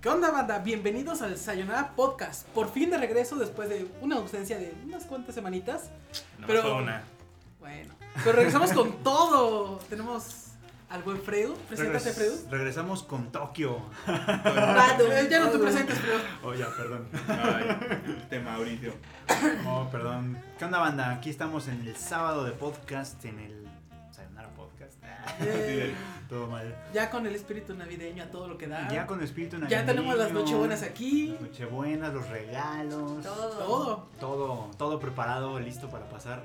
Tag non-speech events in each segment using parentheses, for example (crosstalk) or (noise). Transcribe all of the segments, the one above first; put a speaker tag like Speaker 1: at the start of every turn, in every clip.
Speaker 1: ¿Qué onda, banda? Bienvenidos al Sayonara Podcast. Por fin de regreso después de una ausencia de unas cuantas semanitas.
Speaker 2: No,
Speaker 1: Pero-
Speaker 2: fue una.
Speaker 1: Bueno, pero regresamos
Speaker 3: (laughs)
Speaker 1: con todo. Tenemos al buen Fredo. Preséntate,
Speaker 2: Regres-
Speaker 1: Fredo.
Speaker 2: Regresamos con Tokio.
Speaker 3: Ah,
Speaker 1: Eh, ya no te presentes,
Speaker 3: (laughs)
Speaker 1: Fredo.
Speaker 2: Oh, ya,
Speaker 1: (laughs)
Speaker 2: perdón.
Speaker 4: Ay, de Mauricio.
Speaker 2: Oh, perdón. ¿Qué onda, banda? Aquí estamos en el sábado de podcast, en el Sayonara Podcast. (laughs) Ah,
Speaker 1: Eh,
Speaker 2: Todo mal.
Speaker 1: ya con el espíritu navideño a todo lo que da.
Speaker 2: Ya con espíritu
Speaker 1: Ah. Ya
Speaker 2: navideño.
Speaker 1: tenemos las nochebuenas aquí.
Speaker 2: Las nochebuenas, los regalos.
Speaker 5: Todo.
Speaker 1: Todo.
Speaker 2: Todo, todo preparado, listo para pasar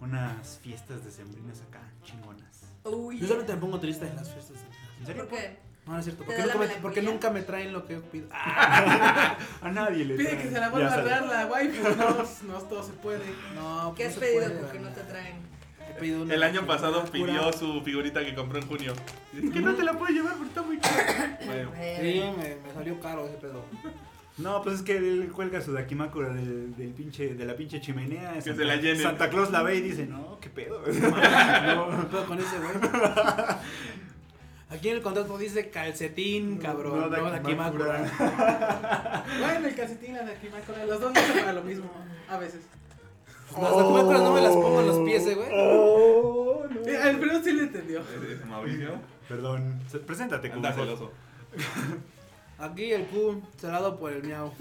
Speaker 2: unas fiestas decembrinas acá, chingonas.
Speaker 5: Uy.
Speaker 3: Yo solamente me pongo triste en las fiestas.
Speaker 2: ¿En serio?
Speaker 5: ¿Por qué?
Speaker 3: No, no es cierto.
Speaker 5: ¿Te
Speaker 3: Porque
Speaker 5: da
Speaker 3: nunca,
Speaker 5: la
Speaker 3: me, porque
Speaker 5: melancolía?
Speaker 3: nunca me traen lo que yo pido. Ah,
Speaker 2: A nadie le
Speaker 1: Pide
Speaker 2: traen.
Speaker 1: que se la
Speaker 2: Ya
Speaker 1: vuelva a
Speaker 2: sabes.
Speaker 1: arreglar la wifi. No, no todo se puede.
Speaker 3: no,
Speaker 5: ¿Qué
Speaker 3: pues
Speaker 5: has
Speaker 3: no se
Speaker 5: pedido
Speaker 3: puede,
Speaker 5: porque no
Speaker 3: ¿verdad?
Speaker 5: te traen?
Speaker 3: He pedido una
Speaker 4: El año pasado
Speaker 3: figura.
Speaker 4: pidió su figurita que compró en junio.
Speaker 2: Es que no te la puedes llevar porque está muy cara.
Speaker 4: Bueno,
Speaker 3: Sí,
Speaker 5: Eh,
Speaker 3: me, me salió caro ese pedo.
Speaker 2: No, pues es que él cuelga su dakimakura del, del pinche, de la pinche chimenea. Santa,
Speaker 4: se la llenen.
Speaker 2: Santa Claus la ve y dice, no, qué
Speaker 4: (laughs)
Speaker 2: pedo.
Speaker 3: ¿Qué pedo con (laughs) ese güey? Aquí en el contrato dice calcetín, cabrón. No,
Speaker 2: no,
Speaker 3: no
Speaker 2: Dakimakura.
Speaker 3: Dakimakura.
Speaker 1: Bueno, el calcetín, la de aquí, Michael, las dos no son para lo mismo. A veces.
Speaker 3: Las Dakimakuras no me las pongo en los pies, eh, güey.
Speaker 2: Oh, no.
Speaker 1: Eh, El Fredo sí le entendió.
Speaker 4: ese es eh, Mauricio.
Speaker 2: Perdón, Se- preséntate como
Speaker 4: Anda celoso.
Speaker 3: Aquí el Q, cerrado por el miau.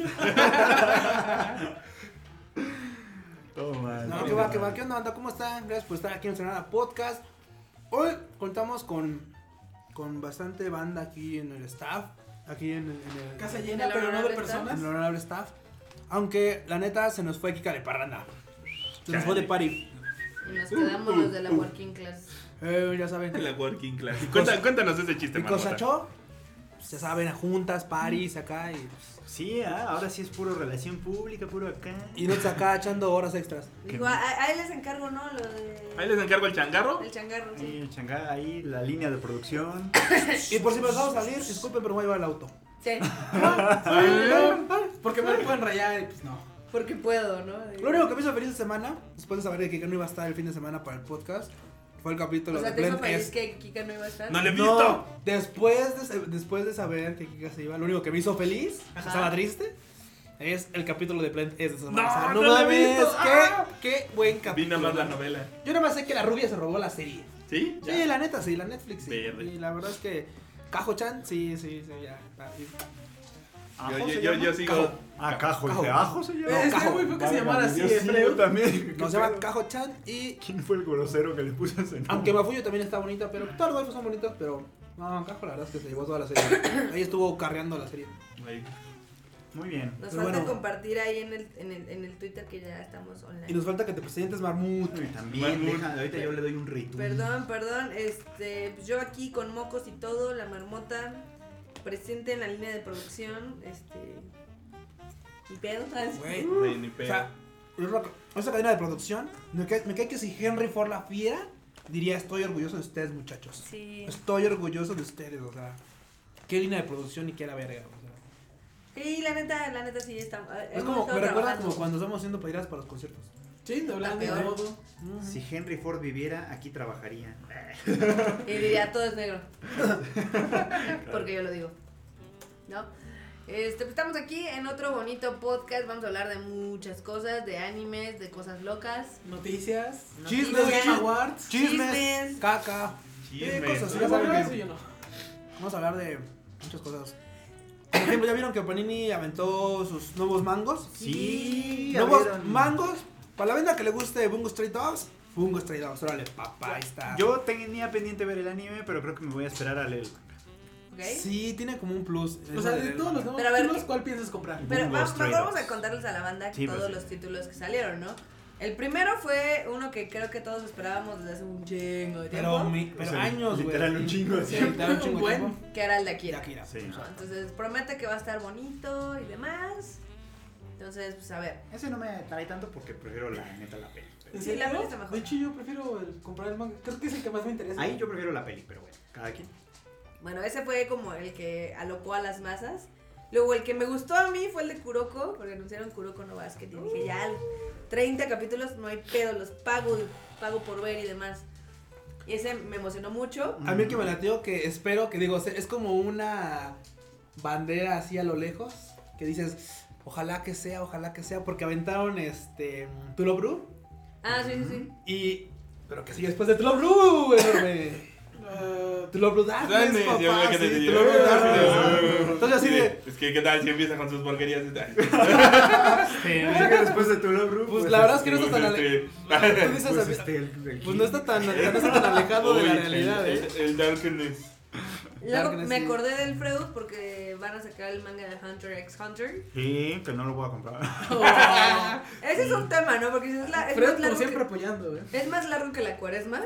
Speaker 2: Toma.
Speaker 3: No, que va, que va, ¿qué onda, banda? ¿Cómo están? Gracias por estar aquí en Sonora Podcast. Hoy contamos con, con bastante banda aquí en el staff, aquí en el, en el-
Speaker 1: Casa llena,
Speaker 5: ¿El
Speaker 1: pero no de
Speaker 5: honorable
Speaker 1: personas.
Speaker 3: en el honorable staff. Aunque la neta se nos fue Kika de Parranda. Se nos fue de party.
Speaker 5: y nos quedamos los
Speaker 3: Uh,
Speaker 5: de la working class.
Speaker 3: Eh, ya saben.
Speaker 4: La working class. Cuenta- cuéntanos ese chiste,
Speaker 3: Y
Speaker 4: Marmota.
Speaker 3: Cosachó, se pues, saben, a juntas, paris acá y,
Speaker 2: Sí, ah, ahora sí es puro relación pública, puro acá.
Speaker 3: y nos acá echando horas extras.
Speaker 5: Digo, a, a- ahí les encargo, ¿no? Lo de.
Speaker 4: Ahí les encargo el changarro.
Speaker 5: El changarro.
Speaker 2: Sí,
Speaker 5: Sí.
Speaker 2: el changá ahí, la línea de producción.
Speaker 3: Y por si me vamos a salir, disculpen, pero me voy a llevar el auto.
Speaker 5: Sí, (laughs)
Speaker 1: Ah, Porque me lo pueden rayar y pues no.
Speaker 5: Porque puedo, ¿no?
Speaker 3: Lo único que me hizo feliz esta semana, después de saber de que Kika no iba a estar el fin de semana para el podcast, fue el capítulo
Speaker 5: O sea,
Speaker 3: de
Speaker 5: te hizo
Speaker 3: Blend
Speaker 5: feliz
Speaker 3: S.
Speaker 5: que Kika no iba a estar.
Speaker 4: No le he
Speaker 3: No,
Speaker 4: visto.
Speaker 3: después de, sa- después de saber que Kika se iba, lo único que me hizo feliz,
Speaker 5: Ajá.
Speaker 3: estaba triste, es el capítulo de Plant S de esa semana.
Speaker 4: No,
Speaker 3: O sea,
Speaker 4: no lo he
Speaker 3: mames,
Speaker 4: visto.
Speaker 3: qué,
Speaker 4: Ah.
Speaker 3: qué buen
Speaker 4: Vi
Speaker 3: capítulo.
Speaker 4: nada más la novela.
Speaker 3: Yo nada más sé que la rubia se robó la serie.
Speaker 4: ¿Sí? Ya.
Speaker 3: Sí, la neta, sí, la Netflix. Sí.
Speaker 4: Verde.
Speaker 3: Y la verdad es que Cajo-chan, sí, sí, sí, ya. está.
Speaker 4: Yo,
Speaker 2: ¿Ajo
Speaker 4: yo-
Speaker 2: se
Speaker 4: yo-
Speaker 2: llama?
Speaker 4: yo sigo.
Speaker 2: Ah, cajo,
Speaker 3: Cajo.
Speaker 2: dije, ajo se
Speaker 1: Eh,
Speaker 2: llama.
Speaker 3: cajo.
Speaker 1: Estaría muy feo que se llamara así,
Speaker 2: Válgame
Speaker 1: eh,
Speaker 2: Dios, sí, yo
Speaker 1: Fredo.
Speaker 2: también.
Speaker 3: Nos
Speaker 2: ¿Qué
Speaker 3: llama
Speaker 2: pedo?
Speaker 3: Cajo-chan y.
Speaker 2: ¿Quién fue el grosero que le puso ese nombre?
Speaker 3: Aunque Mafuyo también está bonita, pero todos los waifus son bonitos, pero. No, Cajo, la verdad es que se llevó toda la (coughs) serie. Ahí estuvo carreando la serie.
Speaker 4: Ahí.
Speaker 2: Muy bien.
Speaker 5: Nos
Speaker 3: Pero
Speaker 5: falta
Speaker 3: bueno.
Speaker 5: compartir ahí en el, en, el, en el Twitter que ya estamos online.
Speaker 3: Y nos falta que te presentes, Marmut.
Speaker 2: Y
Speaker 4: Buen
Speaker 2: también,
Speaker 4: mood.
Speaker 2: deja, ahorita yo le doy un retweet.
Speaker 5: Perdón, perdón. Este, pues yo aquí con mocos y todo, la marmota presente en la línea de producción, este y pedo. ¿sabes?
Speaker 3: Güey.
Speaker 4: Ahí, ni
Speaker 3: O
Speaker 4: pedo.
Speaker 3: sea, yo creo que esa cadena de producción, me cae, me cae que si Henry Ford la fiera, diría estoy orgulloso de ustedes, muchachos.
Speaker 5: Sí.
Speaker 3: Estoy orgulloso de ustedes, o sea. Qué línea de producción y qué la verga, o sea.
Speaker 5: Y la neta, la neta sí está. eh,
Speaker 3: Es como, me recuerda como cuando estamos haciendo pedidas para los conciertos.
Speaker 1: Sí, doblando y
Speaker 5: peor.
Speaker 1: todo.
Speaker 2: Si Henry Ford viviera, aquí trabajaría.
Speaker 5: Y diría, todo es negro.
Speaker 3: (laughs)
Speaker 5: Porque yo lo digo. ¿No? Este, pues estamos aquí en otro bonito podcast. Vamos a hablar de muchas cosas, de animes, de cosas locas.
Speaker 1: Noticias.
Speaker 3: Chismes,
Speaker 1: Los Game
Speaker 5: noticias,
Speaker 1: Awards.
Speaker 3: Chismes,
Speaker 5: Chismes.
Speaker 3: caca.
Speaker 4: Chismes.
Speaker 3: Eh, cosas,
Speaker 1: Sí,
Speaker 3: ya
Speaker 1: bueno,
Speaker 3: saben
Speaker 1: eso
Speaker 3: que-
Speaker 1: yo no.
Speaker 3: Vamos a hablar de muchas cosas. Por ejemplo, ¿ya vieron que Panini aventó sus nuevos mangos?
Speaker 2: Sí,
Speaker 3: Nuevos
Speaker 2: abrieron.
Speaker 3: mangos. Para la venda que le guste Bungo Stray Dogs, Bungo Stray Dogs. Órale, papá, ahí está.
Speaker 2: Yo tenía pendiente ver el anime, pero creo que me voy a esperar a leer.
Speaker 5: ¿ok?
Speaker 3: Sí, tiene como un plus.
Speaker 1: O sea, de todos los
Speaker 5: Pero a
Speaker 1: nuevos
Speaker 5: ver,
Speaker 1: títulos,
Speaker 5: ¿qué-
Speaker 1: ¿cuál piensas comprar?
Speaker 5: Pero
Speaker 2: Los
Speaker 5: va- mejor
Speaker 2: trailers.
Speaker 5: vamos a contarles a la banda
Speaker 2: Sí, pues,
Speaker 5: todos
Speaker 2: sí.
Speaker 5: los títulos que salieron, ¿no? El primero fue uno que creo que todos esperábamos desde hace un chingo de tiempo,
Speaker 3: Pero, mi- pero
Speaker 2: O sea,
Speaker 3: años, güey.
Speaker 2: literal, un chingo de
Speaker 3: Sí,
Speaker 2: tiempo.
Speaker 3: literal, un chingo de
Speaker 1: Buen.
Speaker 3: tiempo.
Speaker 5: que era el de Akira.
Speaker 3: Akira.
Speaker 2: Sí.
Speaker 5: ¿no? Entonces promete que va a estar bonito y demás. Entonces, pues a ver.
Speaker 2: Ese no me trae tanto porque prefiero la neta la peli. pero-
Speaker 1: ¿En
Speaker 5: Sí, la
Speaker 1: serio?
Speaker 5: peli está mejor.
Speaker 1: De hecho, yo prefiero el- comprar el manga. Creo que es el que más me interesa.
Speaker 2: Ahí yo prefiero la peli, pero bueno, cada quien.
Speaker 5: Bueno, ese fue como el que alocó a las masas. Luego, el que me gustó a mí fue el de Kuroko, porque anunciaron Kuroko no Basket. Y dije, ya, 30 capítulos, no hay pedo, los pago, pago por ver y demás. Y ese me emocionó mucho.
Speaker 3: A mí el que me latió que espero que digo, se- es como una bandera así a lo lejos que dices, ojalá que sea, ojalá que sea, porque aventaron este Tulo Brew
Speaker 5: Ah, sí, sí, sí.
Speaker 3: y pero que sigue después de Tulo Brew, enorme. Tulo Brew Darkness,
Speaker 4: Dale,
Speaker 3: papá,
Speaker 4: yo creo que
Speaker 3: sí,
Speaker 4: te digo.
Speaker 3: Tulo Brew Darkness.
Speaker 4: Ah,
Speaker 3: Entonces así de,
Speaker 4: Es que, ¿qué tal si empieza con sus porquerías?
Speaker 2: Llega después de tu Love Room,
Speaker 3: pues la verdad es que no está tan alejado.
Speaker 4: este,
Speaker 3: Tú dices,
Speaker 2: Pues,
Speaker 3: así,
Speaker 2: este, el- el-
Speaker 3: pues no está tan, no está tan alejado de la
Speaker 4: uy,
Speaker 3: realidad,
Speaker 4: el,
Speaker 3: eh.
Speaker 4: el- el Darkness.
Speaker 5: Luego
Speaker 3: Darkness,
Speaker 5: me
Speaker 3: sí.
Speaker 5: acordé del Freud porque van a sacar el manga de Hunter x Hunter.
Speaker 2: Sí, que no lo voy a comprar. (laughs)
Speaker 1: (laughs)
Speaker 5: Ese es un tema, ¿no? Porque es, la- es
Speaker 1: Fred,
Speaker 5: más largo
Speaker 1: por siempre
Speaker 5: que-
Speaker 1: apoyando, ¿eh?
Speaker 5: es más largo que la cuaresma.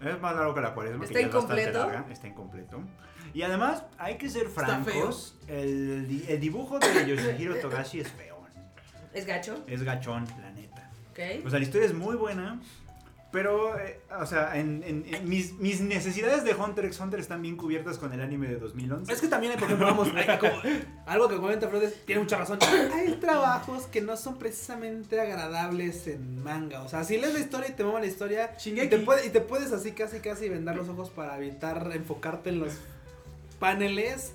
Speaker 2: Es más largo que la cuaresma,
Speaker 5: Está
Speaker 2: que ya es bastante
Speaker 5: incompleto.
Speaker 2: larga. Está incompleto. Y además, hay que ser
Speaker 1: Está
Speaker 2: francos, el, di- el dibujo de Yoshihiro Togashi es feo.
Speaker 5: Es gacho,
Speaker 2: Es gachón, la neta. O
Speaker 5: ¿ok?
Speaker 2: sea, la historia es muy buena, pero, eh, o sea, en, en- en- mis, mis necesidades de Hunter x Hunter están bien cubiertas con el anime de 2011.
Speaker 3: Es que también, hay, por ejemplo, vamos, hay como- algo que comenta Freud es- tiene mucha razón. Hay trabajos que no son precisamente agradables en manga. O sea, si lees la historia y te mama la historia,
Speaker 1: Shingeki.
Speaker 3: y te, puede- y te puedes así casi casi vendar los ojos para evitar enfocarte en los paneles.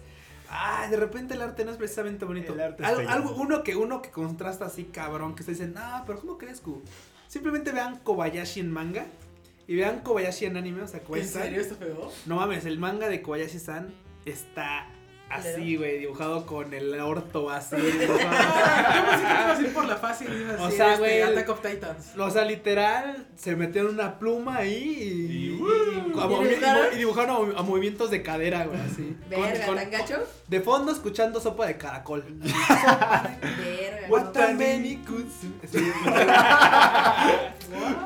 Speaker 3: Ah, de repente el arte no es precisamente bonito.
Speaker 2: El arte
Speaker 3: Algo-
Speaker 2: está
Speaker 3: algo-
Speaker 2: lleno.
Speaker 3: uno que uno que contrasta así cabrón, que se dicen, "No, pero ¿cómo crees, Q?" Simplemente vean Kobayashi en manga y vean Kobayashi en anime, o sea,
Speaker 1: ¿En
Speaker 3: Kobayashi-san.
Speaker 1: serio está feo?
Speaker 3: No mames, el manga de Kobayashi-san está así,
Speaker 5: Claro.
Speaker 3: güey, dibujado con el orto así.
Speaker 1: Ah, Yo pensé que te ibas a ir por la fácil. ibas a
Speaker 3: O
Speaker 1: decir,
Speaker 3: sea,
Speaker 1: este,
Speaker 3: güey, el-
Speaker 1: Attack of Titans.
Speaker 3: o sea, literal, se metieron una pluma ahí y,
Speaker 4: Y-
Speaker 3: y- a
Speaker 5: ¿Y
Speaker 3: movi-
Speaker 5: dibujaron?
Speaker 3: y dibujaron a, a movimientos de cadera, güey, así.
Speaker 5: Verga,
Speaker 3: Con- con-
Speaker 5: tan gacho.
Speaker 3: de fondo escuchando sopa
Speaker 5: (laughs)
Speaker 3: de caracol.
Speaker 5: Verga.
Speaker 3: Watameni kutsu. Sí,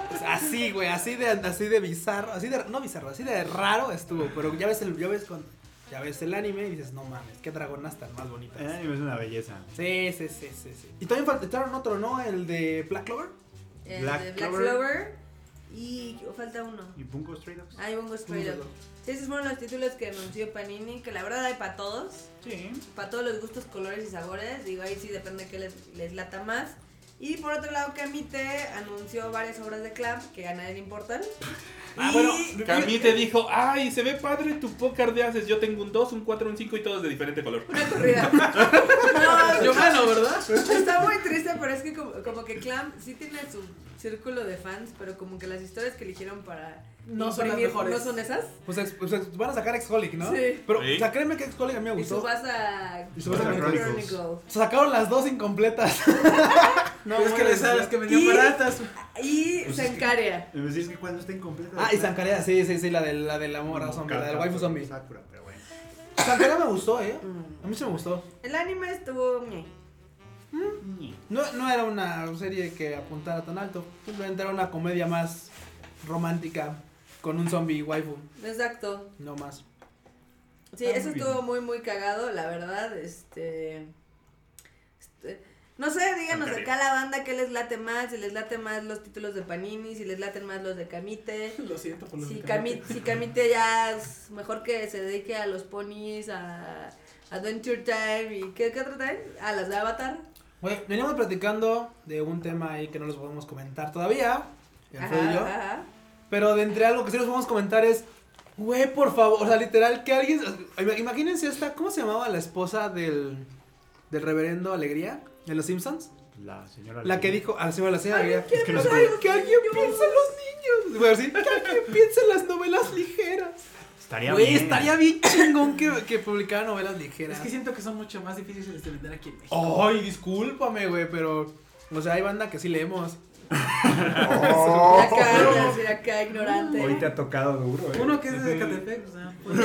Speaker 3: pues así, güey, así de así de bizarro, así de no bizarro, así de raro estuvo, pero ya ves el ya ves con ya ves el anime y dices, "No mames, qué dragonas tan más bonitas."
Speaker 2: El anime es una belleza.
Speaker 3: Sí, sí, sí, sí, sí. Y también faltaron otro, ¿no? El de Black Clover.
Speaker 5: El
Speaker 2: Black
Speaker 5: Eh, de Black
Speaker 2: Clover.
Speaker 5: Clover. Y falta uno.
Speaker 2: ¿Y Punko Stray Dogs?
Speaker 5: Ah, y Bungo Stray Dog. Sí, esos fueron los títulos que anunció Panini, que la verdad hay para todos.
Speaker 2: Sí.
Speaker 5: Para todos los gustos, colores y sabores. Digo, ahí sí depende de qué les, les lata más. Y por otro lado, Camite anunció varias obras de Clamp que a nadie le importan. (laughs)
Speaker 3: Ah,
Speaker 5: Y-
Speaker 3: bueno,
Speaker 4: Camille te dijo,
Speaker 3: "Ah,
Speaker 4: ay, se ve padre tu póker de haces. Yo tengo un 2, un 4, un 5 y todos de diferente color.
Speaker 5: Una corrida. No,
Speaker 1: ah, Yo gano, ¿verdad?
Speaker 5: Está muy triste, pero es que como, como que Clamp sí tiene su círculo de fans, pero como que las historias que eligieron para
Speaker 1: No son las
Speaker 5: imprimir
Speaker 1: mejores.
Speaker 5: no son esas.
Speaker 3: Pues, ex- pues, ex- van a sacar Exholic, ¿no?
Speaker 5: Sí.
Speaker 3: Pero,
Speaker 4: Sí.
Speaker 3: o sea, créeme que Exholic a mí me
Speaker 5: Y
Speaker 3: gustó.
Speaker 5: Subasa
Speaker 3: Y Subasa
Speaker 5: Chronicle.
Speaker 2: Chronicles.
Speaker 3: Sacaron las dos incompletas.
Speaker 5: (laughs)
Speaker 1: No, es que
Speaker 3: bueno,
Speaker 1: les sabes que
Speaker 5: Y-
Speaker 1: venían baratas.
Speaker 5: Y
Speaker 2: Pues es que-
Speaker 5: Sankaria.
Speaker 2: Me decís que cuando está incompleta.
Speaker 3: Ah, y Sankaria, sí, sí, sí, la de la de la morra zombie, la del waifu zombie.
Speaker 2: Sakura, pero bueno.
Speaker 3: Sankaria me gustó, eh.
Speaker 5: Mm.
Speaker 3: A mí sí me gustó.
Speaker 5: El anime estuvo... ñe.
Speaker 3: No, no era una serie que apuntara tan alto. Simplemente era una comedia más romántica con un zombie waifu,
Speaker 5: Exacto.
Speaker 3: no más.
Speaker 5: Sí,
Speaker 2: Está
Speaker 5: eso
Speaker 2: muy
Speaker 5: estuvo muy, muy cagado, la verdad. Este... este, No sé, díganos
Speaker 4: Sankaria.
Speaker 5: acá a la banda qué les late más, si les late más los títulos de Panini, si les laten más los de Kamite.
Speaker 1: Lo siento por los
Speaker 5: Si
Speaker 1: de
Speaker 5: Camite, si Camite ya es mejor que se dedique a los ponis, a Adventure Time y ¿qué, qué otro time? A las de Avatar.
Speaker 3: Bueno, veníamos platicando de un tema ahí que no los podemos comentar todavía. el Fred y yo.
Speaker 5: ajá.
Speaker 3: Pero de entre algo que sí les podemos comentar es, güey, por favor, o sea, literal, que alguien, ima- imagínense esta, ¿cómo se llamaba la esposa del, del reverendo Alegría de los Simpsons?
Speaker 2: La señora.
Speaker 3: La que dijo, ah, sí, bueno, la señora Alegría,
Speaker 2: Es que no
Speaker 3: que,
Speaker 2: se
Speaker 3: alguien- que alguien piense en los niños, güey, así, que alguien piense en las novelas ligeras.
Speaker 2: Estaría
Speaker 3: Güey,
Speaker 2: bien. (laughs)
Speaker 3: estaría bien chingón que, que publicara novelas ligeras.
Speaker 1: Es que siento que son mucho más difíciles de vender aquí en México.
Speaker 3: Ay, discúlpame, güey, pero, o sea, hay banda que sí leemos.
Speaker 5: La
Speaker 6: Oh.
Speaker 5: acá, así acá, ignorante.
Speaker 2: Hoy te ha tocado duro, eh.
Speaker 1: Uno que es de Catepec, o sea. pues-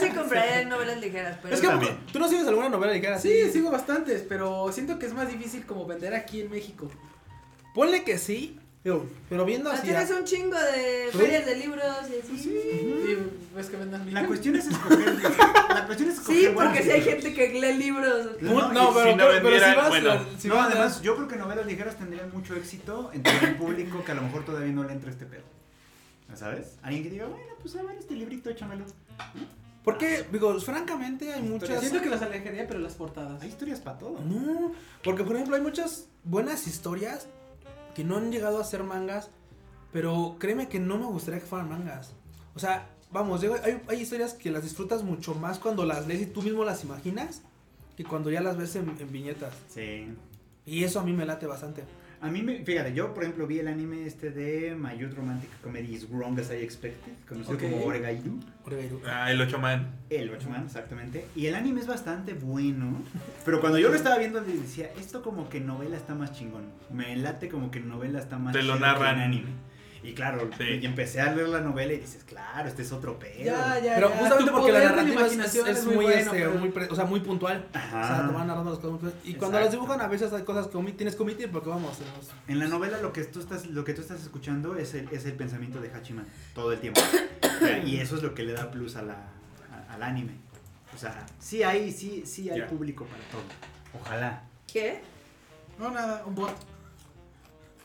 Speaker 5: Yo sí compré novelas ligeras, pero.
Speaker 3: Es que
Speaker 2: también.
Speaker 3: ¿tú no sigues alguna novela ligera así?
Speaker 1: Sí, sigo bastantes, pero siento que es más difícil como vender aquí en México.
Speaker 3: Ponle que sí, digo, pero viendo
Speaker 5: Pues
Speaker 3: así.
Speaker 5: tienes un chingo de
Speaker 3: Sí.
Speaker 5: ferias de libros y así. Sí,
Speaker 1: Y ves que vendan bien.
Speaker 2: La cuestión es
Speaker 3: (laughs)
Speaker 2: escoger. la cuestión es escoger buenas
Speaker 5: porque si hay
Speaker 2: ideas.
Speaker 5: gente que lee libros.
Speaker 3: No,
Speaker 4: y
Speaker 2: No,
Speaker 3: no, pero,
Speaker 4: si no
Speaker 3: pero- pero
Speaker 4: vendieran,
Speaker 3: si vas.
Speaker 4: bueno.
Speaker 3: la- si
Speaker 2: no,
Speaker 3: vas- eh,
Speaker 2: además, yo creo que novelas ligeras tendrían mucho éxito entre el público que a lo mejor todavía no le entra este pedo. ¿Ya ¿Sabes? Alguien que diga, bueno, pues a ver este librito, échamelo.
Speaker 3: Porque,
Speaker 2: pues,
Speaker 3: digo, francamente hay muchas.
Speaker 1: Siento que las alejaría, pero las portadas.
Speaker 2: Hay historias para todo.
Speaker 3: No, porque por ejemplo hay muchas buenas historias que no han llegado a ser mangas, pero créeme que no me gustaría que fueran mangas. O sea, vamos, digo, hay, hay historias que las disfrutas mucho más cuando las lees y tú mismo las imaginas que cuando ya las ves en, en viñetas.
Speaker 2: Sí.
Speaker 3: Y eso a mí me late bastante.
Speaker 2: A mí, me, fíjate, yo por ejemplo vi el anime este de My Youth Romantic Comedy is Wrong as I Expected, conocido
Speaker 1: Ok.
Speaker 2: como Oregaidu.
Speaker 3: Oregairu.
Speaker 4: Ah, el 8 man.
Speaker 2: El Watchman, exactamente. Y el anime es bastante bueno. Pero cuando yo lo estaba viendo, les decía, esto como que novela está más chingón. Me late como que novela está más
Speaker 4: Te lo
Speaker 2: chido
Speaker 4: narran.
Speaker 2: que en anime. Y claro,
Speaker 4: Sí.
Speaker 2: y empecé a leer la novela y dices, claro, este es otro pedo.
Speaker 1: Ya, ya,
Speaker 3: Pero
Speaker 1: ya,
Speaker 3: justamente
Speaker 1: tu
Speaker 3: porque la
Speaker 1: poder de
Speaker 3: narrativa es,
Speaker 1: imaginación
Speaker 3: es muy,
Speaker 1: bueno,
Speaker 3: este,
Speaker 1: pero-
Speaker 3: muy pre- o sea, muy puntual.
Speaker 2: Ajá.
Speaker 3: O sea, te van narrando las cosas. muy puntuales. Y cuando las
Speaker 2: Ah. Exacto.
Speaker 3: dibujan a veces hay cosas que omi- tienes que omitir porque vamos. tenemos-
Speaker 2: En la novela lo que tú estás, lo que tú estás escuchando es el, es el pensamiento de Hachiman todo el tiempo. y eso es lo que le da plus a la, a- al anime. O sea, sí hay, sí, sí hay
Speaker 4: Ya.
Speaker 2: público para todo. Ojalá.
Speaker 5: ¿Qué?
Speaker 1: No, nada, un bot.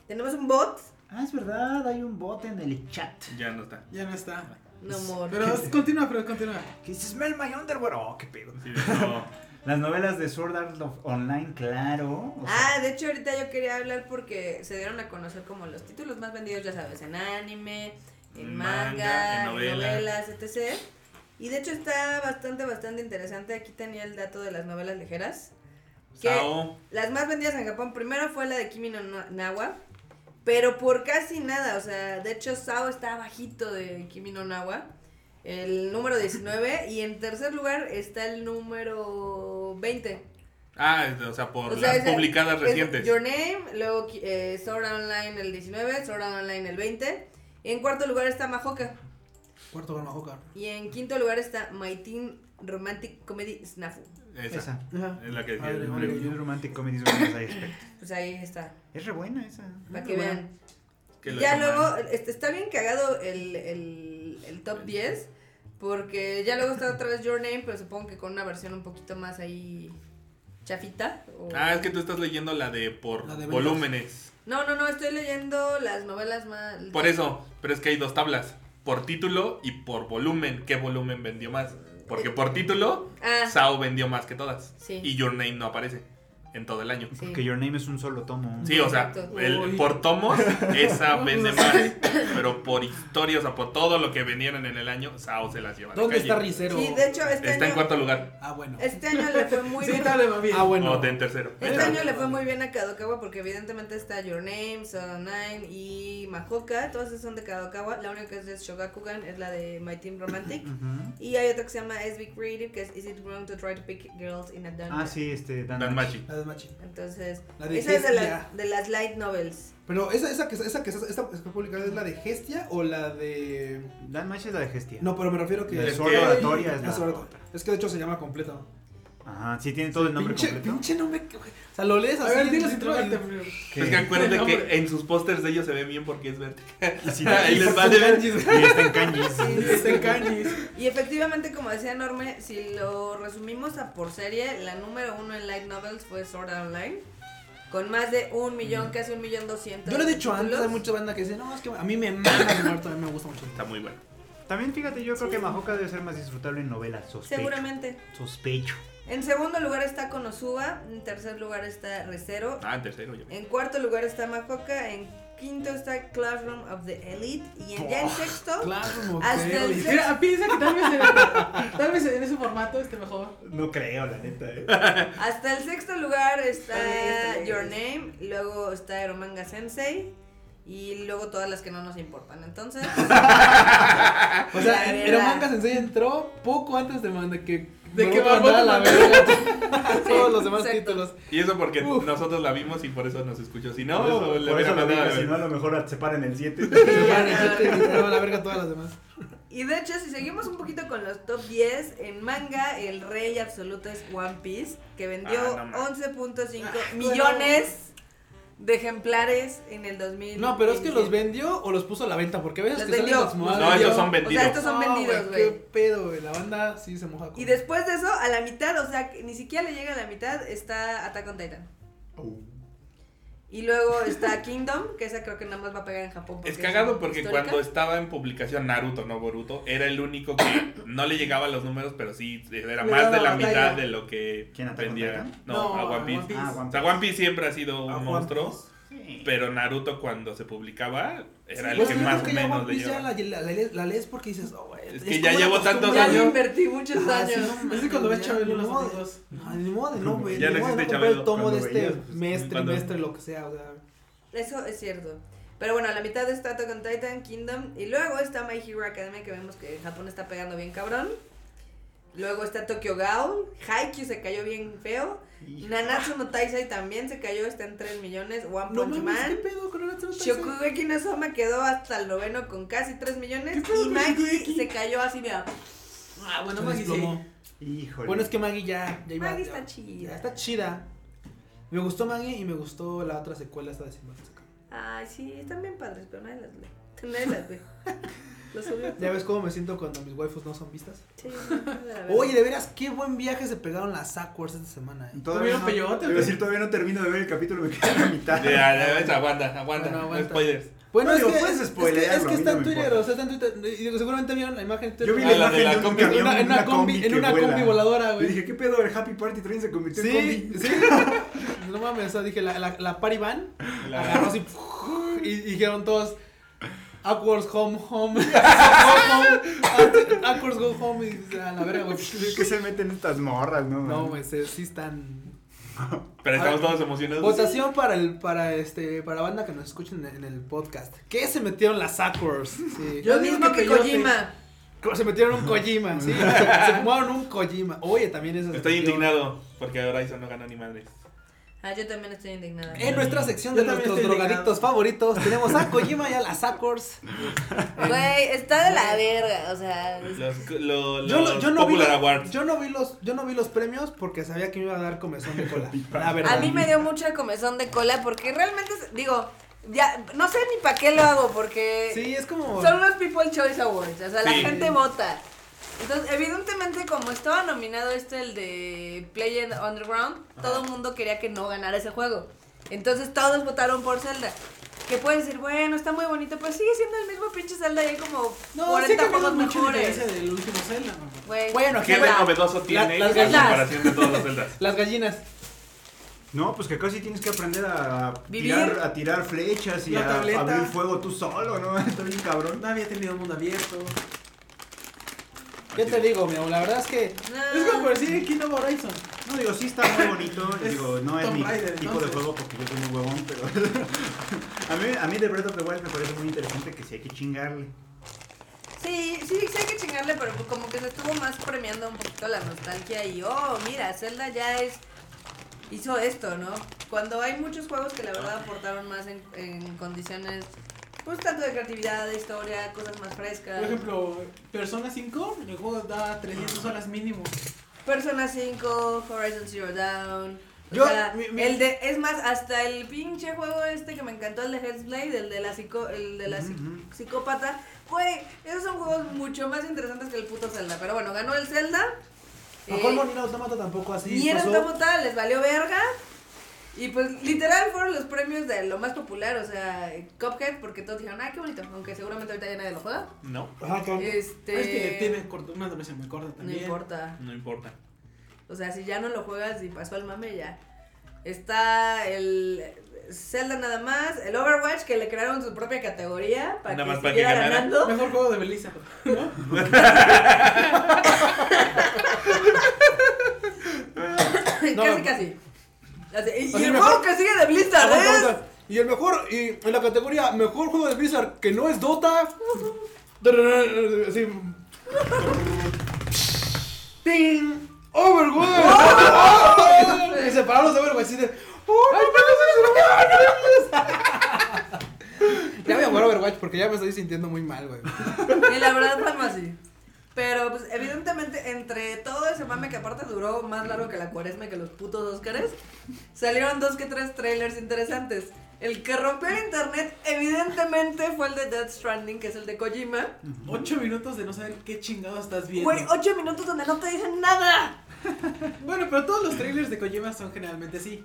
Speaker 5: ¿Tenemos un bot?
Speaker 2: Ah, es verdad, hay un bot en el chat.
Speaker 4: Ya no está.
Speaker 1: Ya no está.
Speaker 5: No, amor.
Speaker 1: Pero
Speaker 3: (laughs)
Speaker 1: continúa, pero continúa.
Speaker 2: Que dice Smell My Underwear. Oh, qué pedo.
Speaker 4: Sí, (laughs) no.
Speaker 2: Las novelas de Sword Art of Online, claro. o sea,
Speaker 5: Ah, de hecho ahorita yo quería hablar porque se dieron a conocer como los títulos más vendidos, ya sabes, en anime, en manga,
Speaker 4: Manga,
Speaker 5: en
Speaker 4: en novela.
Speaker 5: novelas, etc. Y de hecho está bastante, bastante interesante. Aquí tenía el dato de las novelas ligeras. Que
Speaker 4: Sao.
Speaker 5: las más vendidas en Japón, primero fue la de Kimi no Na- Nawa, pero por casi nada, o sea, de hecho Sao está bajito de Kimi no Nawa, el número 19, y en tercer lugar está el número 20.
Speaker 4: Ah, es de- o sea, por
Speaker 5: O sea,
Speaker 4: las
Speaker 5: es-
Speaker 4: publicadas
Speaker 5: es
Speaker 4: recientes.
Speaker 5: Your Name, luego Ki- eh, Sword Art Online el 19, Sword Art Online el 20. En cuarto lugar está Mahoka.
Speaker 3: Puerto Bermejoca.
Speaker 5: Y en quinto lugar está My Teen Romantic Comedy Snafu.
Speaker 4: Esa.
Speaker 2: Esa.
Speaker 3: Ajá.
Speaker 4: Es la que decía.
Speaker 3: Madre,
Speaker 4: el
Speaker 3: madre.
Speaker 4: primo.
Speaker 2: Your Romantic Comedies What Must I Expect.
Speaker 5: Pues ahí está,
Speaker 2: Es re buena esa.
Speaker 1: Muy
Speaker 5: para que
Speaker 1: bueno.
Speaker 5: vean.
Speaker 4: Que lo
Speaker 5: ya
Speaker 4: hizo
Speaker 5: luego,
Speaker 4: mal.
Speaker 5: este, está bien cagado el, el, el top 10, porque ya luego está otra vez Your Name, pero supongo que con una versión un poquito más ahí chafita. o-
Speaker 4: Ah, es que tú estás leyendo la de por
Speaker 3: La de ventas.
Speaker 4: volúmenes.
Speaker 5: No, no, no, estoy leyendo las novelas más...
Speaker 4: Por eso, pero es que hay dos tablas. Por título y por volumen. ¿Qué volumen vendió más? Porque por título,
Speaker 5: Ah,
Speaker 4: Sao vendió más que todas.
Speaker 5: Sí.
Speaker 4: Y Your Name no aparece en todo el año.
Speaker 5: sí.
Speaker 2: Que Your Name es un solo tomo.
Speaker 4: Sí, o sea,
Speaker 5: Exacto.
Speaker 1: Uy.
Speaker 4: el, por tomos, esa
Speaker 1: Vamos.
Speaker 4: vende más. Pero por historia, o sea, por todo lo que vendieron en el año, Sao se las lleva. a la
Speaker 3: ¿Dónde
Speaker 4: calle.
Speaker 3: está Ricero?
Speaker 5: Sí, de hecho, este
Speaker 4: Está en
Speaker 5: año,
Speaker 4: cuarto lugar.
Speaker 3: Ah, bueno.
Speaker 5: este año le fue muy
Speaker 1: Sí,
Speaker 5: bien.
Speaker 1: dale, mami.
Speaker 3: Ah, bueno.
Speaker 4: O de en tercero.
Speaker 5: Este
Speaker 4: Pero-
Speaker 5: año le fue muy bien a Kadokawa porque evidentemente está Your Name, Soul Nine y Mahoka, todas esas son de Kadokawa, la única que es de Shogakukan es la de My Team Romantic
Speaker 2: Ujú.
Speaker 5: y hay otra que se llama SB Creative que es Is It Wrong to Try to Pick Girls in a Dungeon.
Speaker 2: Ah, sí, este. Dan,
Speaker 4: Dan
Speaker 2: Machi.
Speaker 4: Machi.
Speaker 3: La de Machi.
Speaker 5: Entonces,
Speaker 3: La de
Speaker 5: esa es de, la-
Speaker 3: Gestia.
Speaker 5: de las light novels.
Speaker 3: Pero esa, esa, que, esa, que, esa, esta que está publicada es la de Gestia o la de.
Speaker 2: Dan Machi es la de Gestia.
Speaker 3: No, pero me refiero que.
Speaker 2: La de
Speaker 4: Es
Speaker 2: Sword
Speaker 4: que-
Speaker 2: Oratoria es
Speaker 3: Ah,
Speaker 2: la
Speaker 3: sobre-
Speaker 2: otra.
Speaker 3: Es que de hecho se llama completo.
Speaker 2: Ajá, sí, tiene todo el nombre
Speaker 3: pinche,
Speaker 2: completo.
Speaker 3: pinche nombre. que- O sea, lo lees
Speaker 1: A
Speaker 3: así.
Speaker 1: ver,
Speaker 3: en
Speaker 1: dinos
Speaker 3: el
Speaker 1: sin
Speaker 3: título
Speaker 1: trocarte,
Speaker 3: y-
Speaker 1: Frío.
Speaker 4: Es que acuérdate
Speaker 1: El nombre.
Speaker 4: que en sus pósters de ellos se ve bien porque es verde.
Speaker 2: Y
Speaker 4: (laughs)
Speaker 2: sí,
Speaker 4: Ahí
Speaker 2: y
Speaker 4: les
Speaker 2: sí,
Speaker 4: vale
Speaker 2: Y
Speaker 4: ver.
Speaker 2: está en kanjis.
Speaker 1: Está en Cañis.
Speaker 5: Y efectivamente, como decía Norme, si lo resumimos a por serie, la número uno en light novels fue Sword Art Online. Con más de un millón, casi un millón doscientos.
Speaker 3: Mm. Yo lo he dicho antes, hay
Speaker 5: títulos.
Speaker 3: mucha banda que dice, no, es que a mí me mata el muerto, a mí me gusta mucho.
Speaker 4: Está muy bueno.
Speaker 2: También fíjate, yo creo que Mahoka debe ser más disfrutable en novelas. Sospecho.
Speaker 5: Seguramente.
Speaker 2: Sospecho.
Speaker 5: En segundo lugar está Konosuba, en tercer lugar está Recero,
Speaker 4: Ah, en tercero. Yo.
Speaker 5: en cuarto lugar está Mahoka, en quinto está Classroom of the Elite y en, ya
Speaker 3: Oh,
Speaker 5: en sexto
Speaker 3: Claro,
Speaker 5: Hasta el
Speaker 3: ok.
Speaker 1: Mira, piensa que tal vez, en, tal vez en ese formato esté mejor.
Speaker 2: No creo, la neta, eh.
Speaker 5: Hasta el sexto lugar
Speaker 1: Está
Speaker 5: está
Speaker 1: bien,
Speaker 5: Your
Speaker 1: está
Speaker 5: Name, luego está Eromanga Sensei y luego todas las que no nos importan.
Speaker 3: (laughs)
Speaker 5: Entonces,
Speaker 3: O
Speaker 5: La
Speaker 3: sea,
Speaker 5: verdad.
Speaker 3: Eromanga Sensei entró poco antes de, man- de que
Speaker 1: De
Speaker 3: Me
Speaker 1: que
Speaker 3: voy a mandar a la
Speaker 1: Barbota
Speaker 5: (laughs)
Speaker 3: verga (laughs) todos los demás
Speaker 5: exacto.
Speaker 3: títulos.
Speaker 4: Y eso porque
Speaker 3: Uf.
Speaker 4: nosotros la vimos y por eso nos escuchó. Si no,
Speaker 2: Por eso,
Speaker 4: le
Speaker 2: por
Speaker 4: hubiera
Speaker 2: eso lo
Speaker 4: mandado
Speaker 2: digo,
Speaker 4: a
Speaker 2: si
Speaker 4: la
Speaker 2: no, a
Speaker 4: verga.
Speaker 2: lo mejor a- se paran
Speaker 4: (laughs)
Speaker 2: el 7.
Speaker 3: Me van a decir que me van a la verga todas las demás.
Speaker 5: Y de hecho, si seguimos un poquito con los top 10, en manga el rey absoluto es One Piece, que vendió
Speaker 4: Ah, no mames.
Speaker 5: 11.5
Speaker 1: Ah,
Speaker 5: millones de ejemplares en el 2000.
Speaker 3: No, pero es que los vendió o los puso a la venta, porque a veces
Speaker 5: Los
Speaker 3: que salen
Speaker 5: vendió.
Speaker 3: las modas.
Speaker 4: No, esos son
Speaker 5: O sea,
Speaker 4: vendidos.
Speaker 5: estos son
Speaker 3: No,
Speaker 5: vendidos,
Speaker 3: Qué
Speaker 5: güey.
Speaker 3: pedo, güey. La banda sí se moja. con-
Speaker 5: Y después de eso, a la mitad, o sea, que ni siquiera le llega a la mitad, está Attack on Titan.
Speaker 2: Oh.
Speaker 5: Y luego está Kingdom, que esa creo que nada más va a pegar en Japón.
Speaker 4: Es
Speaker 5: una
Speaker 4: cagado porque
Speaker 5: histórica.
Speaker 4: cuando estaba en publicación Naruto, no Boruto, era el único
Speaker 3: (coughs)
Speaker 4: que no le llegaba a los números, pero sí era
Speaker 1: Le
Speaker 4: más
Speaker 1: daba
Speaker 4: de la
Speaker 1: batalla.
Speaker 4: mitad de lo que
Speaker 2: ¿Quién, Attack on
Speaker 4: vendía.
Speaker 2: Titan?
Speaker 4: No, a One Piece.
Speaker 2: Ah, One
Speaker 4: O sea, One Piece siempre ha sido
Speaker 3: A
Speaker 4: un
Speaker 3: One
Speaker 4: monstruo,
Speaker 3: Piece.
Speaker 4: pero Naruto cuando se publicaba era el
Speaker 3: Pues
Speaker 4: que
Speaker 3: yo creo
Speaker 4: más o
Speaker 3: que ya
Speaker 4: menos
Speaker 3: One
Speaker 4: le
Speaker 3: Piece
Speaker 4: llevaba.
Speaker 3: ya la, la- la lees- la lees porque dices, oh, güey.
Speaker 4: Es que ya
Speaker 3: como
Speaker 4: llevo
Speaker 3: la costumbre.
Speaker 4: tantos
Speaker 5: Ya
Speaker 4: años.
Speaker 5: le invertí muchos
Speaker 3: Ah, sí,
Speaker 5: años.
Speaker 3: no mames, es que cuando ves Chabelo,
Speaker 1: Los
Speaker 3: ni modo de-
Speaker 1: amigos.
Speaker 3: no, ni modo de no, güey.
Speaker 4: Ya
Speaker 3: ni
Speaker 4: no
Speaker 3: modo de
Speaker 4: existe
Speaker 3: comprar el
Speaker 4: Chabelo.
Speaker 3: tomo de
Speaker 2: Cuando
Speaker 3: este
Speaker 2: veías, pues,
Speaker 3: mes,
Speaker 4: cuando-
Speaker 3: trimestre, lo que sea, o sea.
Speaker 5: Eso es cierto. Pero bueno, a la mitad está Attack on Titan, Kingdom. Y luego está My Hero Academia, que vemos que Japón está pegando bien cabrón. Luego está Tokyo Gao. Haikyuu se cayó bien feo. Nanatsu no Taisai también se cayó, está en 3 millones. One
Speaker 3: No
Speaker 5: Punch
Speaker 3: mames, qué
Speaker 5: Man.
Speaker 3: pedo con Naruto.
Speaker 5: Shokugeki no Soma quedó hasta el noveno con casi 3 millones.
Speaker 1: ¿Qué pedo
Speaker 5: Y
Speaker 1: con
Speaker 5: Maggie
Speaker 1: Shokugeki?
Speaker 5: se cayó así, mira.
Speaker 1: Ah, bueno,
Speaker 3: Se
Speaker 1: Maggie sí.
Speaker 3: desplomó.
Speaker 2: Híjole.
Speaker 3: Bueno, es que Maggie ya. ya iba-
Speaker 5: Maggie
Speaker 3: ya-
Speaker 5: está
Speaker 3: ya
Speaker 5: chida.
Speaker 3: Está chida. Me gustó Maggie y me gustó la otra secuela, esta de Simba.
Speaker 5: Ay, sí, están bien padres, pero nadie las ve. Nadie las
Speaker 3: (laughs)
Speaker 5: ve. Los subió.
Speaker 3: Ya ves cómo me siento cuando mis waifus no son vistas.
Speaker 5: Sí, no, la verdad.
Speaker 3: Oye, de veras, qué buen viaje se pegaron las Sackwards esta semana. eh.
Speaker 1: ¿Tuvieron peyote,
Speaker 2: Te iba a
Speaker 1: güey?
Speaker 2: decir, todavía no termino de ver el capítulo, me quedé en la mitad.
Speaker 4: De, a la vez, aguanta, aguanta,
Speaker 3: Bueno,
Speaker 4: no
Speaker 3: aguanta.
Speaker 4: spoilers.
Speaker 3: Bueno,
Speaker 2: No,
Speaker 3: es,
Speaker 2: digo,
Speaker 3: que,
Speaker 2: puedes
Speaker 3: es que-
Speaker 2: spoilearlo,
Speaker 3: es que
Speaker 2: a mí
Speaker 3: está
Speaker 2: no
Speaker 3: en
Speaker 2: me
Speaker 3: Twitter,
Speaker 2: importa.
Speaker 3: o sea, está en Twitter. y digo, seguramente vieron la imagen en
Speaker 2: Yo
Speaker 3: Twitter.
Speaker 2: vi
Speaker 4: Ah,
Speaker 2: la
Speaker 4: la de
Speaker 2: imagen
Speaker 4: la
Speaker 2: de un
Speaker 4: combi.
Speaker 2: camión,
Speaker 3: En una- en una combi-
Speaker 2: que
Speaker 3: en una combi
Speaker 2: vuela.
Speaker 3: voladora, güey.
Speaker 2: Y dije, ¿qué pedo? El Happy Party Train se convirtió en
Speaker 3: Sí,
Speaker 2: combi.
Speaker 3: sí.
Speaker 2: (laughs)
Speaker 3: No mames, o sea, dije, la, la, la party van
Speaker 4: La-
Speaker 3: agarró así y, y dijeron todos Upwards home, home, go home, Upwards go home y o sea, a la verga, güey.
Speaker 2: ¿Qué se meten estas morras, no?
Speaker 3: No,
Speaker 2: man?
Speaker 3: güey, se- sí están.
Speaker 4: Pero estamos
Speaker 3: Ahora,
Speaker 4: todos emocionados.
Speaker 3: Votación para el, para este, para banda que nos escuchen en el podcast. ¿Qué se metieron las Upwards? Sí.
Speaker 1: Yo
Speaker 5: Lo
Speaker 1: digo
Speaker 5: mismo
Speaker 1: que
Speaker 5: que
Speaker 1: peyote.
Speaker 5: Kojima.
Speaker 3: Como Se metieron un Kojima, sí. Se fumaron un Kojima. Oye, también eso.
Speaker 4: Estoy indignado porque Horizon no ganó ni madres.
Speaker 5: Ah, yo también estoy indignada.
Speaker 3: En nuestra sección
Speaker 1: Yo
Speaker 3: de
Speaker 1: también
Speaker 3: nuestros
Speaker 1: estoy
Speaker 3: drogadictos
Speaker 1: indignado.
Speaker 3: favoritos tenemos a Kojima y a las Sackers.
Speaker 5: (laughs) Güey, está de la verga, o sea.
Speaker 4: Los, lo-
Speaker 3: Yo,
Speaker 4: los
Speaker 3: lo- yo no vi,
Speaker 4: Popular Awards.
Speaker 3: yo no vi los, yo no vi los premios porque sabía que me iba a dar comezón de
Speaker 4: (laughs)
Speaker 3: cola. La verdad.
Speaker 5: A mí me dio mucha comezón de cola porque realmente, es- digo, ya, no sé ni para qué lo hago porque
Speaker 3: Sí, es como.
Speaker 5: son los People Choice Awards, o sea, la
Speaker 4: Sí.
Speaker 5: gente vota. Entonces, evidentemente, como estaba nominado este, el de Play Underground, todo el mundo quería que no ganara ese juego. Entonces, todos votaron por Zelda. Que puedes decir, bueno, está muy bonito, pues sigue siendo el mismo pinche Zelda y hay como
Speaker 1: No, sí
Speaker 5: 40
Speaker 1: que
Speaker 5: juegos
Speaker 1: mucho la
Speaker 5: mejores.
Speaker 1: diferencia del último Zelda, mamá.
Speaker 5: Güey,
Speaker 3: Bueno,
Speaker 4: ¿Qué de
Speaker 5: Zelda.
Speaker 4: novedoso tiene
Speaker 3: las
Speaker 4: en
Speaker 5: gallinas.
Speaker 4: comparación de todas las
Speaker 3: (laughs)
Speaker 4: celdas?
Speaker 3: Las gallinas.
Speaker 2: No, pues que acá sí tienes que aprender a
Speaker 5: Vivir.
Speaker 2: tirar, a tirar flechas y
Speaker 1: La
Speaker 2: a
Speaker 1: tableta.
Speaker 2: abrir fuego tú solo, ¿no? (laughs) Está bien cabrón.
Speaker 1: No había tenido mundo abierto.
Speaker 3: Yo te digo, mi amor, la verdad es que.
Speaker 5: No.
Speaker 1: Es como decir Kingdom Horizon.
Speaker 2: No, digo, sí está muy
Speaker 3: (laughs)
Speaker 2: bonito.
Speaker 1: Es
Speaker 2: digo, no es
Speaker 1: Tomb
Speaker 2: mi
Speaker 1: Raider,
Speaker 2: tipo
Speaker 1: entonces.
Speaker 2: de juego porque yo soy muy huevón, pero. (laughs) a, mí, a mí The Breath of the Wild me parece muy interesante que sí hay que chingarle.
Speaker 5: Sí, sí, sí hay que chingarle, pero pues como que se estuvo más premiando un poquito la nostalgia y, oh, mira, Zelda ya es... hizo esto, ¿no? Cuando hay muchos juegos que la
Speaker 1: Ah.
Speaker 5: verdad aportaron más en, en condiciones, pues tanto de creatividad, de historia, cosas más frescas.
Speaker 1: Por ejemplo, Persona 5, el juego da 300 horas mínimo.
Speaker 5: Persona 5, Horizon Zero Dawn. o
Speaker 3: Yo-
Speaker 5: sea,
Speaker 3: mi- mi-
Speaker 5: el de, es más, hasta el pinche juego este que me encantó, el de Hellblade, el de la, psico, el de la psi-
Speaker 2: Ujú.
Speaker 5: psicópata. Güey, esos son juegos mucho más interesantes que el puto Zelda. Pero bueno, ganó el Zelda.
Speaker 3: A
Speaker 5: eh,
Speaker 3: colmo ni la automata tampoco así.
Speaker 5: ni era
Speaker 3: pasó.
Speaker 5: automata, les valió verga. Y pues literal fueron los premios de lo más popular, o sea, Cuphead, porque todos dijeron, ah, qué bonito, aunque seguramente ahorita ya nadie lo juega.
Speaker 4: No,
Speaker 3: Ajá, claro.
Speaker 5: Este,
Speaker 1: Es que tiene corto- una duración muy corta
Speaker 5: no
Speaker 1: también.
Speaker 5: importa.
Speaker 4: no importa.
Speaker 5: O sea, si ya no lo juegas y pasó al mame, ya. Está el Zelda nada más, el Overwatch, que le crearon su propia categoría para
Speaker 4: Nada
Speaker 5: que
Speaker 4: más para que
Speaker 5: siguiera
Speaker 4: ganara. (laughs)
Speaker 5: ganando. (laughs)
Speaker 1: Mejor juego de Belisa.
Speaker 3: No,
Speaker 5: casi,
Speaker 3: no.
Speaker 5: casi. Así, y
Speaker 3: Así
Speaker 5: el
Speaker 3: mejor-
Speaker 5: juego que sigue de Blizzard ¿eh?
Speaker 3: Aguanta,
Speaker 5: es...
Speaker 3: aguanta. Y el mejor, y en la categoría mejor juego de Blizzard que no es Dota. Sí. Ting. ¡Overwatch! Y se pararon los de Overwatch así de. ¡Oh, no, Ya voy a jugar Overwatch porque ya me estoy sintiendo muy mal, güey.
Speaker 5: Y la verdad fue algo así. Pero, pues, evidentemente, entre todo ese mame que aparte duró más largo que la cuaresma y que los putos Óscares, salieron dos que tres trailers interesantes. El que rompió el internet, evidentemente, fue el de Death Stranding, que es el de Kojima.
Speaker 1: Ocho minutos de no saber qué chingado estás viendo.
Speaker 5: Güey, ocho minutos donde no te dicen nada.
Speaker 1: Bueno, pero todos los trailers de Kojima son generalmente así.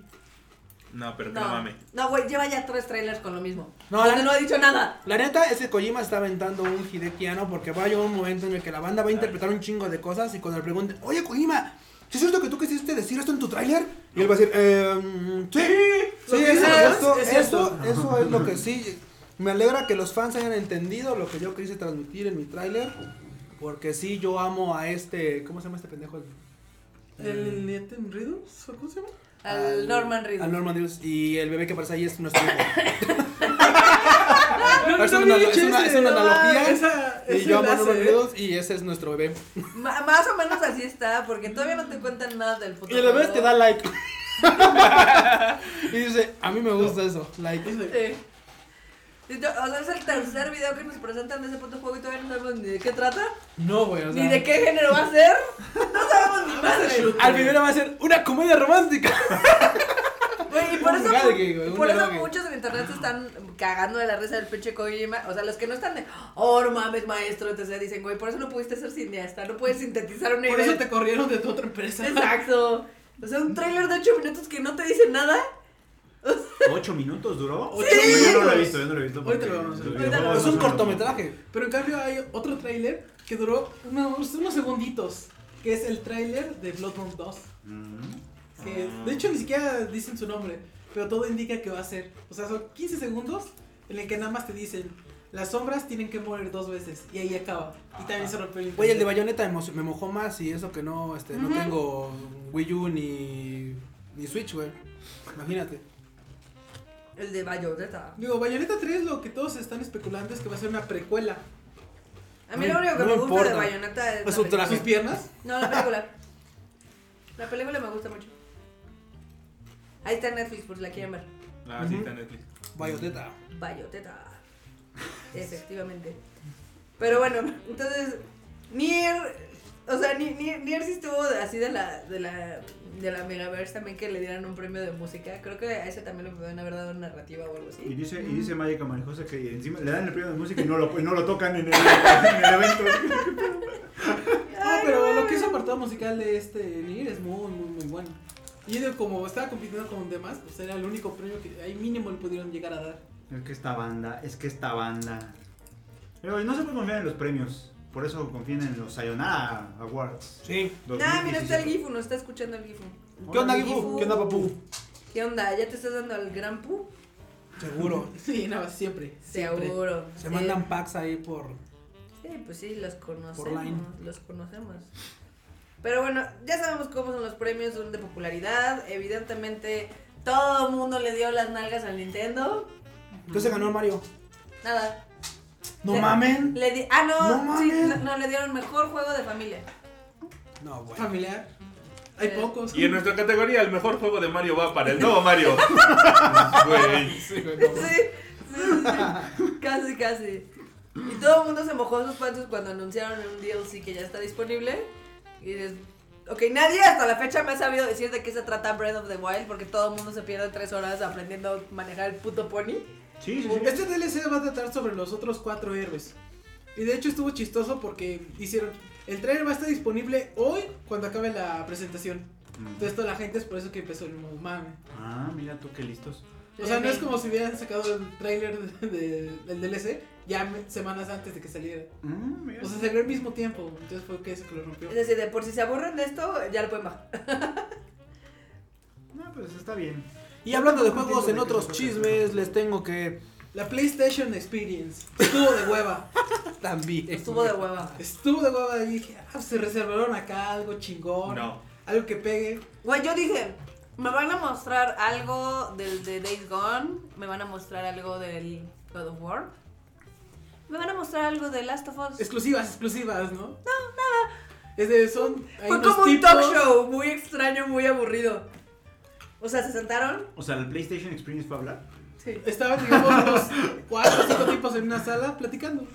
Speaker 4: No, pero que no
Speaker 5: No,
Speaker 4: mames.
Speaker 5: no, güey, lleva ya tres trailers con lo mismo.
Speaker 3: No,
Speaker 5: donde
Speaker 3: la-
Speaker 5: no ha dicho nada.
Speaker 3: La neta es que Kojima está aventando un hidequiano porque va a llegar un momento en el que la banda va a interpretar un chingo de cosas y cuando le pregunten, oye Kojima, ¿sí ¿es cierto que tú quisiste decir esto en tu tráiler? Y él va a decir, ehm, sí,
Speaker 1: lo
Speaker 3: sí,
Speaker 1: que
Speaker 3: eso,
Speaker 1: es,
Speaker 3: esto-
Speaker 1: es
Speaker 3: esto-
Speaker 1: cierto".
Speaker 3: eso es lo que sí. Me alegra que los fans hayan entendido lo que yo quise transmitir en mi tráiler. Porque sí, yo amo a este, ¿cómo se llama este pendejo?
Speaker 1: ¿El Nathan Riddles? ¿Cómo se llama?
Speaker 5: Al Norman Reedus.
Speaker 3: Al Norman Reedus. Y el bebé que aparece ahí es nuestro hijo.
Speaker 5: (laughs)
Speaker 1: Ah, No, no,
Speaker 3: Ah, Es
Speaker 1: no, no,
Speaker 3: una- es una- es una
Speaker 1: no,
Speaker 3: analogía.
Speaker 1: ah, Esa,
Speaker 3: y
Speaker 1: ese
Speaker 3: yo amo a
Speaker 1: enlace,
Speaker 3: Norman
Speaker 1: ¿eh?
Speaker 3: Reedus y ese es nuestro bebé.
Speaker 5: Ma- más o menos así está, porque todavía no te cuentan nada del
Speaker 3: Y
Speaker 5: futuro.
Speaker 3: el bebé te da like. (laughs) y dice, a mí me gusta eso, like.
Speaker 1: Es de-
Speaker 5: Sí. Y yo- O sea, es el tercer video que nos presentan de ese puto juego y todavía no sabemos ni de qué trata,
Speaker 3: No, güey, o sea.
Speaker 5: ni de qué género va a ser. No sabemos
Speaker 1: "Ah,
Speaker 5: ni madre.
Speaker 3: Al primero va a ser una comedia romántica.
Speaker 5: Güey, y por
Speaker 3: Un
Speaker 5: eso,
Speaker 3: galgue, güey,
Speaker 5: y
Speaker 3: un
Speaker 5: por eso
Speaker 3: galgue.
Speaker 5: muchos en internet se están cagando de la risa del pinche Kojima. O sea, los que no están de, oh, no mames, maestro, entonces dicen, güey, por eso no pudiste ser cineasta, no puedes sintetizar una
Speaker 1: Por
Speaker 5: idea.
Speaker 1: eso te corrieron de tu otra empresa.
Speaker 5: Exacto. O sea, un tráiler de 8 minutos que no te dice nada.
Speaker 2: ¿Ocho minutos duró?
Speaker 1: Ocho
Speaker 2: Yo no lo he
Speaker 1: minutos.
Speaker 2: visto, yo no lo he visto.
Speaker 1: Ahorita lo
Speaker 2: porque
Speaker 1: vamos a ver.
Speaker 2: los
Speaker 5: Ahorita lo
Speaker 3: (laughs)
Speaker 2: videojuegos
Speaker 5: vamos
Speaker 3: Es
Speaker 5: a
Speaker 2: no
Speaker 3: un
Speaker 2: son lo
Speaker 3: cortometraje.
Speaker 1: Pero en cambio hay otro tráiler que duró unos, unos segunditos, que es el tráiler de Bloodborne 2.
Speaker 2: mismo. Mm.
Speaker 1: Que
Speaker 2: Ah.
Speaker 1: de hecho ni siquiera dicen su nombre, pero todo indica que va a ser. O sea, son 15 segundos en el que nada más te dicen, las sombras tienen que morir dos veces. Y ahí acaba. Y también se rompió el internet.
Speaker 3: Güey, el de Bayonetta me, mo- me mojó más y eso que no, este, no
Speaker 1: Ujú.
Speaker 3: tengo Wii U ni, ni Switch, güey. Imagínate.
Speaker 5: El de Bayonetta.
Speaker 1: Digo, Bayonetta 3 lo que todos están especulando es que va a ser una precuela.
Speaker 5: A mí
Speaker 3: No,
Speaker 5: lo único que
Speaker 3: no
Speaker 5: me
Speaker 3: me
Speaker 5: gusta de
Speaker 3: importa.
Speaker 5: Bayonetta es.
Speaker 3: Es
Speaker 5: la
Speaker 3: un traje.
Speaker 1: ¿Sus
Speaker 5: película.
Speaker 1: piernas?
Speaker 5: No, la película. la película me gusta mucho. Ahí está en Netflix por si la quieren ver.
Speaker 4: Ah, sí,
Speaker 3: Ujú.
Speaker 4: está en Netflix.
Speaker 3: Bayonetta.
Speaker 5: Bayonetta. Efectivamente. Pero bueno, entonces. Nier. O sea, Ni- Nier, Nier sí estuvo así de la, de la. De la Megaverse también que le dieran un premio de música. Creo que a ese también le podían haber dado narrativa o algo
Speaker 2: Y
Speaker 5: así.
Speaker 2: dice, y dice Mágica Marijosa que encima le dan el premio de música y no lo, y no lo tocan en el, (laughs) en el evento.
Speaker 1: No, pero lo que es apartado musical de este Nier es muy, muy, muy bueno. Y yo digo, como estaba compitiendo con demás, pues era el único premio que ahí mínimo le pudieron llegar a dar. (laughs)
Speaker 2: Es que esta banda, es que esta banda. Pero no se puede confiar en los premios. Por eso confían en los Sayonara Awards.
Speaker 3: Sí.
Speaker 5: Nah, Ah, mira, está el
Speaker 2: 2017.
Speaker 5: Gifu, no está escuchando el Gifu.
Speaker 3: ¿Qué
Speaker 5: Hola,
Speaker 3: onda, Gifu?
Speaker 5: Gifu.
Speaker 3: ¿Qué onda, papu?
Speaker 5: ¿Qué onda? ¿Ya te estás dando al gran pu?
Speaker 3: Seguro.
Speaker 1: Sí, nada más, siempre. siempre.
Speaker 5: Seguro.
Speaker 3: Se
Speaker 5: sí.
Speaker 3: mandan packs ahí por.
Speaker 5: Sí, pues sí, los
Speaker 3: Por line.
Speaker 5: conocemos. Los conocemos. Pero bueno, ya sabemos cómo son los premios son de popularidad. Evidentemente, todo el mundo le dio las nalgas al Nintendo.
Speaker 3: ¿Qué se ganó Mario?
Speaker 5: Nada.
Speaker 3: No
Speaker 5: Sí.
Speaker 3: mamen.
Speaker 5: Le di ah, no,
Speaker 3: No
Speaker 5: sí, no,
Speaker 3: mames.
Speaker 5: no, le dieron mejor juego de familia.
Speaker 3: No, güey.
Speaker 1: Familiar. Hay
Speaker 5: Sí.
Speaker 1: pocos.
Speaker 4: Y en nuestra categoría, el mejor juego de Mario va para el nuevo Mario. Güey.
Speaker 3: (laughs) Sí, güey,
Speaker 5: Sí,
Speaker 3: no, güey.
Speaker 5: sí, sí,
Speaker 1: (laughs)
Speaker 5: sí. Casi, casi. Y todo el mundo se mojó sus pantos cuando anunciaron un DLC que ya está disponible. Y dices, ok, nadie hasta la fecha me ha sabido decir de qué se trata Breath of the Wild porque todo el mundo se pierde tres horas aprendiendo a manejar el puto pony.
Speaker 2: Sí, sí, sí.
Speaker 1: Este DLC va a tratar sobre los otros cuatro héroes. Y de hecho estuvo chistoso porque hicieron. El trailer va a estar disponible hoy cuando acabe la presentación. Entonces toda la gente es por eso que empezó el modo mame.
Speaker 2: Mm. Ah, mira tú qué listos.
Speaker 1: O sea, no es como si hubieran sacado el trailer de- de- del DLC ya me- semanas antes de que saliera.
Speaker 2: Mm, mira.
Speaker 1: O sea, salió al mismo tiempo. Entonces fue que eso que lo rompió.
Speaker 5: Es decir, de por si se aburren de esto, ya lo pueden bajar.
Speaker 2: No, pues está bien.
Speaker 3: Y hablando de juegos, en otros chismes les tengo que.
Speaker 1: La PlayStation Experience estuvo de hueva.
Speaker 3: También.
Speaker 5: Estuvo de hueva.
Speaker 1: Estuvo de hueva. Y dije, ah, se reservaron acá algo chingón.
Speaker 4: No.
Speaker 1: Algo que pegue.
Speaker 5: Güey, yo dije, me van a mostrar algo del de Days Gone, me van a mostrar algo del God of War, me van a mostrar algo de Last of Us.
Speaker 1: Exclusivas, exclusivas, ¿no? No, nada. Es de, son. hay
Speaker 5: Fue
Speaker 1: unos
Speaker 5: como un
Speaker 1: tipos-
Speaker 5: talk show, muy extraño, muy aburrido. O sea, ¿se sentaron?
Speaker 2: O sea, el PlayStation Experience fue hablar.
Speaker 5: Sí.
Speaker 1: Estaban, digamos, unos cuatro o cinco tipos en una sala platicando.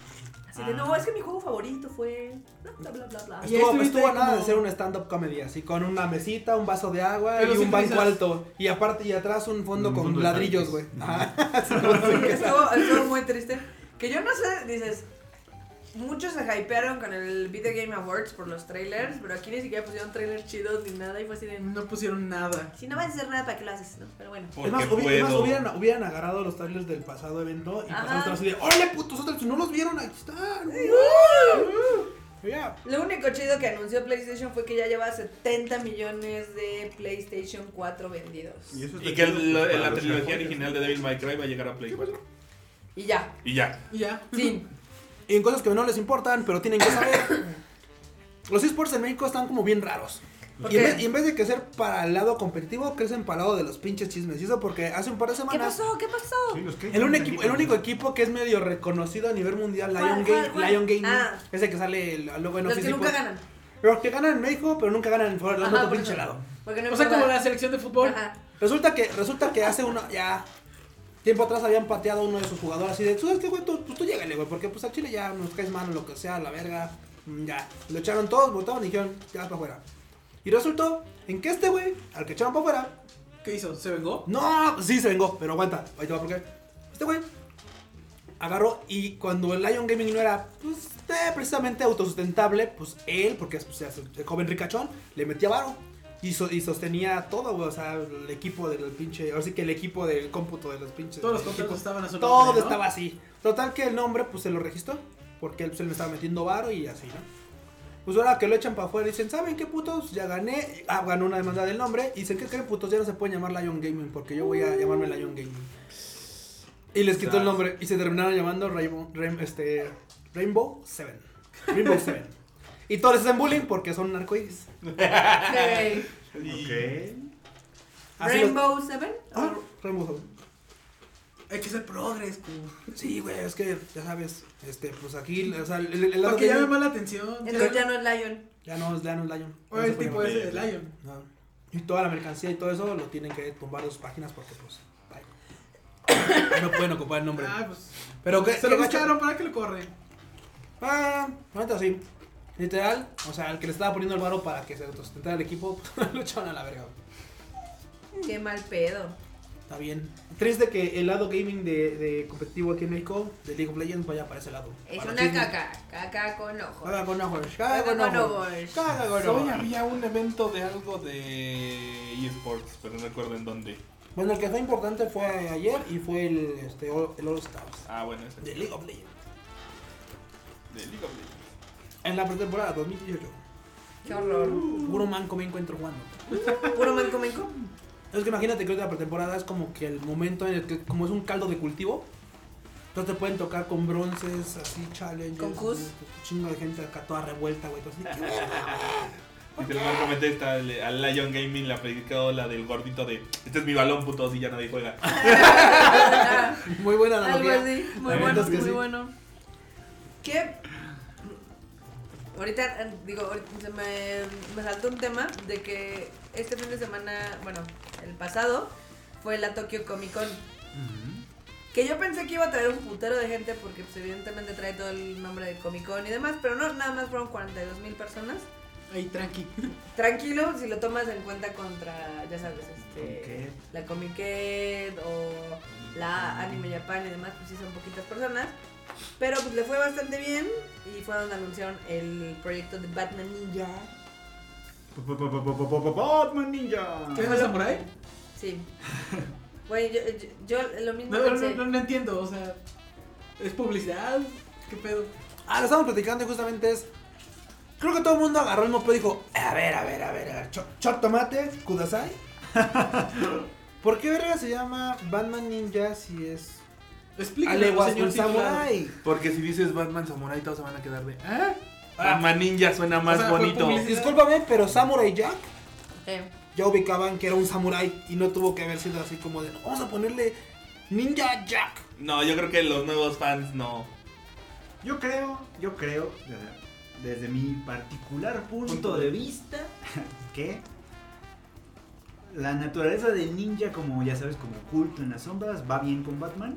Speaker 5: Así de, no, es que mi juego favorito fue... Bla, bla, bla, bla, bla.
Speaker 1: Y ahí
Speaker 3: Estuvo,
Speaker 1: estuviste
Speaker 3: estuvo a nada
Speaker 1: como-
Speaker 3: de ser un stand-up comedy, así con una mesita, un vaso de agua
Speaker 1: Pero
Speaker 3: y
Speaker 1: sin
Speaker 3: un banco
Speaker 1: risas.
Speaker 3: alto. Y aparte y atrás un fondo
Speaker 2: Un
Speaker 3: con
Speaker 2: fondo de
Speaker 3: ladrillos, güey.
Speaker 2: paredes.
Speaker 3: Ajá. (laughs) Así como
Speaker 5: Porque
Speaker 3: de-
Speaker 5: estuvo, estuvo muy triste. Que yo no sé, dices... Muchos se hypearon con el Video Game Awards por los trailers, pero aquí ni siquiera pusieron trailers chidos ni nada y fue así de... "Mm".
Speaker 1: No pusieron nada.
Speaker 5: Si no vas a hacer nada, ¿para qué lo haces? ¿no? Pero bueno.
Speaker 3: Es más,
Speaker 4: Porque
Speaker 3: hubi- es más,
Speaker 4: puedo.
Speaker 3: hubieran, hubieran agarrado los trailers del pasado evento y
Speaker 5: Ajá.
Speaker 3: pasaron atrás y de, ¡Órale, putos! Otros, no los vieron, aquí están. Ya.
Speaker 5: Lo único chido que anunció PlayStation fue que ya lleva 70 millones de PlayStation 4 vendidos.
Speaker 2: Y, eso está
Speaker 4: Y que el-
Speaker 2: chido, pues, para
Speaker 4: la
Speaker 2: los
Speaker 4: trilogía
Speaker 2: japoneses.
Speaker 4: original de Devil May Cry va a llegar a Play 4.
Speaker 5: Y ya.
Speaker 4: Y ya.
Speaker 1: Y ya.
Speaker 5: Fin.
Speaker 3: Y en cosas que no les importan, pero tienen que saber. (coughs) Los esports en México están como bien raros.
Speaker 5: ¿Por
Speaker 3: Y, en
Speaker 5: qué?
Speaker 3: vez, y en vez de crecer para el lado competitivo, crecen para el lado de los pinches chismes. Y eso porque hace un par de
Speaker 5: ¿Qué
Speaker 3: semanas.
Speaker 5: pasó? ¿Qué pasó?
Speaker 2: Sí, los que-
Speaker 3: El, un equipo- el único equipo que es medio reconocido a nivel mundial,
Speaker 5: ¿Cuál,
Speaker 3: Lion,
Speaker 5: cuál,
Speaker 3: Game-
Speaker 5: cuál?
Speaker 3: Lion Gaming,
Speaker 5: Ah.
Speaker 3: ese que sale el- luego en
Speaker 5: Los que
Speaker 3: Office
Speaker 5: nunca
Speaker 3: Depot.
Speaker 5: ganan.
Speaker 3: Los que ganan en México, pero nunca ganan por el
Speaker 5: Ajá,
Speaker 3: otro
Speaker 5: por
Speaker 3: pinche
Speaker 5: eso.
Speaker 3: lado.
Speaker 5: Porque no
Speaker 1: O sea, como
Speaker 5: importa.
Speaker 1: la selección de fútbol.
Speaker 5: Ajá.
Speaker 3: Resulta que, resulta que hace una, ya, tiempo atrás habían pateado a uno de sus jugadores así de, ¿sabes qué, güey? Tú, pues tú llégale, güey, porque pues al Chile ya nos caes mal, lo que sea, la verga, mm, ya. Lo echaron todos, votaron y dijeron, ya, para afuera. Y resultó en que este güey, al que echaron para afuera,
Speaker 1: ¿Qué hizo? ¿Se vengó?
Speaker 3: No, sí se vengó, pero aguanta. Ahí te va porque este güey agarró y cuando el Lion Gaming no era pues, eh, precisamente autosustentable, pues él, porque es pues, es el joven ricachón, le metía varo. Y, so- y sostenía todo, güey, o sea, el equipo del pinche, ahora sí que el equipo del cómputo de los pinches.
Speaker 1: Todos los
Speaker 3: equipos.
Speaker 1: contratos estaban a su
Speaker 3: Todo
Speaker 1: nombre, ¿no?
Speaker 3: estaba así. Total que el nombre pues se lo registró. Porque él pues, él le estaba metiendo varo y así, ¿no? Pues ahora que lo echan para afuera dicen, ¿saben qué putos? Ya gané. Ah, ganó una demanda del nombre. Y dicen, ¿qué creen putos? Ya no se pueden llamar Lion Gaming porque yo voy a llamarme Lion Gaming. Y les quitó el nombre y se terminaron llamando Rainbow, Rain- este, Rainbow Seven.
Speaker 1: (laughs)
Speaker 3: Rainbow Seven. Y todos les hacen bullying porque son narcoides.
Speaker 2: Ok.
Speaker 5: Ok.
Speaker 3: Así los-
Speaker 5: Rainbow Seven.
Speaker 3: Ah, Rainbow Seven.
Speaker 1: Hay que ser progres, cu.
Speaker 3: Sí, güey, es que ya sabes, este, pues aquí, o sea, el, el- el lado
Speaker 1: Para que llame
Speaker 3: gaming-
Speaker 1: más la atención.
Speaker 5: Entonces ya no es Lion.
Speaker 3: Ya no es ya no es Lion.
Speaker 1: O
Speaker 3: No se
Speaker 1: el
Speaker 3: puede
Speaker 1: tipo
Speaker 3: llamar.
Speaker 1: ese de Lion.
Speaker 3: No. Y toda la mercancía y todo eso lo tienen que tumbar de sus páginas porque, pues, bye. (coughs) no pueden ocupar el nombre.
Speaker 1: Ah, pues.
Speaker 3: Pero que
Speaker 1: Se lo
Speaker 3: que gacho-
Speaker 1: gacharon para que lo corren.
Speaker 3: Ah, ahorita sí. Literal, o sea, el que le estaba poniendo el varo para que se autosustentara el equipo, (laughs) lo echaron a la verga. güey.
Speaker 5: Qué mal pedo.
Speaker 3: Está bien. Triste que el lado gaming de, de competitivo aquí en México, de League of Legends, vaya para ese lado.
Speaker 5: Es
Speaker 3: Para
Speaker 5: una
Speaker 3: chisme.
Speaker 5: caca. Caca con ojos.
Speaker 3: Caga con ojos,
Speaker 5: Caca
Speaker 3: caga con
Speaker 5: con
Speaker 3: ojos.
Speaker 5: ojos.
Speaker 3: Caga con
Speaker 4: Hoy
Speaker 3: ojos.
Speaker 4: había un evento de algo de eSports, pero no recuerdo en dónde.
Speaker 3: Bueno, el que fue importante fue ayer y fue el, este, All- el All Stars.
Speaker 4: Ah, bueno, ese.
Speaker 3: de League of Legends.
Speaker 4: De League of Legends.
Speaker 3: En la pretemporada 2018.
Speaker 5: Qué horror.
Speaker 3: Puro manco me encuentro jugando.
Speaker 5: Puro manco (laughs) menco.
Speaker 3: Es que imagínate que ahorita la pretemporada es como que el momento en el que, como es un caldo de cultivo, entonces te pueden tocar con bronces, así, challenges.
Speaker 5: Con cus.
Speaker 3: Un chingo de gente acá toda revuelta, güey. Entonces, ¿qué
Speaker 5: (laughs)
Speaker 3: verga?
Speaker 4: Y te lo van a comentar esta, le- al Lion Gaming la predicado la del gordito de Este es mi balón, putos, y ya nadie juega.
Speaker 3: Muy buena
Speaker 5: Ah, Algo
Speaker 3: analogía.
Speaker 5: así, muy
Speaker 3: La
Speaker 5: bueno,
Speaker 3: verdad es que
Speaker 5: muy
Speaker 3: sí.
Speaker 5: bueno. ¿Qué? Ahorita, eh, digo, ahorita se me, me saltó un tema de que este fin de semana, bueno, el pasado, fue la Tokyo Comic Con. Que yo pensé que iba a traer un putero de gente porque pues, evidentemente trae todo el nombre de Comic Con y demás, pero no, nada más fueron 42 mil personas.
Speaker 1: Ahí, tranqui.
Speaker 5: Tranquilo si lo tomas en cuenta contra, ya sabes, este,
Speaker 2: Comiquet.
Speaker 5: la Comiquet o la Anime Japan y demás, pues sí son poquitas personas. Pero pues le fue bastante bien y fue donde anunciaron el proyecto de Batman Ninja.
Speaker 2: Po- po- po- po- po- po- po- Batman Ninja.
Speaker 1: ¿Qué es samurai? (laughs)
Speaker 5: Sí. Bueno, yo, yo, yo lo mismo
Speaker 1: No, no, no,
Speaker 5: pensé.
Speaker 1: no, no entiendo, o sea. ¿Es publicidad? ¿Qué pedo?
Speaker 3: Ah, lo estamos platicando y justamente es. Creo que todo el mundo agarró el mopo y dijo: "Eh, A ver, a ver, a ver, a ver. cho- Chor Tomate,
Speaker 5: (laughs)
Speaker 3: Kudasai. ¿Por qué verga se llama Batman Ninja si es
Speaker 1: Explícame,
Speaker 3: Aleguas
Speaker 1: señor
Speaker 3: un Samurai?
Speaker 4: Porque si dices Batman Samurai, todos se van a quedar de ¿Ah?
Speaker 1: ¿Eh?
Speaker 4: Batman Ninja suena más
Speaker 1: O sea, fue
Speaker 4: bonito.
Speaker 1: publicidad.
Speaker 3: Discúlpame, pero Samurai Jack
Speaker 5: Eh,
Speaker 3: ya ubicaban que era un samurai y no tuvo que haber sido así como de vamos a ponerle Ninja Jack.
Speaker 4: No, yo creo que los nuevos fans no.
Speaker 2: Yo creo, yo creo, desde mi particular punto,
Speaker 1: Punto
Speaker 2: de vista, que la naturaleza del ninja, como ya sabes, como oculto en las sombras, va bien con Batman.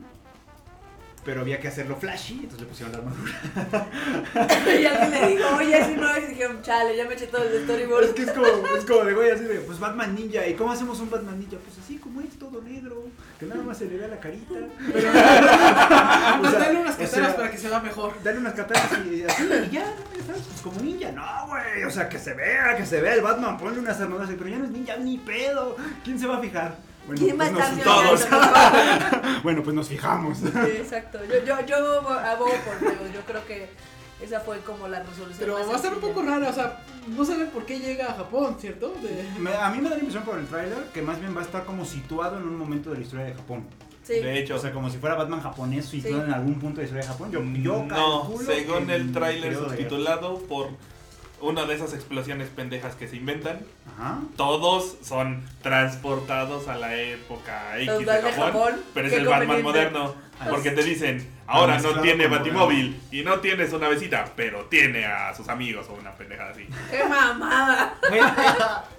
Speaker 2: Pero había que hacerlo flashy, entonces le pusieron la armadura.
Speaker 5: (laughs) y alguien le dijo, oye, ese no es. Y dijeron, chale, ya me eché todo el
Speaker 2: Es
Speaker 5: storyboard.
Speaker 2: que es como, es como de güey así de, pues Batman ninja. ¿Y cómo hacemos un Batman ninja? Pues así como es, todo negro, que nada más se le vea
Speaker 1: (laughs)
Speaker 2: la carita.
Speaker 1: Pero,
Speaker 2: O
Speaker 1: pues
Speaker 2: sea,
Speaker 1: dale unas
Speaker 2: o sea,
Speaker 1: cataras para que se vea mejor.
Speaker 2: Dale unas katanas y así, y ya, ¿no? ¿sabes? Pues como ninja, no, güey, o sea, que se vea, que se vea el Batman, ponle unas armaduras, pero ya no es ninja, ni pedo, ¿quién se va a fijar? Bueno,
Speaker 5: ¿Quién va a
Speaker 2: pues
Speaker 5: estar
Speaker 2: nos-
Speaker 5: violando,
Speaker 4: todos.
Speaker 5: por favor?
Speaker 2: Bueno, pues nos fijamos.
Speaker 5: Sí, exacto. Yo, yo, yo abogo por Dios. Yo creo que esa fue como la resolución.
Speaker 1: Pero
Speaker 5: más
Speaker 1: va a ser un
Speaker 5: sencilla.
Speaker 1: poco rara, o sea, no saben por qué llega a Japón, ¿cierto? De-
Speaker 2: Me- a mí me da la impresión por el tráiler que más bien va a estar como situado en un momento de la historia de Japón.
Speaker 5: Sí.
Speaker 4: De hecho,
Speaker 2: O sea, como si fuera Batman japonés situado
Speaker 5: Sí.
Speaker 2: en algún punto de la historia de Japón. Yo, yo
Speaker 4: no,
Speaker 2: calculo
Speaker 4: según
Speaker 2: que en
Speaker 4: el tráiler
Speaker 2: periodo de guerra.
Speaker 4: subtitulado por una de esas explosiones pendejas que se inventan,
Speaker 2: Ajá.
Speaker 4: todos son transportados a la época X
Speaker 5: Los
Speaker 4: de
Speaker 5: Batman
Speaker 4: Japón,
Speaker 5: de Japón,
Speaker 4: pero es
Speaker 5: qué
Speaker 4: el Batman
Speaker 5: conveniente. Pues
Speaker 4: moderno,
Speaker 2: Así
Speaker 4: porque te dicen,
Speaker 2: Ah,
Speaker 4: ahora no
Speaker 2: mezclado
Speaker 4: tiene
Speaker 2: con
Speaker 4: Batimóvil y no tiene su navecita, pero tiene a sus amigos o una pendejada así.
Speaker 5: ¡Qué mamada!
Speaker 3: Güey, eh,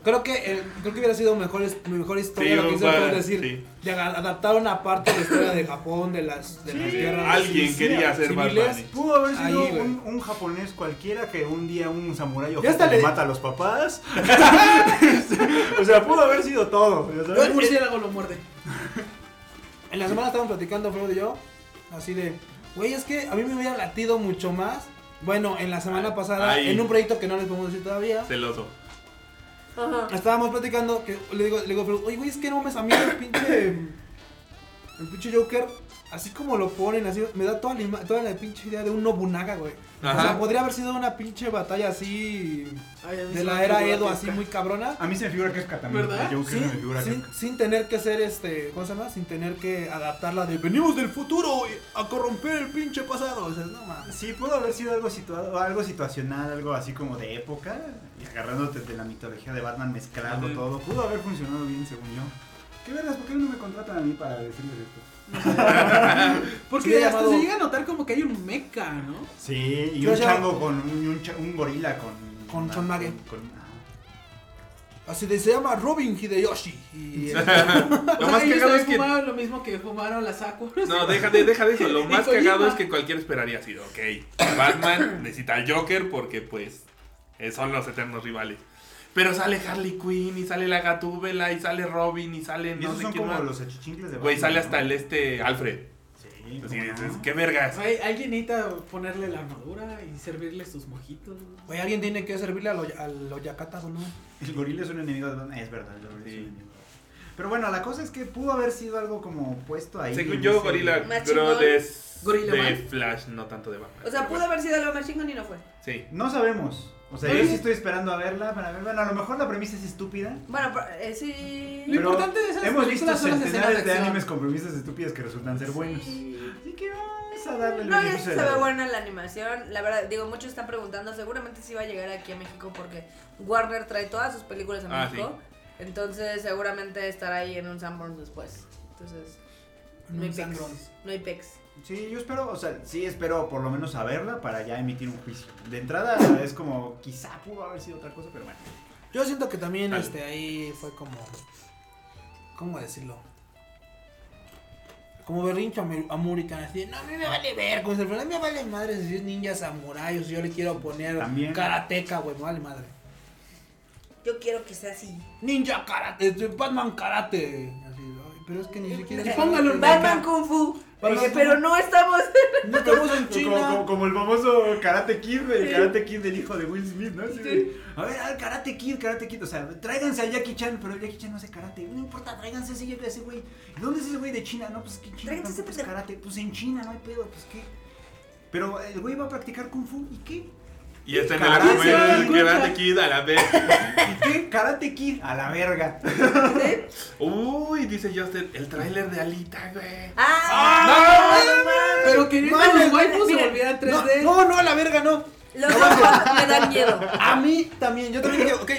Speaker 3: creo que el- creo que hubiera sido mejor es- mi mejor historia
Speaker 4: Sí,
Speaker 3: lo que
Speaker 4: un
Speaker 3: se puede
Speaker 4: par-
Speaker 3: decir.
Speaker 4: sí.
Speaker 3: De aga- adaptar una parte de la historia de Japón, de las, de las
Speaker 2: Sí,
Speaker 3: guerras.
Speaker 4: Alguien
Speaker 2: sí,
Speaker 4: quería
Speaker 3: sí,
Speaker 4: ser Batman.
Speaker 3: civiles.
Speaker 2: Pudo haber sido
Speaker 3: Ahí, güey.
Speaker 2: un, un japonés cualquiera que un día un samurái
Speaker 3: Ya hasta
Speaker 2: ojete le
Speaker 3: le-
Speaker 2: mata a los papás. (laughs) o sea, pudo haber sido todo. ya
Speaker 1: El
Speaker 2: sabes.
Speaker 1: murciélago lo muerde.
Speaker 3: En la semana estábamos platicando, Flor y yo, así de, güey, es que a mí me hubiera latido mucho más. Bueno, en la semana pasada,
Speaker 4: Ahí.
Speaker 3: en un proyecto que no les podemos decir todavía,
Speaker 4: Celoso.
Speaker 5: Ajá.
Speaker 3: estábamos platicando que le digo, le digo, a Flor, oye, güey, es que no mames, a mí el pinche, el pinche Joker, así como lo ponen, así, me da toda la, ima- toda la pinche idea de un Nobunaga, güey. O
Speaker 4: Ajá.
Speaker 3: sea, podría haber sido una pinche batalla así,
Speaker 1: Ay, a mí
Speaker 3: de
Speaker 1: se
Speaker 3: la
Speaker 1: me
Speaker 3: era
Speaker 1: figura
Speaker 3: Edo,
Speaker 1: que-
Speaker 3: así muy cabrona.
Speaker 2: A mí se me figura que es Katami.
Speaker 1: ¿Verdad?
Speaker 2: Yo creo Ah, que
Speaker 3: Sin,
Speaker 2: se me figura
Speaker 3: sin- sin tener que ser este, ¿cómo se llama? Sin tener que adaptarla de venimos del futuro y a corromper el pinche pasado. O sea, no
Speaker 2: que-
Speaker 3: mames.
Speaker 2: Sí, pudo haber sido algo situado, algo situacional, algo así como de época, y agarrándote de la mitología de Batman, mezclando
Speaker 4: Ujú.
Speaker 2: todo. Pudo haber funcionado bien, según yo. ¿Qué verás? ¿Por qué no me contratan a mí para decirles esto?
Speaker 1: Porque
Speaker 3: Sí,
Speaker 1: hasta
Speaker 3: llamado-
Speaker 1: se llega a notar como que hay un meca, ¿no?
Speaker 2: Sí, y
Speaker 3: Yo
Speaker 2: un
Speaker 3: ya-
Speaker 2: chango con, y un, cha- un gorila con...
Speaker 3: Con- con mague.
Speaker 2: con- ah. ajá.
Speaker 3: Así de, se llama Robin Hideyoshi. Y,
Speaker 2: (laughs)
Speaker 1: O sea,
Speaker 4: Lo
Speaker 1: (laughs)
Speaker 4: más
Speaker 1: ellos
Speaker 4: cagado
Speaker 1: también
Speaker 4: es que
Speaker 1: fumaron lo mismo que fumaron las Sakura.
Speaker 4: No, deja de, deja de eso.
Speaker 5: (laughs)
Speaker 4: Lo
Speaker 1: Ni
Speaker 4: más
Speaker 1: Kojima.
Speaker 4: cagado es que cualquier esperaría sido, ok, Batman necesita al Joker porque pues eh, son los eternos rivales. Pero sale Harley Quinn y sale la Gatúbela y sale Robin y sale
Speaker 2: Y
Speaker 4: no
Speaker 2: esos
Speaker 4: sé
Speaker 2: son
Speaker 4: quién
Speaker 2: como
Speaker 4: más.
Speaker 2: los achichincles de Batman.
Speaker 4: Güey, sale hasta
Speaker 2: ¿no?
Speaker 4: el este Alfred.
Speaker 2: Sí,
Speaker 4: Así
Speaker 2: ¿cómo
Speaker 4: dices,
Speaker 2: no?
Speaker 4: qué vergas.
Speaker 1: Güey, alguien necesita ponerle la armadura y servirle sus mojitos.
Speaker 3: Güey, alguien tiene que servirle a lo, a lo Yakata, boludo.
Speaker 2: El gorila es un enemigo de Batman. Es verdad, el gorila es
Speaker 4: Sí.
Speaker 2: un enemigo. de Batman. Pero bueno, la cosa es que pudo haber sido algo como puesto ahí.
Speaker 4: Según
Speaker 2: en
Speaker 4: yo,
Speaker 2: ese-
Speaker 4: Gorila,
Speaker 5: Más
Speaker 4: pero
Speaker 5: chingón.
Speaker 4: de,
Speaker 1: Gorilla
Speaker 4: de
Speaker 1: Man.
Speaker 4: Flash, no tanto de Batman.
Speaker 5: O sea, pudo haber sido algo más chingón y no fue.
Speaker 4: Sí.
Speaker 2: No sabemos. O sea, yo
Speaker 1: Oye.
Speaker 2: sí estoy esperando a verla para ver. Bueno, a lo mejor la premisa es estúpida.
Speaker 5: Bueno, pero, eh, sí.
Speaker 1: Lo importante de esas
Speaker 2: hemos visto
Speaker 1: películas son las escenas de
Speaker 2: centenares de,
Speaker 1: acción.
Speaker 2: animes con premisas estúpidas que resultan ser buenos.
Speaker 5: Sí.
Speaker 2: Así que vamos a darle el
Speaker 5: No, ya
Speaker 2: beneficio
Speaker 5: se
Speaker 2: de la
Speaker 5: ve
Speaker 2: duda.
Speaker 5: buena la animación. La verdad, digo, muchos están preguntando. Seguramente sí va a llegar aquí a México porque Warner trae todas sus películas a
Speaker 4: Ah,
Speaker 5: México. Entonces, seguramente estará ahí en un Sanborns después. Entonces, no hay pex.
Speaker 3: Un Sanborns.
Speaker 5: No hay pex.
Speaker 2: Sí, yo espero, o sea, sí espero por lo menos saberla para ya emitir un juicio. De entrada es como, quizá pudo haber sido otra cosa, pero bueno.
Speaker 3: Yo siento que también
Speaker 4: Al-
Speaker 3: este, ahí fue como. ¿Cómo decirlo? Como berrincho amu- amuricano, así de, no, a mí me vale ver, como si al final me vale madre si es ninja samurai o si yo le quiero poner
Speaker 2: También.
Speaker 3: karateca, güey, me vale madre.
Speaker 5: Yo quiero que sea así.
Speaker 3: Ninja Karate, este, Batman Karate. Así, ay, pero es que ni
Speaker 5: (laughs)
Speaker 3: siquiera.
Speaker 1: Y póngalo en
Speaker 5: Batman Kung Fu.
Speaker 3: Batman
Speaker 5: Dije,
Speaker 3: Kung
Speaker 5: pero
Speaker 3: Fu.
Speaker 5: no estamos.
Speaker 3: No estamos en
Speaker 2: (laughs) Como, como-
Speaker 3: China.
Speaker 2: como el famoso Karate Kid, güey, el
Speaker 5: Sí.
Speaker 2: Karate Kid del hijo de Will Smith, ¿no? Así de, A ver, al Karate Kid, Karate Kid, o sea, tráiganse al Jackie Chan, pero el Jackie Chan no hace karate, no importa, tráiganse a ese, a ese güey. ¿Y ¿Dónde es ese güey de China? No, pues que en China
Speaker 5: Tráiganse ese
Speaker 2: tampoco es
Speaker 5: pendejo.
Speaker 2: karate, pues en China no hay pedo, pues qué. Pero el güey va a practicar kung fu, ¿y qué?
Speaker 4: Y está en el
Speaker 2: Carajo,
Speaker 4: argumento
Speaker 1: se dan
Speaker 4: del
Speaker 1: cuenta.
Speaker 4: Karate Kid a la vez.
Speaker 2: ¿Y qué? (laughs) Karate Kid, a la verga.
Speaker 4: Uy, dice Justin, el tráiler de Alita, güey.
Speaker 5: ¡Ah!
Speaker 1: Pero querían que
Speaker 5: Mames,
Speaker 1: los waifus se
Speaker 5: miren,
Speaker 1: volvieran
Speaker 3: No,
Speaker 1: 3D.
Speaker 3: no, no, a la verga, no.
Speaker 5: Los ojos me dan miedo.
Speaker 3: A mí también, yo también dije, ok.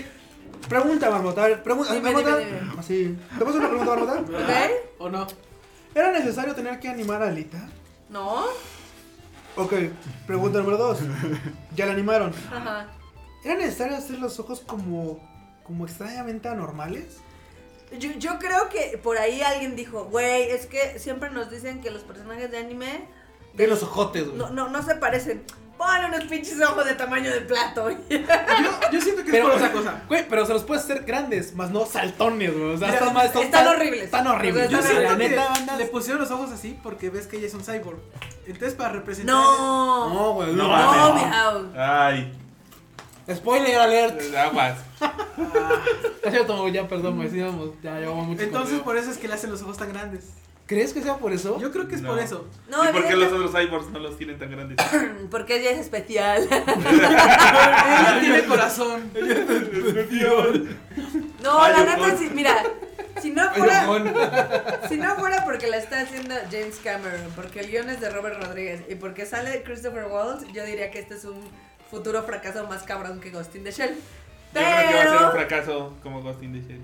Speaker 3: Pregunta, Marmota, a ver, pregunta.
Speaker 5: Dime,
Speaker 3: Marmota,
Speaker 5: dime, dime.
Speaker 3: así. Ah, ¿Te paso una pregunta, Marmota?
Speaker 5: ¿Ok?
Speaker 1: ¿O no?
Speaker 3: ¿Era necesario tener que animar a Alita?
Speaker 5: ¿No?
Speaker 3: Ok, pregunta número dos. Ya la animaron.
Speaker 5: Ajá.
Speaker 3: ¿Era necesario hacer los ojos como, como extrañamente anormales?
Speaker 5: Yo, yo creo que por ahí alguien dijo, güey, es que siempre nos dicen que los personajes de anime
Speaker 3: De los ojotes, güey.
Speaker 5: no, no, no se parecen. Ponle unos pinches ojos de tamaño de plato. (laughs)
Speaker 1: Yo, yo siento que
Speaker 3: Pero-
Speaker 1: es por otra cosa.
Speaker 3: Güey, pero se los puedes hacer grandes, más no saltones, güey. O sea,
Speaker 5: Mira,
Speaker 3: están, más,
Speaker 5: están horribles.
Speaker 3: Están horribles.
Speaker 5: O sea,
Speaker 1: Yo
Speaker 5: Pero
Speaker 3: sé,
Speaker 1: siento
Speaker 3: la
Speaker 1: que
Speaker 3: neta, banda.
Speaker 1: le pusieron los ojos así porque ves que ella es un cyborg. Entonces, para representar.
Speaker 5: No.
Speaker 3: No, güey.
Speaker 4: No,
Speaker 3: No,
Speaker 5: No,
Speaker 4: mames.
Speaker 5: miau.
Speaker 4: Ay,
Speaker 3: Spoiler alert.
Speaker 4: aguas.
Speaker 1: Ah,
Speaker 3: Ya, cierto, ya, perdón, güey. sí, vamos, ya llevamos mucho.
Speaker 1: entonces,
Speaker 3: cotorreo.
Speaker 1: por eso es que le hacen los ojos tan grandes.
Speaker 3: ¿crees que sea por eso?
Speaker 1: Yo creo que es
Speaker 4: No.
Speaker 1: por eso.
Speaker 5: No,
Speaker 4: ¿Y por qué los
Speaker 5: evidente-
Speaker 4: otros cyborgs no los tienen tan
Speaker 5: (laughs)
Speaker 4: grandes?
Speaker 5: porque ella es especial.
Speaker 1: Ella
Speaker 3: (laughs)
Speaker 1: tiene corazón.
Speaker 5: No,
Speaker 4: Ay,
Speaker 5: la
Speaker 4: yo
Speaker 5: neta
Speaker 4: puedo.
Speaker 5: sí, mira, si no
Speaker 3: Ay,
Speaker 5: fuera
Speaker 3: Ramón.
Speaker 5: (laughs) si no fuera porque la está haciendo James Cameron, porque el guion es de Robert Rodríguez y porque sale Christopher Waltz, yo diría que este es un futuro fracaso más cabrón que Ghost in the Shell.
Speaker 4: Yo creo que va a ser un
Speaker 5: Pero,
Speaker 4: fracaso como Ghost in the Shell.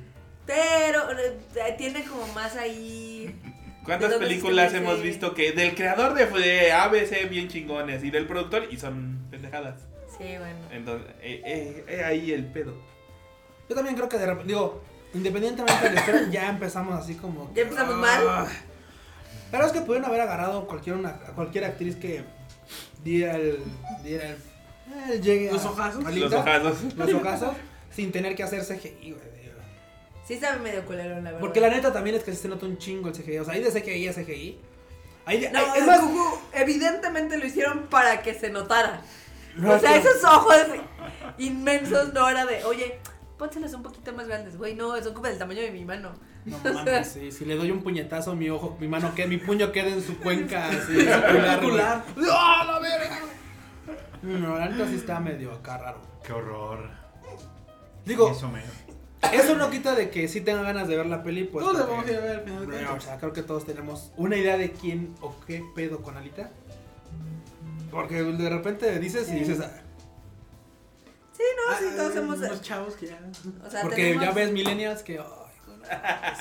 Speaker 5: pero eh, tiene como más ahí.
Speaker 4: ¿Cuántas
Speaker 5: Pero
Speaker 4: películas
Speaker 5: ves que
Speaker 4: hemos
Speaker 5: dice-
Speaker 4: visto que del creador de, de ABC bien chingones y del productor y son pendejadas?
Speaker 5: Sí, bueno.
Speaker 4: Entonces, eh, eh, eh, ahí el pedo.
Speaker 3: Yo también creo que de repente, digo, independientemente de la historia, ya empezamos así como...
Speaker 5: Ya empezamos
Speaker 4: Ah.
Speaker 5: mal.
Speaker 3: Pero es que pudieron haber agarrado cualquier, una, a cualquier actriz que diera el... Diera el eh, llegue a-
Speaker 1: Los ojazos.
Speaker 3: a
Speaker 4: Los
Speaker 3: Linda,
Speaker 4: ojazos.
Speaker 3: Los ojazos, sin tener que hacer CGI, güey.
Speaker 5: Sí sabe medio culero, la verdad.
Speaker 3: Porque la neta también es que sí se nota un chingo el CGI. O sea, hay de CGI a CGI. Hay de,
Speaker 5: No,
Speaker 3: hay- es
Speaker 5: el
Speaker 3: más,
Speaker 5: Gugu evidentemente lo hicieron para que se notara.
Speaker 3: No,
Speaker 5: o sea,
Speaker 3: pero-
Speaker 5: esos ojos inmensos no era de, oye, pónselos un poquito más grandes, güey, no, son como del tamaño de mi mano.
Speaker 2: (laughs)
Speaker 3: No mames, sí, si le doy un puñetazo, mi ojo, mi mano que mi puño queda en su cuenca, así, en su cular, güey.
Speaker 1: Circular.
Speaker 3: ¡Ah, la verga! No, la neta sí está medio acá raro.
Speaker 2: Qué horror.
Speaker 3: Digo,
Speaker 2: Eso mero.
Speaker 3: eso no quita de que sí tenga ganas de ver la peli, pues.
Speaker 1: Todos la vamos a
Speaker 3: porque-
Speaker 1: ir a ver al final de
Speaker 3: Bueno, o
Speaker 1: cuentas.
Speaker 3: sea, creo que todos tenemos una idea de quién o qué pedo con Alita. Porque de repente dices y dices, ah,
Speaker 5: Sí, no, sí, todos
Speaker 1: Ah,
Speaker 5: hemos...
Speaker 1: Unos chavos que ya.
Speaker 5: O sea,
Speaker 3: porque
Speaker 5: tenemos-
Speaker 3: ya ves millennials que, ay,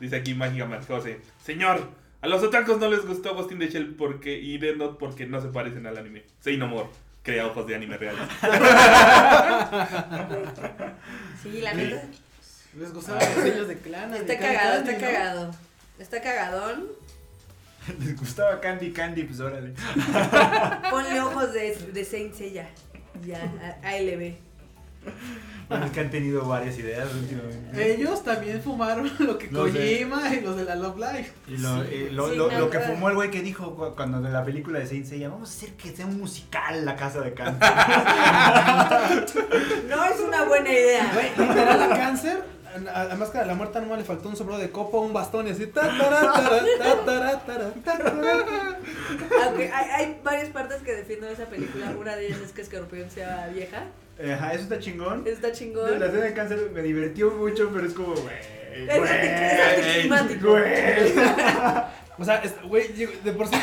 Speaker 4: Dice aquí Mágica Max José. Señor, a los otakus no les gustó Ghost in the Shell porque, y Death Note porque no se parecen al anime. Say no more. Crea ojos de anime reales.
Speaker 5: Sí, la neta.
Speaker 1: Les gustaban los sellos de clan. de
Speaker 5: Está
Speaker 1: Candy
Speaker 5: cagado,
Speaker 1: Candy,
Speaker 5: está
Speaker 1: ¿no?
Speaker 5: cagado. Está cagadón.
Speaker 2: (laughs) Les gustaba Candy Candy, pues órale.
Speaker 5: Ponle ojos de, de Saint Seiya. Ya, a- ALB.
Speaker 2: Bueno, es que han tenido varias ideas últimamente.
Speaker 1: Ellos también fumaron (laughs) lo que
Speaker 2: No sé.
Speaker 1: Kojima y los de la Love Live.
Speaker 2: Y lo, eh, lo,
Speaker 5: Sí,
Speaker 2: lo-
Speaker 5: no,
Speaker 2: lo que
Speaker 5: claro.
Speaker 2: fumó el güey que dijo cu- cuando de la película de Saint Seiya, vamos a hacer que sea un musical la casa de Candy.
Speaker 5: (laughs) No es una buena idea.
Speaker 3: Güey, literal a cáncer, a, a la máscara de la muerta nomás le faltó un sombrero de copa, un bastón y así. ta, tará, tará, ta, tará, tará, ta, tará.
Speaker 5: Aunque hay, hay varias partes que defiendo de esa película. Una de ellas es que Escorpión sea vieja.
Speaker 2: Ajá, eso está chingón.
Speaker 5: Está
Speaker 2: La
Speaker 5: chingón.
Speaker 2: escena de cáncer me divirtió mucho, pero es como, güey.
Speaker 5: Es anticlimático.
Speaker 2: güey, güey. (laughs)
Speaker 3: O sea, es- güey, lleg- de por sí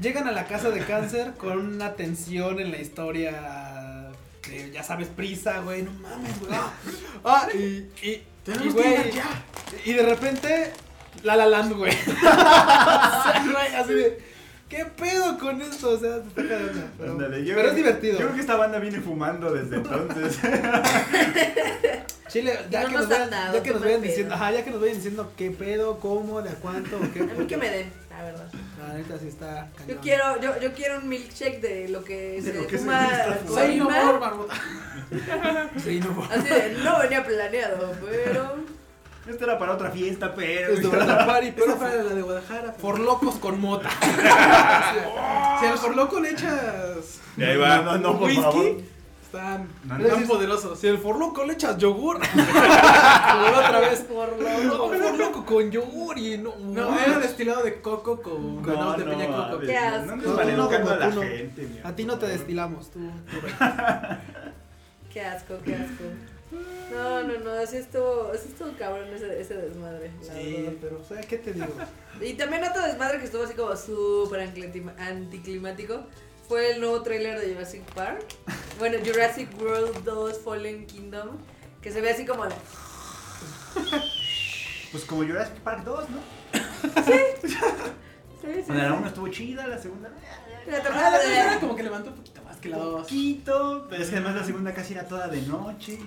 Speaker 3: llegan a la casa de cáncer con una tensión en la historia. de, ya sabes, prisa, güey, no mames, güey. Ah, y, y, y,
Speaker 1: Tenemos que
Speaker 3: güey,
Speaker 1: ir allá.
Speaker 3: y de repente, La La Land, güey. (laughs) o sea, güey, así de, ¿qué pedo con esto? O sea, te saca de onda, pero,
Speaker 2: Ándale, yo
Speaker 3: pero
Speaker 2: creo
Speaker 3: es
Speaker 2: que-
Speaker 3: divertido.
Speaker 2: Yo creo que esta banda viene fumando desde
Speaker 5: (laughs)
Speaker 2: entonces.
Speaker 3: Chile, ya,
Speaker 5: no
Speaker 3: que
Speaker 5: nos
Speaker 3: nos vayan,
Speaker 5: han dado,
Speaker 3: ya que
Speaker 5: qué
Speaker 3: nos
Speaker 5: mal
Speaker 3: vayan
Speaker 5: pedo.
Speaker 3: diciendo, ajá, ya que nos vayan diciendo qué pedo, cómo, de a cuánto, qué
Speaker 5: A mí que me den, la verdad.
Speaker 3: La neta sí está cañón.
Speaker 5: Yo quiero, yo, yo quiero un milkshake de lo que
Speaker 2: De
Speaker 5: se
Speaker 2: lo que se
Speaker 5: fuma
Speaker 2: está fumando.
Speaker 1: Say no
Speaker 5: Kojima.
Speaker 1: more, Barbota.
Speaker 3: Sí,
Speaker 5: (laughs)
Speaker 3: no. por-
Speaker 5: Así de, no venía planeado, pero.
Speaker 2: Esto era para otra fiesta, pero.
Speaker 3: Esto va a la party,
Speaker 1: Esa
Speaker 3: pero
Speaker 1: fue la de Guadalajara.
Speaker 3: por locos
Speaker 1: (laughs)
Speaker 3: con mota.
Speaker 1: Si al por loco le echas.
Speaker 4: Y ahí va.
Speaker 2: No, no, no, por
Speaker 1: Whisky.
Speaker 2: favor.
Speaker 1: Están
Speaker 2: No,
Speaker 1: tan
Speaker 3: no, sí.
Speaker 1: poderosos.
Speaker 3: Si el forloco le echas (laughs) yogur. Luego otra vez. Por loco. con yogur y no.
Speaker 1: No, era destilado de coco con con
Speaker 2: No,
Speaker 1: hojas de
Speaker 2: no,
Speaker 1: piña coco.
Speaker 2: mames,
Speaker 5: Qué
Speaker 2: No
Speaker 5: asco.
Speaker 2: andes
Speaker 3: No,
Speaker 2: maleducando
Speaker 3: no,
Speaker 2: a la
Speaker 3: tú no.
Speaker 2: gente, mi
Speaker 3: A ti no te
Speaker 2: amor.
Speaker 3: destilamos, tú. tú ve.
Speaker 5: Qué asco, qué asco. No, no, no, así estuvo, así estuvo cabrón ese, ese desmadre. la
Speaker 3: Sí,
Speaker 5: verdad.
Speaker 3: pero, o sea, ¿qué te
Speaker 5: (laughs)
Speaker 3: digo?
Speaker 5: Y también otro desmadre que estuvo así como súper anclitima- anticlimático fue el nuevo tráiler de Jurassic Park. Bueno, Jurassic World 2 Fallen Kingdom, que se ve así como...
Speaker 2: Pues como Jurassic Park 2, ¿no?
Speaker 5: Sí, sí.
Speaker 2: Bueno, la 1 estuvo chida, la segunda.
Speaker 5: La
Speaker 1: Ah,
Speaker 5: tercera
Speaker 1: la tercera
Speaker 5: de...
Speaker 1: como que levantó un poquito más que la dos.
Speaker 2: Poquito, pero es que además la segunda casi era toda de noche.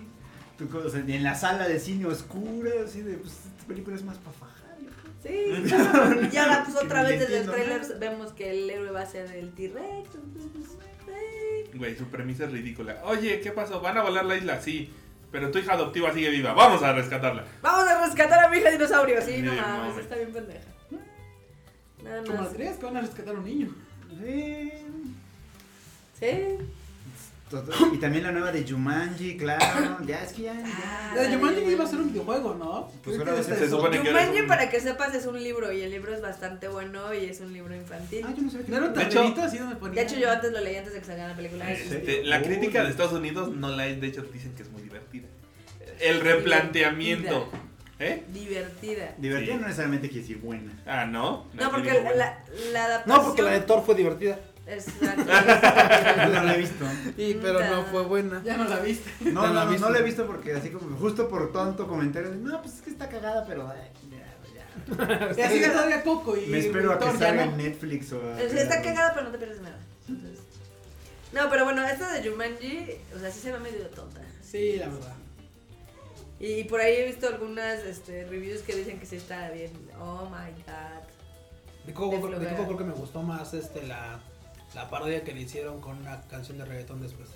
Speaker 2: Tú co- o sea, en la sala de cine oscura, así de, pues, esta película es más para fajar. yo creo.
Speaker 5: (laughs) Sí. Y ahora pues otra
Speaker 2: Que
Speaker 5: vez
Speaker 2: le
Speaker 5: desde el
Speaker 2: entiendo,
Speaker 5: trailer vemos que el héroe va a ser el T-Rex. entonces, pues, eh.
Speaker 4: Güey, su premisa es ridícula. Oye, ¿qué pasó? ¿Van a volar la isla? Sí. Pero tu hija adoptiva sigue viva. Vamos a rescatarla.
Speaker 5: Vamos a rescatar a mi hija dinosaurio. Sí, no
Speaker 4: Sí,
Speaker 5: mames,
Speaker 4: mames.
Speaker 5: está bien pendeja. Nada
Speaker 1: Como
Speaker 5: más.
Speaker 1: las tres que van a rescatar a un niño.
Speaker 2: Sí.
Speaker 5: Sí.
Speaker 2: Todo- Y también la nueva de Jumanji, claro. Ya es que ya.
Speaker 5: Ah,
Speaker 2: ya.
Speaker 1: Ah, La de Jumanji iba a ser un videojuego, ¿no?
Speaker 2: Pues
Speaker 1: Creo
Speaker 2: ahora
Speaker 1: que
Speaker 2: va a
Speaker 1: hasta eso.
Speaker 2: ser-
Speaker 4: se supone- Bueno, que
Speaker 5: Jumanji,
Speaker 4: eres un-
Speaker 5: para que sepas, es un libro y el libro es bastante bueno y es un libro infantil.
Speaker 2: Ah, yo no sabía que
Speaker 1: ¿No era un
Speaker 4: De hecho-
Speaker 1: tablerito así donde ponía?
Speaker 5: De hecho, yo antes lo leí antes de que salga la película.
Speaker 2: ¿En serio?
Speaker 4: Este, la
Speaker 2: Uy.
Speaker 4: crítica de Estados Unidos no la es. De hecho, dicen que es muy divertida. El replanteamiento. ¿Eh?
Speaker 5: Divertida.
Speaker 2: Divertida
Speaker 4: Sí.
Speaker 2: no necesariamente quiere decir buena.
Speaker 4: Ah, no.
Speaker 5: No, porque
Speaker 4: digo, bueno.
Speaker 5: la, la adaptación.
Speaker 3: No, porque la de Thor fue divertida.
Speaker 2: No (laughs)
Speaker 5: Exacto.
Speaker 2: la he visto.
Speaker 3: Y, pero no fue buena.
Speaker 1: (laughs) Ya no la
Speaker 2: (laughs)
Speaker 1: viste.
Speaker 2: No,
Speaker 3: No
Speaker 2: no,
Speaker 3: la he
Speaker 2: no,
Speaker 3: visto.
Speaker 2: no la he visto porque así como justo por tonto comentario de, no, pues es que está cagada, pero ay, ya, ya.
Speaker 1: Y así que salga Coco y.
Speaker 2: Me espero a que
Speaker 1: Thor ya
Speaker 2: salga
Speaker 1: no.
Speaker 2: en Netflix o a-
Speaker 5: O sea, está cagada, pero no te pierdes nada. Entonces, No, pero bueno, esta de Jumanji, o sea, sí se ve medio tonta.
Speaker 1: Sí, la verdad.
Speaker 5: Y por ahí he visto algunas este, reviews que dicen que sí está bien. Oh my god.
Speaker 3: De Coco,
Speaker 5: De
Speaker 3: de Coco
Speaker 5: flojera.
Speaker 3: creo que me gustó más este la, la parodia que le hicieron con una canción de reggaetón después.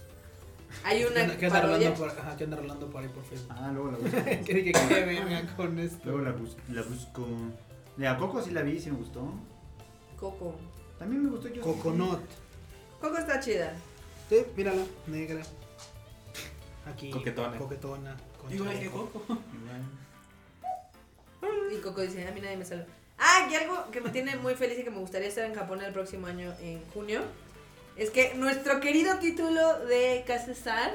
Speaker 5: Hay una
Speaker 3: que anda
Speaker 5: parodia.
Speaker 3: rolando por, ajá, que anda rolando por ahí por Facebook. (laughs)
Speaker 2: Ah, luego la busco.
Speaker 3: que dije que venga con esto.
Speaker 2: luego la, bus- la busco. De a Coco sí la vi, sí me gustó.
Speaker 5: Coco.
Speaker 2: También me gustó yo.
Speaker 3: Coconut.
Speaker 5: Coco está chida.
Speaker 3: Sí, mírala, negra. Aquí.
Speaker 4: Coquetona.
Speaker 3: Coquetona. con
Speaker 1: Igual que
Speaker 3: chaleco.
Speaker 1: Coco.
Speaker 5: Y Coco dice, a mí nadie me salva. Ah, y algo que me tiene muy feliz y que me gustaría estar en Japón el próximo año, en junio, es que nuestro querido título de Kazestan,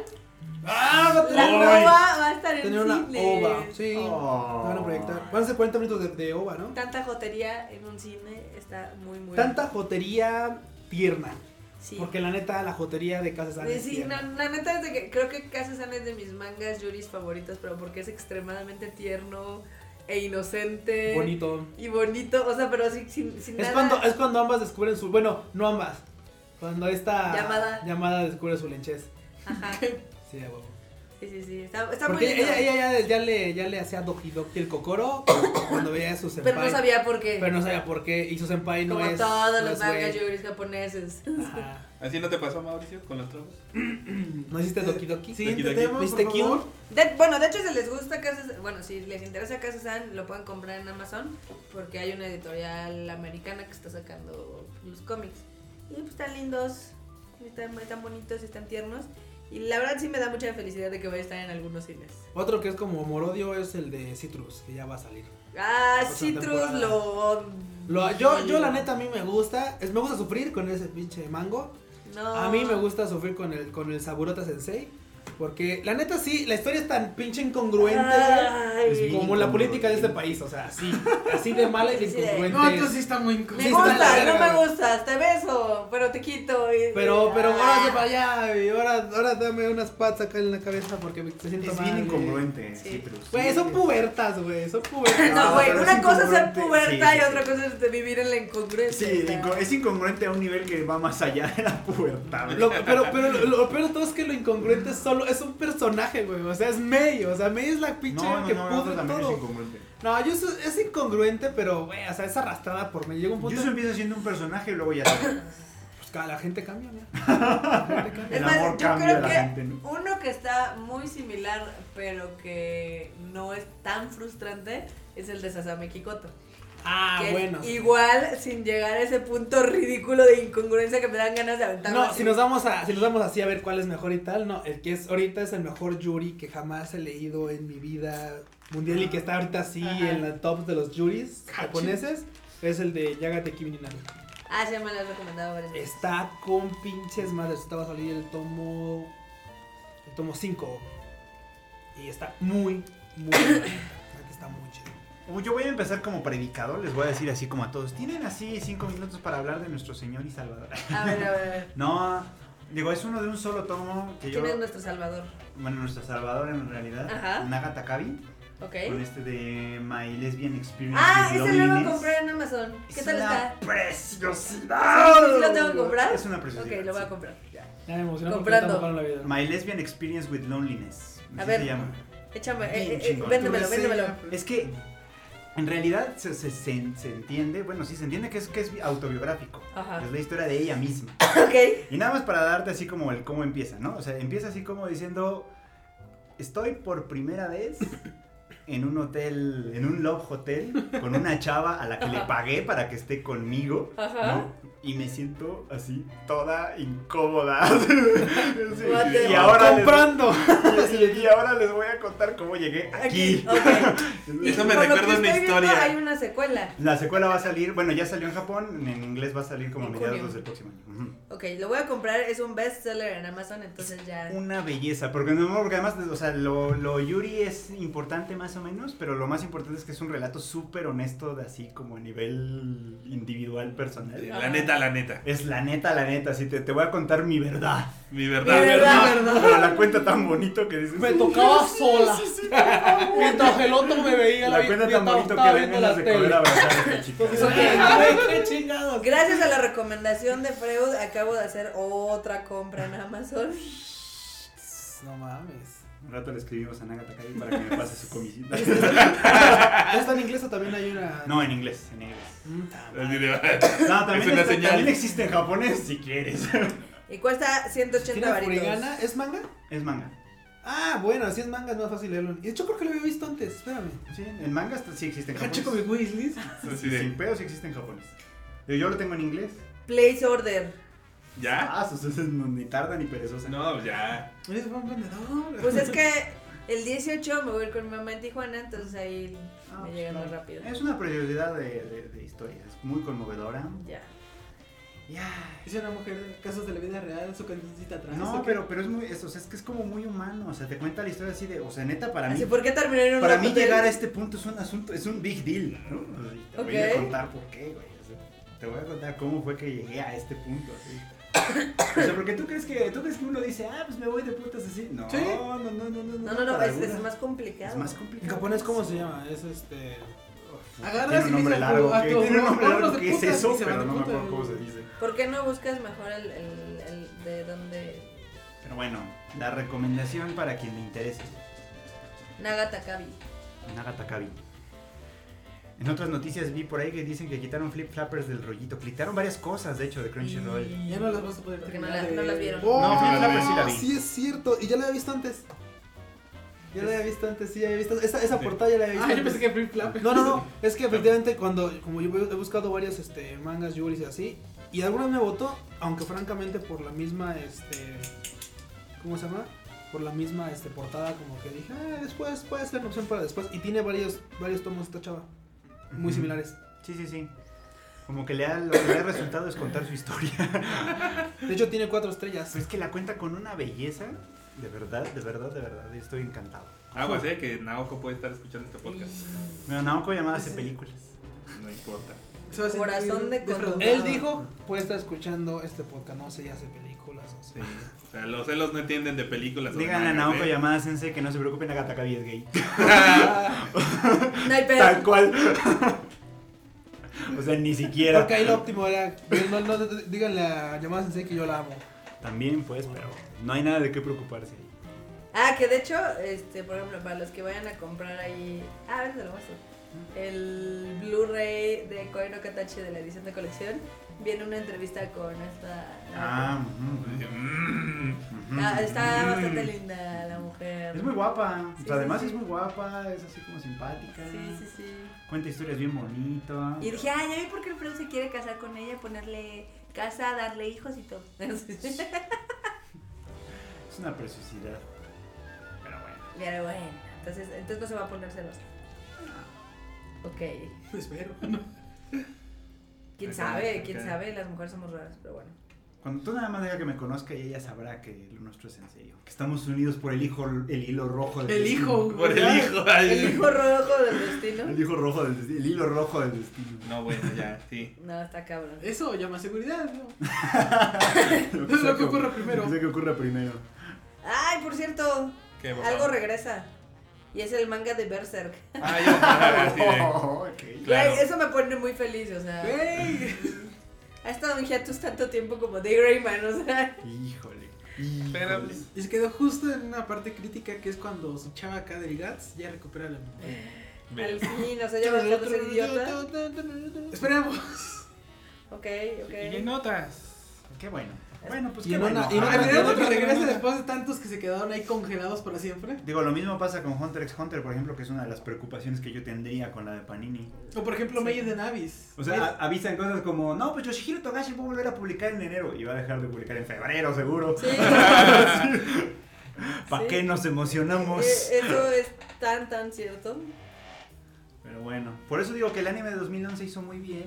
Speaker 4: ¡Ah!
Speaker 5: La
Speaker 4: ¡Ay!
Speaker 5: Nova, va a estar en
Speaker 3: Tener una
Speaker 5: cines.
Speaker 3: ova. Sí.
Speaker 2: Oh.
Speaker 3: Van a proyectar. Van a ser 40 minutos de, de ova, ¿no?
Speaker 5: Tanta jotería en un cine está muy, muy...
Speaker 3: Tanta jotería tierna.
Speaker 5: Sí.
Speaker 3: Porque la neta, la jotería de casa San
Speaker 5: Sí,
Speaker 3: es
Speaker 5: sí,
Speaker 3: tierna.
Speaker 5: no, la neta es de que creo que Kazestan es de mis mangas yuris favoritos, pero porque es extremadamente tierno e inocente.
Speaker 3: Bonito.
Speaker 5: Y bonito, o sea, pero sin, sin, sin nada.
Speaker 3: Es cuando, es cuando ambas descubren su. Bueno, no ambas. Cuando esta
Speaker 5: Llamada.
Speaker 3: llamada descubre su lenchez. (laughs)
Speaker 5: Ajá.
Speaker 3: Sí, a huevo.
Speaker 5: Sí, sí, sí. Está, está muy
Speaker 3: Porque
Speaker 5: lindo.
Speaker 3: ella, ella ya, ya le, ya le hacía doji doji el cocoro (coughs) cuando veía a su senpai.
Speaker 5: Pero no sabía por qué.
Speaker 3: Pero no sabía por qué. Y su senpai no
Speaker 5: Como
Speaker 3: es.
Speaker 5: todos
Speaker 3: no
Speaker 5: los
Speaker 3: es
Speaker 5: manga
Speaker 3: güey.
Speaker 5: yuris japoneses.
Speaker 3: Ajá.
Speaker 4: ¿Así no te pasó, Mauricio, con los tragos?
Speaker 3: ¿No hiciste doki doki?
Speaker 1: Siguiente
Speaker 4: Doki Doki.
Speaker 1: tema. por
Speaker 3: ¿Viste
Speaker 1: favor.
Speaker 3: Cure?
Speaker 5: De- bueno, de hecho, si les gusta Casas, bueno, si les interesa Casas-San, lo pueden comprar en Amazon porque hay una editorial americana que está sacando los cómics. Y pues están lindos, y están, están bonitos, y están tiernos. Y la verdad sí me da mucha felicidad de que voy a estar en algunos cines.
Speaker 3: Otro que es como Morodio es el de Citrus, que ya va a salir.
Speaker 5: Ah,
Speaker 3: Otra
Speaker 5: Citrus
Speaker 3: Pues, temporada.
Speaker 5: lo...
Speaker 3: Lo- yo, yo la neta a mí me gusta, es, me gusta sufrir con ese pinche mango.
Speaker 5: No.
Speaker 3: A mí me gusta sufrir con el con el Saburota Sensei, porque la neta sí, la historia es tan pinche incongruente
Speaker 5: Ah, Ay.
Speaker 3: como la política de este país, o sea, así, así de mala y de
Speaker 5: Sí, de-
Speaker 3: incongruente.
Speaker 1: No, entonces sí está muy
Speaker 5: Me
Speaker 3: está
Speaker 1: incómodo.
Speaker 3: la
Speaker 5: gusta, no
Speaker 3: verga,
Speaker 5: me
Speaker 3: güey.
Speaker 5: gustas, te beso, pero te quito. y-
Speaker 3: Pero, pero ahora
Speaker 5: Ah.
Speaker 3: se para allá, y ahora, ahora dame unas patas acá en la cabeza porque me te siento
Speaker 2: Es
Speaker 3: mal. Pues,
Speaker 2: bien
Speaker 3: güey.
Speaker 2: incongruente,
Speaker 5: Sí.
Speaker 2: Citrus.
Speaker 3: Güey, son pubertas, güey, son pubertas.
Speaker 5: (laughs) No,
Speaker 2: No,
Speaker 5: güey,
Speaker 2: pero
Speaker 5: una
Speaker 2: Ah, es
Speaker 5: cosa es ser
Speaker 2: incongruente.
Speaker 5: puberta
Speaker 2: Sí,
Speaker 5: y
Speaker 2: sí,
Speaker 5: otra
Speaker 2: sí.
Speaker 5: cosa es de vivir en la incongruencia.
Speaker 2: Sí,
Speaker 5: o sea.
Speaker 2: inco- es incongruente a un nivel que va más allá de la pubertad.
Speaker 3: Lo- pero pero lo, lo peor de todo es que lo incongruente es solo es un personaje, güey. O sea, es May. O sea, May es la pinche
Speaker 2: No, no,
Speaker 3: que
Speaker 2: no, no,
Speaker 3: pudre
Speaker 2: también es
Speaker 3: todo.
Speaker 2: incongruente.
Speaker 3: No, yo so- es incongruente, pero, güey, o sea, es arrastrada por May. Llega un punto
Speaker 2: Yo
Speaker 3: en que
Speaker 2: empiezo siendo un personaje y luego ya se
Speaker 3: pues, ca- la gente cambia, mira. La gente cambia.
Speaker 5: Es
Speaker 2: El
Speaker 5: más,
Speaker 2: amor
Speaker 5: yo
Speaker 2: cambia
Speaker 5: creo
Speaker 2: a la
Speaker 5: que
Speaker 2: gente, ¿no?
Speaker 5: uno que está muy similar, pero que no es tan frustrante, es el de Sasame Kikoto.
Speaker 3: Ah,
Speaker 5: que es
Speaker 3: bueno.
Speaker 5: Igual, sin llegar a ese punto ridículo de incongruencia que me dan ganas de aventar.
Speaker 3: No, si nos vamos a, si nos vamos así a ver cuál es mejor y tal, no, el que es ahorita es el mejor Yuri que jamás he leído en mi vida mundial y que está ahorita así
Speaker 5: Ajá.
Speaker 3: en la top de los Yuris japoneses, es el de Yagate Kimi ni Nami.
Speaker 5: Ah, sí, me lo has recomendado varias veces.
Speaker 3: Está con pinches madres. Estaba a salir el tomo. El tomo 5. Y está muy, muy. (coughs) bueno. La neta está muy chido.
Speaker 2: Como Yo voy a empezar como predicador, les voy a decir así como a todos. Tienen así cinco minutos para hablar de nuestro Señor y Salvador. (laughs)
Speaker 3: Este.
Speaker 5: A ver, a ver, a ver.
Speaker 3: (laughs)
Speaker 2: No, digo, es uno de un solo tomo que yo...
Speaker 5: ¿Quién es nuestro salvador?
Speaker 2: Bueno, nuestro Salvador en realidad,
Speaker 5: Ajá.
Speaker 2: Nagata Kabi.
Speaker 5: Ok.
Speaker 2: Con este de My Lesbian Experience.
Speaker 5: Ah,
Speaker 2: with
Speaker 5: ese lo voy a
Speaker 2: Loneliness.
Speaker 5: comprar en Amazon. ¿Qué
Speaker 2: Es
Speaker 5: tal
Speaker 2: una
Speaker 5: está?
Speaker 2: ¡Preciosidad!
Speaker 5: ¿Sí, sí lo tengo que comprar?
Speaker 2: Es una
Speaker 5: Ok,
Speaker 2: preciosidad.
Speaker 5: lo voy a
Speaker 2: sí.
Speaker 5: comprar.
Speaker 3: Ya me emocioné porque
Speaker 5: Comprando.
Speaker 3: me está mojando la vida.
Speaker 2: My Lesbian Experience with Loneliness.
Speaker 5: A
Speaker 2: así
Speaker 5: ver.
Speaker 2: se llama.
Speaker 5: Échame,
Speaker 2: Bien
Speaker 5: eh, eh,
Speaker 2: chingón.
Speaker 5: véndemelo,
Speaker 1: Tu
Speaker 5: véndemelo.
Speaker 1: reseña.
Speaker 2: Es que en realidad se, se- se- se entiende, bueno, sí, se entiende que es, que es autobiográfico.
Speaker 5: Ajá.
Speaker 2: Es la historia de ella misma.
Speaker 5: Ok.
Speaker 2: Y nada más para darte así como el cómo empieza, ¿no? O sea, empieza así como diciendo, estoy por primera vez en un hotel, en un love hotel, con una chava a la que le pagué para que esté conmigo,
Speaker 5: Ajá.
Speaker 2: ¿no? Y me siento así, toda incómoda. (laughs) Sí,
Speaker 5: What the-
Speaker 2: y ahora les- (laughs)
Speaker 3: comprando.
Speaker 2: y- y ahora les voy a contar cómo llegué aquí. (laughs)
Speaker 5: Ok. Y
Speaker 4: Eso me
Speaker 5: por lo
Speaker 4: recuerda
Speaker 5: que
Speaker 4: una
Speaker 5: estoy viendo,
Speaker 4: historia.
Speaker 5: hay una secuela.
Speaker 2: La secuela va a salir, bueno, ya salió en Japón, en inglés va a salir como a
Speaker 5: En junio.
Speaker 2: mediados del próximo año. Ujú.
Speaker 5: Ok, lo voy a comprar. Es un bestseller en Amazon, entonces ya.
Speaker 2: Una belleza, porque, no, porque además, o sea, lo, lo Yuri es importante más o menos, pero lo más importante es que es un relato súper honesto, de así como a nivel individual, personal.
Speaker 4: La neta, la neta.
Speaker 2: Es la neta, la neta, así te, te voy a contar mi verdad.
Speaker 4: Mi
Speaker 5: Mi
Speaker 4: verdad.
Speaker 5: verdad.
Speaker 2: Pero la cuenta tan bonito que dices.
Speaker 3: Me
Speaker 2: "Sí,
Speaker 3: tocaba
Speaker 2: sí,
Speaker 3: sola".
Speaker 2: sí, sí, por favor".
Speaker 3: Mientras el otro me veía
Speaker 2: La cuenta tan bonito que ven ganas de correr a abrazar a esta
Speaker 4: (laughs)
Speaker 2: chica.
Speaker 4: Pues,
Speaker 3: Entonces,
Speaker 2: (laughs)
Speaker 3: ay, qué chingados.
Speaker 5: Gracias a la recomendación de Freud, acabo de hacer otra compra en Amazon.
Speaker 3: No mames.
Speaker 2: Un rato le escribimos a Nagata Kai para que me pase su comisita.
Speaker 3: ¿Ya está en inglés o también hay una?
Speaker 2: (laughs)
Speaker 3: Mm,
Speaker 2: No, en inglés, en inglés.
Speaker 3: Puta madre.
Speaker 4: Así de-
Speaker 2: No,
Speaker 4: Es
Speaker 2: también,
Speaker 4: una
Speaker 2: está-
Speaker 4: señal.
Speaker 2: también existe en japonés si quieres. (laughs)
Speaker 5: Y cuesta 180
Speaker 3: ¿Tiene
Speaker 5: varitos.
Speaker 3: furigana? ¿Es manga?
Speaker 2: Es manga.
Speaker 3: Ah, bueno, si es manga es más fácil leerlo. Y de hecho creo que lo había visto antes, espérame.
Speaker 2: Sí, el manga está- sí existe en
Speaker 1: Cacho con
Speaker 2: japonés.
Speaker 1: mi Weasleys.
Speaker 4: Así de,
Speaker 2: Sin pedo sí existe en japonés. Yo, yo lo tengo en inglés.
Speaker 5: Place order.
Speaker 4: (laughs) ¿Ya?
Speaker 2: Ah, sus- sus- no, ni tarda ni perezosa.
Speaker 4: No, ya.
Speaker 1: Eres buen vendedor.
Speaker 5: Pues es que el 18 me voy a ir con mi mamá en Tijuana, entonces ahí
Speaker 2: Ah,
Speaker 5: me
Speaker 2: pues,
Speaker 5: llegan más
Speaker 2: claro.
Speaker 5: rápido.
Speaker 2: Es una preciosidad de, de, de historia. Es muy conmovedora.
Speaker 5: Ya.
Speaker 2: Ya.
Speaker 1: Es una mujer, casos de la vida real, su cancioncita atrás.
Speaker 2: No,
Speaker 1: ¿ok?
Speaker 2: pero, pero es muy. Es, o sea, es que es como muy humano. O sea, te cuenta la historia así de. O sea, neta, para mí.
Speaker 5: Así, ¿por qué terminé en un
Speaker 2: Para mí
Speaker 5: hotel?
Speaker 2: llegar a este punto es un asunto, es un big deal, ¿no? O sea, y te voy
Speaker 5: Ok.
Speaker 2: a contar por qué, güey. o sea, te voy a contar cómo fue que llegué a este punto, así. (coughs) O sea, porque tú crees que, tú crees que uno dice, ah, pues me voy de putas así. No,
Speaker 1: Sí.
Speaker 2: no, no, no, no,
Speaker 5: No, no, no,
Speaker 2: para
Speaker 5: es, es
Speaker 2: algunas
Speaker 5: más complicado.
Speaker 2: es más complicado.
Speaker 3: En japonés, ¿cómo se llama? Es este.
Speaker 1: Agarras
Speaker 2: Tiene
Speaker 1: y
Speaker 2: un nombre
Speaker 1: dices,
Speaker 2: largo,
Speaker 1: "Ah,
Speaker 2: que,
Speaker 1: tú,
Speaker 2: tiene un nombre
Speaker 1: vámonos
Speaker 2: largo
Speaker 1: de
Speaker 2: que es
Speaker 1: putas",
Speaker 2: eso,
Speaker 1: y se
Speaker 2: pero
Speaker 1: van
Speaker 2: no
Speaker 1: de
Speaker 2: me acuerdo
Speaker 1: putas.
Speaker 2: cómo se dice.
Speaker 5: ¿Por qué no buscas mejor el, el, el de dónde?
Speaker 2: Pero bueno, la recomendación para quien le interese,
Speaker 5: Nagata
Speaker 2: (laughs)
Speaker 5: Kabi.
Speaker 2: Nagata Kabi. En otras noticias vi por ahí que dicen que quitaron flip flappers del rollito. Quitaron varias cosas, de hecho, de Crunchyroll.
Speaker 1: Ya no las vas a poder
Speaker 5: Porque no
Speaker 1: terminar
Speaker 5: la-
Speaker 1: de-
Speaker 5: no las vieron.
Speaker 3: Oh,
Speaker 2: No,
Speaker 4: Flip Flapper
Speaker 2: sí la vi.
Speaker 3: es cierto. Y ya la había visto antes. Ya la había visto antes, sí, ya había visto. Esa, esa
Speaker 2: Sí.
Speaker 3: portada ya la había visto.
Speaker 1: Ah, yo
Speaker 3: antes.
Speaker 1: pensé que Flip Flap.
Speaker 3: No, no, no. Es que efectivamente cuando, como yo he buscado varias este, mangas, yuris y así, y algunas me votó, aunque francamente por la misma, este, ¿cómo se llama? Por la misma este, portada, como que dije, ah, después puede ser una opción para después. Y tiene varios, varios tomos esta chava, muy
Speaker 2: Ujú.
Speaker 3: similares.
Speaker 2: Sí, sí, sí. Como que le ha, lo que le ha resultado es contar su historia. (laughs)
Speaker 3: De hecho, tiene cuatro estrellas.
Speaker 2: Pero es que la cuenta con una belleza. De verdad, de verdad, de verdad. Estoy encantado.
Speaker 4: Aguas, eh, que Naoko puede estar escuchando este podcast.
Speaker 2: Bueno, Naoko llamada hace películas.
Speaker 4: No importa.
Speaker 1: Se va a sentir
Speaker 5: Corazón de
Speaker 1: defraudado.
Speaker 5: condón.
Speaker 3: Él dijo, puede estar escuchando este podcast, no sé, ya hace películas,
Speaker 4: (laughs)
Speaker 3: o sea.
Speaker 4: O sea, los celos no entienden de películas. o de
Speaker 2: Díganle a
Speaker 4: mangas,
Speaker 2: Naoko
Speaker 4: eh.
Speaker 2: llamada Sensei que no se preocupen, Agatakabi es gay.
Speaker 5: No hay
Speaker 2: Tal
Speaker 5: pedo.
Speaker 2: cual. (laughs) o sea, ni siquiera.
Speaker 3: Porque ahí lo óptimo era, no, no, no, díganle a Yamada Sensei que yo la amo.
Speaker 2: También, pues, pero no hay nada de qué preocuparse ahí.
Speaker 5: Ah, que de hecho, este, por ejemplo, para los que vayan a comprar ahí. Ah, a ver, se lo paso. El Blu-ray de Koiro Katachi de la edición de colección. Viene una entrevista con esta.
Speaker 2: Ah,
Speaker 4: Dije, "Mm".
Speaker 2: ujú, ujú.
Speaker 5: Ah, está
Speaker 4: Mm.
Speaker 5: bastante linda la mujer.
Speaker 2: Es muy guapa. O
Speaker 5: Sí, sí,
Speaker 2: sea, además
Speaker 5: sí.
Speaker 2: es muy guapa, es así como simpática.
Speaker 5: Sí, sí, sí.
Speaker 2: Cuenta historias bien bonito.
Speaker 5: Y dije, ah, ya vi por qué el Freud se quiere casar con ella, ponerle casa, darle hijos y todo. (laughs)
Speaker 2: Es una preciosidad. Pero bueno.
Speaker 5: Pero bueno, entonces, entonces no se va a poner celosa.
Speaker 1: (laughs)
Speaker 5: Ok.
Speaker 1: Espero.
Speaker 5: ¿Quién
Speaker 2: Acá,
Speaker 5: sabe?
Speaker 2: acá.
Speaker 5: ¿Quién sabe? Las mujeres somos raras, pero bueno.
Speaker 2: Cuando tú nada más deja que me conozca y ella sabrá que lo nuestro es en serio. Que estamos unidos por el hijo, el hilo rojo del
Speaker 1: El
Speaker 2: destino.
Speaker 1: hijo.
Speaker 4: Por el hijo. ay.
Speaker 5: El hijo rojo del destino.
Speaker 2: El hijo rojo del destino. El hilo rojo del
Speaker 5: (laughs)
Speaker 2: destino.
Speaker 4: No, bueno, ya, sí.
Speaker 5: No, está cabrón.
Speaker 1: Eso llama seguridad, ¿no?
Speaker 2: Lo
Speaker 1: Es lo
Speaker 2: sea
Speaker 1: que ocurra primero.
Speaker 2: Lo que sea que ocurra primero.
Speaker 5: Ay, por cierto,
Speaker 4: ¿Qué, papá?
Speaker 5: algo regresa. Y es el manga de Berserk.
Speaker 4: Ah, yo estaba
Speaker 2: (laughs)
Speaker 4: así de-
Speaker 2: Oh, ok.
Speaker 4: Claro. ¿Eh?
Speaker 5: Güey, Eso me pone muy feliz, o sea.
Speaker 1: Güey.
Speaker 5: Ha estado en hiatus tanto tiempo como The Greyman, o sea.
Speaker 2: Híjole.
Speaker 4: Pero,
Speaker 2: híjole.
Speaker 4: pues,
Speaker 1: Y se quedó justo en una parte crítica que es cuando su chava acá del Gats ya recupera la memoria.
Speaker 4: me-
Speaker 5: Al fin, o sea, ya me a ser idiota.
Speaker 1: Esperamos.
Speaker 5: Ok,
Speaker 4: Y
Speaker 5: ok.
Speaker 4: notas.
Speaker 2: Qué bueno. Bueno, pues
Speaker 3: Y
Speaker 2: qué
Speaker 3: en
Speaker 2: bueno.
Speaker 3: una- y en
Speaker 2: Ajá.
Speaker 3: otra-
Speaker 1: Admirando
Speaker 3: no, no,
Speaker 1: Ah, que
Speaker 3: no,
Speaker 1: regrese
Speaker 3: no, no.
Speaker 1: después de tantos que se quedaron ahí congelados para siempre.
Speaker 2: Digo, lo mismo pasa con Hunter x Hunter, por ejemplo, que es una de las preocupaciones que yo tendría con la de Panini.
Speaker 1: O por ejemplo, Mayen de Navis. ¿Eh?
Speaker 2: O sea, ah. a- avisan cosas como, no, pues Yoshihiro Togashi va a volver a publicar en enero y va a dejar de publicar en febrero, seguro.
Speaker 4: (laughs)
Speaker 2: (laughs)
Speaker 5: Sí.
Speaker 2: ¿Para
Speaker 5: Sí.
Speaker 2: qué nos emocionamos?
Speaker 5: Eh, Eso es tan,
Speaker 4: (laughs)
Speaker 5: tan cierto.
Speaker 2: Pero bueno, por eso digo que el anime de 2011 hizo muy bien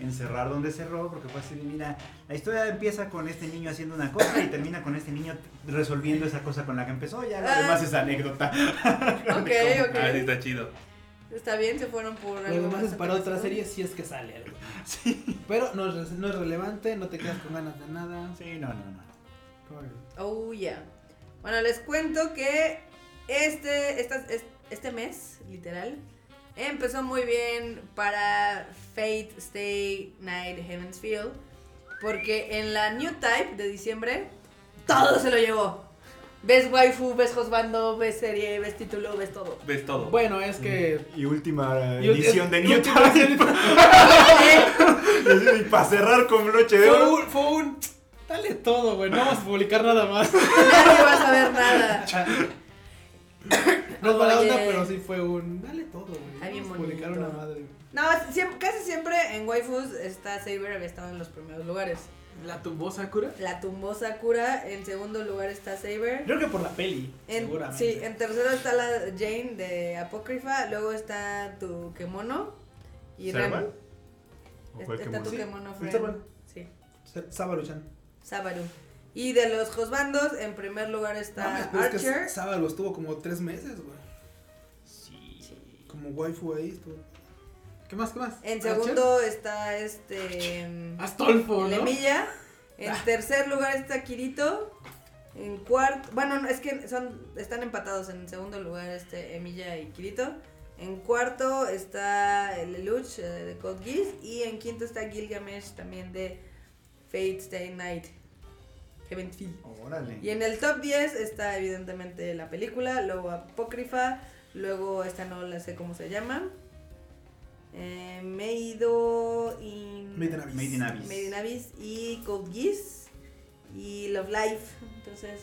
Speaker 2: en cerrar donde cerró, porque fue así de, mira, la historia empieza con este niño haciendo una cosa y termina con este niño t- resolviendo esa cosa con la que empezó, ya lo
Speaker 5: Ah.
Speaker 2: demás es anécdota.
Speaker 5: Ok,
Speaker 4: Ah, sí,
Speaker 5: ok.
Speaker 4: está chido.
Speaker 5: Está bien, se fueron por
Speaker 3: Lo demás es
Speaker 5: más
Speaker 3: para otra
Speaker 5: atrás, ¿no?
Speaker 3: serie si es que sale
Speaker 5: (laughs)
Speaker 3: algo. Pero no es, no es relevante, no te quedas con ganas de nada.
Speaker 2: Sí, no, no, no.
Speaker 5: Oh, yeah. Bueno, les cuento que este, estas- es- este mes, literal, empezó muy bien para Fate Stay Night Heaven's Field. Porque en la New Type de diciembre, todo se lo llevó. Ves waifu, ves josbando, ves serie, ves título, ves todo.
Speaker 4: Ves todo.
Speaker 3: Bueno, es que.
Speaker 2: Mm, Y última
Speaker 3: Y-
Speaker 2: edición de New
Speaker 3: última
Speaker 2: Type. (laughs) y para cerrar con broche de
Speaker 3: Fue
Speaker 2: oro.
Speaker 3: un, fue un- Dale todo, güey. No vamos a publicar nada
Speaker 5: (laughs)
Speaker 3: más.
Speaker 5: Nadie va a saber nada.
Speaker 3: (laughs) No es mala
Speaker 5: Oye.
Speaker 3: onda, pero sí fue un. Dale todo, güey.
Speaker 5: Está bien
Speaker 3: Vamos a publicar
Speaker 5: bonito.
Speaker 3: una madre.
Speaker 5: No, siem- casi siempre en waifus está Saber había estado en los primeros lugares.
Speaker 1: La tumbó Sakura.
Speaker 5: La tumbó Sakura, en segundo lugar está Saber.
Speaker 3: Creo que por la peli.
Speaker 5: En-
Speaker 3: seguramente.
Speaker 5: sí, en tercero está la Jane de Apócrifa, luego está tu Kemono y
Speaker 2: ¿Serval?
Speaker 5: Ran.
Speaker 2: ¿O
Speaker 5: Es-
Speaker 2: cuál
Speaker 5: Está
Speaker 2: Kemono?
Speaker 5: tu
Speaker 2: Sí,
Speaker 5: Kemono
Speaker 3: el
Speaker 5: Friend.
Speaker 3: Serval.
Speaker 5: Sí,
Speaker 3: Se- Sábalo-chan.
Speaker 5: Sabaru. Y de los Josbandos, en primer lugar
Speaker 3: Mames,
Speaker 5: está
Speaker 3: pero es que
Speaker 5: Archer.
Speaker 3: Sábalo estuvo como tres meses, güey. Como waifu ahí estuvo.
Speaker 1: ¿Qué más? ¿Qué más?
Speaker 5: En
Speaker 1: ¿Archer?
Speaker 5: segundo está este. em,
Speaker 1: Astolfo, ¿no?
Speaker 5: Lemilla. En tercer lugar está Kirito. En cuarto, bueno, no, es que son están empatados en segundo lugar este Emilia y Kirito. En cuarto está Lelouch eh, de Code Geass y en quinto está Gilgamesh también de Fate Stay Night. Heaven Feel.
Speaker 2: Órale.
Speaker 5: Y en el top 10 está evidentemente la película, luego Apócrifa, luego esta no la sé cómo se llama. Eh, Meido y
Speaker 3: Made in Abyss.
Speaker 2: Made in Abyss.
Speaker 5: Made in Abyss y Code Geass y Love Life. Entonces,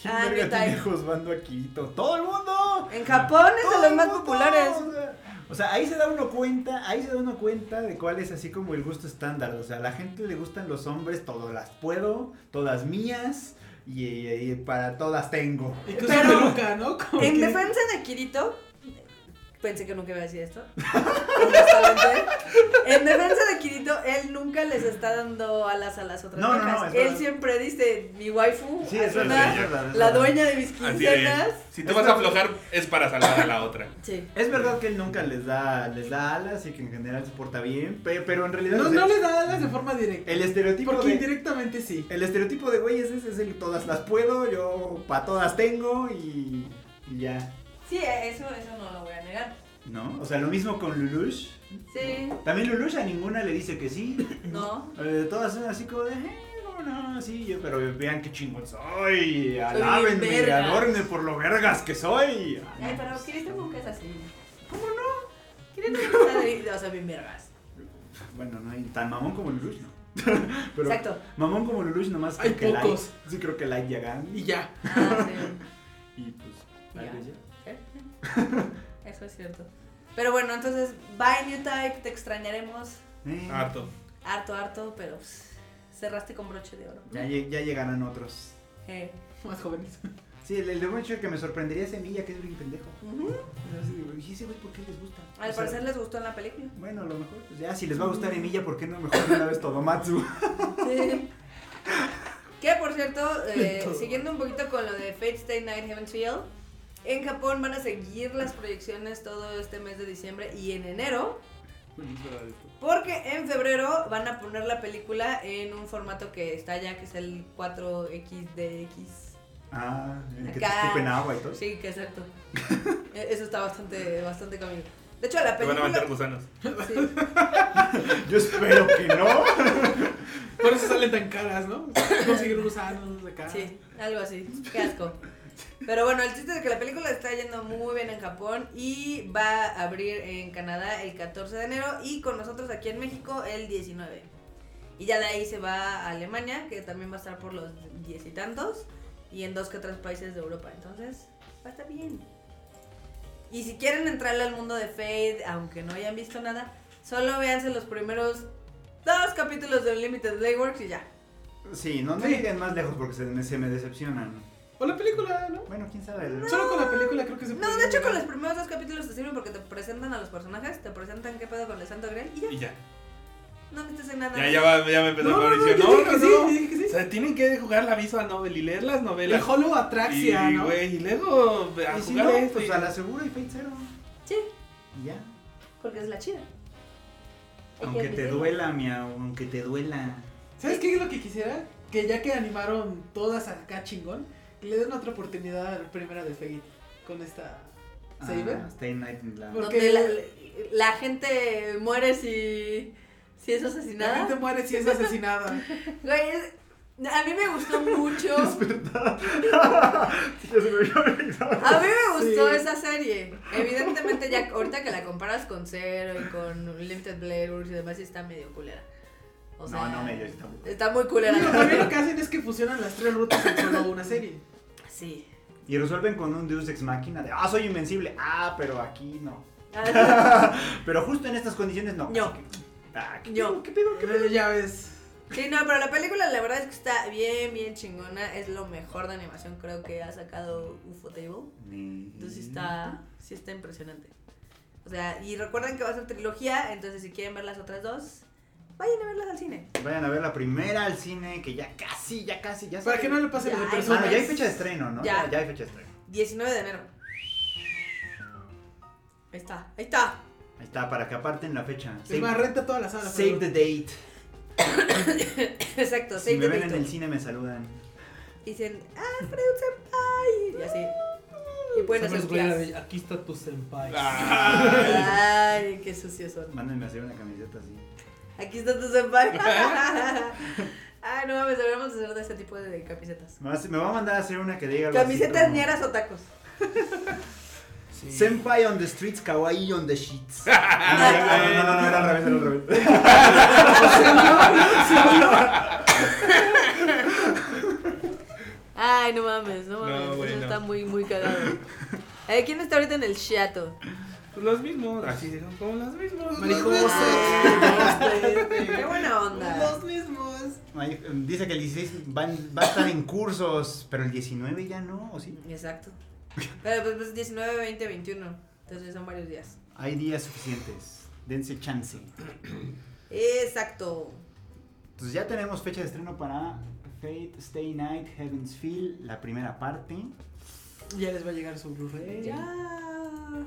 Speaker 2: ¿Quién
Speaker 5: Ah, New
Speaker 2: verga
Speaker 5: Type.
Speaker 2: tiene Josbando aquí? ¡Todo el mundo!
Speaker 5: en Japón es de
Speaker 2: Ah, ¡Todo
Speaker 5: los
Speaker 2: el
Speaker 5: más
Speaker 2: mundo!
Speaker 5: populares.
Speaker 2: O sea, O sea, ahí se da uno cuenta, ahí se da uno cuenta de cuál es así como el gusto estándar. O sea, a la gente le gustan los hombres, todas las puedo, todas mías y, y- y para todas tengo.
Speaker 1: Incluso
Speaker 5: Pero-
Speaker 1: peluca, ¿no? Como
Speaker 5: En
Speaker 1: que-
Speaker 5: defensa de Kirito, pensé que nunca iba a decir esto. honestamente. en defensa de Kirito, él nunca les está dando alas a las otras
Speaker 2: No, no,
Speaker 5: viejas.
Speaker 2: no, es
Speaker 5: él
Speaker 2: verdad.
Speaker 5: siempre dice, mi waifu,
Speaker 2: Sí, es
Speaker 5: Asuna,
Speaker 2: verdad, es verdad, es
Speaker 5: la
Speaker 2: verdad.
Speaker 5: dueña de mis
Speaker 4: Así de.
Speaker 5: quincenas.
Speaker 4: Si te vas a aflojar, es para salvar a la otra.
Speaker 5: Sí.
Speaker 2: Es verdad que él nunca les da, les da alas y que en general se porta bien, pe- pero en realidad
Speaker 1: No,
Speaker 2: o sea,
Speaker 1: no le da alas de forma directa.
Speaker 2: el estereotipo
Speaker 1: Porque
Speaker 2: de-
Speaker 1: indirectamente sí.
Speaker 2: El estereotipo de güeyes ese es el todas las puedo, yo para todas tengo y, y ya.
Speaker 5: Sí, eso, eso no lo voy a negar.
Speaker 2: ¿No? O sea, lo mismo con Lulush.
Speaker 5: Sí,
Speaker 2: También Lulush a ninguna le dice que sí.
Speaker 5: no.
Speaker 2: Eh, todas son así como de, "Eh, ¿cómo no? Sí, yo- pero vean qué chingón soy.
Speaker 5: bien
Speaker 2: Alábenme,
Speaker 5: vergas".
Speaker 2: adórenme por lo vergas que soy. Ah,
Speaker 5: Ay,
Speaker 2: no,
Speaker 5: pero
Speaker 2: pues,
Speaker 5: Kirito nunca es así. ¿Cómo no? Kirito nunca está de, o sea, bien vergas.
Speaker 2: Bueno, no hay tan mamón como Lulush, no. (laughs) pero
Speaker 5: Exacto.
Speaker 2: mamón como Lulush nomás
Speaker 1: Hay
Speaker 2: creo que Light-
Speaker 1: pocos.
Speaker 2: Sí, creo que Light Yagan.
Speaker 1: Y ya.
Speaker 5: Ah, sí.
Speaker 2: Y pues, tal
Speaker 5: Ya.
Speaker 2: vez ya.
Speaker 5: Eso es cierto. Pero bueno, entonces, bye New Type, te extrañaremos
Speaker 2: Eh,
Speaker 1: Ah.
Speaker 4: Harto.
Speaker 5: harto, harto, pero pues, cerraste con broche de oro.
Speaker 2: ya lle- ya llegarán otros.
Speaker 5: Eh,
Speaker 1: Más jóvenes. (laughs)
Speaker 2: Sí, el, el de Witcher que me sorprendería es Emilia, que es bien pendejo.
Speaker 5: ujú.
Speaker 2: Y ese güey, ¿por qué les gusta?
Speaker 5: Al
Speaker 2: O sea,
Speaker 5: parecer les gustó en la película.
Speaker 2: Bueno, a lo mejor, pues ya, si les va a gustar Emilia, ¿por qué no mejor de una vez Todomatsu? (laughs)
Speaker 5: Sí. Que por cierto, eh,
Speaker 3: Todo.
Speaker 5: siguiendo un poquito con lo de Fate Stay Night Heaven's Field, en Japón van a seguir las proyecciones todo este mes de diciembre y en enero. Porque en febrero van a poner la película en un formato que está ya, que es el 4XDX.
Speaker 2: Ah, el que te
Speaker 5: Acá.
Speaker 2: escupen agua y todo.
Speaker 5: Sí, que exacto. E- Eso está bastante, bastante camino. De hecho, la
Speaker 4: Te van a
Speaker 5: película.
Speaker 4: aventar gusanos.
Speaker 5: (laughs)
Speaker 4: (laughs)
Speaker 5: Sí.
Speaker 2: Yo espero que no.
Speaker 1: Por eso salen tan caras, ¿no? Conseguir gusanos de cara.
Speaker 5: Sí, algo así. Qué asco. Pero bueno, el chiste es que la película está yendo muy bien en Japón y va a abrir en Canadá el 14 de enero y con nosotros aquí en México el 19. Y ya de ahí se va a Alemania, que también va a estar por los diez y tantos, y en dos que otros países de Europa. Entonces, va a estar bien. Y si quieren entrarle al mundo de Fade, aunque no hayan visto nada, solo véanse los primeros dos capítulos de Unlimited Dayworks y ya.
Speaker 2: Sí, no, no
Speaker 1: Sí.
Speaker 2: lleguen más lejos porque se me, se me decepcionan.
Speaker 1: O la película, ¿no?
Speaker 2: Bueno, quién sabe.
Speaker 1: Solo con la película creo que se
Speaker 5: No,
Speaker 1: puede
Speaker 5: de hecho
Speaker 1: llegar.
Speaker 5: con los primeros dos capítulos te sirven porque te presentan a los personajes, te presentan qué pedo con el Santo Grial y ya,
Speaker 4: Y ya.
Speaker 5: no metes en nada.
Speaker 4: Ya, ya, va, ya me empezó
Speaker 1: No, no,
Speaker 4: Mauricio.
Speaker 1: no, yo dije que sí,
Speaker 4: no.
Speaker 1: yo dije que sí.
Speaker 4: O sea, tienen que jugar la visual novel y leer las novelas.
Speaker 1: El Hollow Atraxia,
Speaker 4: y,
Speaker 1: ¿no?
Speaker 4: güey, y luego a
Speaker 2: Y
Speaker 4: jugar
Speaker 2: si no,
Speaker 4: esto.
Speaker 2: pues
Speaker 4: y-
Speaker 2: a la segura y Fate Zero.
Speaker 5: Sí,
Speaker 2: Y ya.
Speaker 5: porque es la chida.
Speaker 2: Aunque te duela, miau, aunque te duela.
Speaker 1: ¿Sabes qué es lo que quisiera? Que ya que animaron todas acá chingón, le den otra oportunidad a la primera de Fate con esta Saber.
Speaker 2: Ah, Stay Night in Black.
Speaker 1: Bueno.
Speaker 5: Donde la, la gente muere si, si es
Speaker 1: la gente
Speaker 5: asesinada.
Speaker 1: muere si es asesinada.
Speaker 5: Güey, es- a mí me gustó mucho.
Speaker 2: Sí, ya se me había olvidado.
Speaker 5: A mí me gustó
Speaker 1: Sí.
Speaker 5: esa serie. Evidentemente ya ahorita que la comparas con Zero y con Limited Blade Works y demás sí está medio culera. O sea,
Speaker 2: no, medio, sí, tampoco.
Speaker 5: Está
Speaker 1: (laughs)
Speaker 5: muy
Speaker 1: Pero (laughs)
Speaker 5: culera.
Speaker 1: también lo que hacen es que fusionan las tres rutas en solo una (laughs) serie.
Speaker 5: Sí.
Speaker 2: Y resuelven con un Deus Ex Máquina de, ah, soy invencible. Ah, pero aquí no.
Speaker 5: Ah,
Speaker 2: Pero justo en estas condiciones no.
Speaker 5: No.
Speaker 2: Así que, ah, ¿qué
Speaker 5: No.
Speaker 2: pedo? ¿Qué pedo? ¿Qué pedo?
Speaker 1: Eh, Ya ves.
Speaker 5: Sí, no, pero la película la verdad es que está bien, bien chingona. Es lo mejor de animación creo que ha sacado UFO Table. Entonces sí está, sí está impresionante. O sea, y recuerden que va a ser trilogía, entonces si quieren ver las otras dos, vayan a verlas al cine.
Speaker 2: Vayan a ver la primera al cine, que ya casi, ya casi, ya se-
Speaker 1: Para que no le pase lo de
Speaker 2: Ah,
Speaker 5: Ay,
Speaker 2: no,
Speaker 1: personas.
Speaker 2: ya hay fecha de estreno, ¿no?
Speaker 5: Ya.
Speaker 2: ya hay fecha de estreno.
Speaker 5: 19 de enero. Ahí está, ahí está. (laughs)
Speaker 2: Ahí está, para que aparten la fecha.
Speaker 1: Es más, renta toda la sala. por
Speaker 2: save
Speaker 1: favor.
Speaker 2: the date.
Speaker 5: Exacto,
Speaker 2: Si
Speaker 5: seis
Speaker 2: me
Speaker 5: de
Speaker 2: ven en
Speaker 5: Tito.
Speaker 2: el cine me saludan.
Speaker 5: Dicen, ah, Freud Senpai. Y así. Y pueden
Speaker 3: Siempre
Speaker 5: hacer
Speaker 3: su playera
Speaker 5: clases.
Speaker 3: de, Aquí está tu senpai.
Speaker 4: (laughs)
Speaker 5: ah.
Speaker 4: Ay.
Speaker 5: Ay, qué sucios son.
Speaker 2: Mándenme a hacer una camiseta así.
Speaker 5: Aquí está tu senpai. (laughs) Ay, no mames, deberíamos hacer de ese tipo de camisetas.
Speaker 2: Me va a hacer- Me va a mandar a hacer una que diga algo así
Speaker 5: Camisetas
Speaker 2: como,
Speaker 5: ñeras o tacos.
Speaker 3: Sí.
Speaker 2: Senpai on the streets, kawaii on the sheets. no, no, no, no, no, era al revés, era al revés.
Speaker 5: Ay, no mames, no mames.
Speaker 4: No, güey,
Speaker 5: Eso
Speaker 4: no.
Speaker 5: está muy, muy cagado. Eh, ¿Quién está ahorita en el chato?
Speaker 4: Pues los mismos, así son como los mismos.
Speaker 5: Ah, este, Qué buena onda.
Speaker 1: mismos.
Speaker 2: Ay, em, Dice que el 16 van, va a estar en cursos, pero el 19 ya no, ¿o sí?
Speaker 5: Exacto. Pero pues, pues 19, 20, 21. Entonces son varios días.
Speaker 2: Hay días suficientes. Dense chance.
Speaker 5: Exacto.
Speaker 2: Entonces ya tenemos fecha de estreno para Fate, Stay Night, Heaven's Feel, la primera parte.
Speaker 1: Ya les va a llegar su Blu-ray.
Speaker 5: Ya.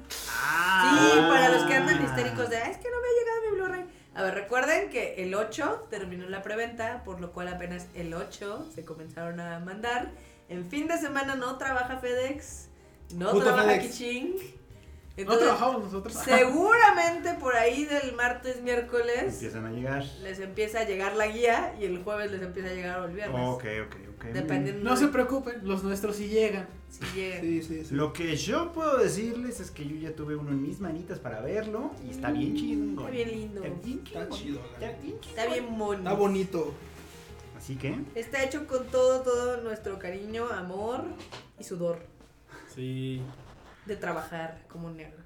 Speaker 5: Sí,
Speaker 3: Ah.
Speaker 5: para los que andan histéricos de, "Ah, es que no me ha llegado mi Blu-ray. A ver, recuerden que el 8 terminó la preventa, por lo cual apenas el 8 se comenzaron a mandar. En fin de semana no trabaja FedEx, no
Speaker 3: Puto
Speaker 5: trabaja
Speaker 3: FedEx.
Speaker 5: Kiching.
Speaker 1: No
Speaker 5: Entonces,
Speaker 1: trabajamos nosotros.
Speaker 5: seguramente por ahí del martes, miércoles,
Speaker 2: Empiezan a llegar.
Speaker 5: les empieza a llegar la guía y el jueves les empieza a llegar o el viernes.
Speaker 2: Ok, ok, ok.
Speaker 5: Dependiendo
Speaker 1: (laughs) No se preocupen, los nuestros sí llegan.
Speaker 5: si llega.
Speaker 3: Sí, sí, sí.
Speaker 2: Lo que yo puedo decirles es que yo ya tuve uno en mis manitas para verlo y está bien chido.
Speaker 5: Mm, Está bien lindo.
Speaker 2: Está bien
Speaker 3: Está
Speaker 2: chingón.
Speaker 3: chido, la
Speaker 2: Está
Speaker 3: neta.
Speaker 2: bien
Speaker 5: Está bien mono.
Speaker 3: Está bonito.
Speaker 2: chingón. Así que,
Speaker 5: Está hecho con todo, todo nuestro cariño, amor y sudor
Speaker 3: Sí.
Speaker 5: de trabajar como negros.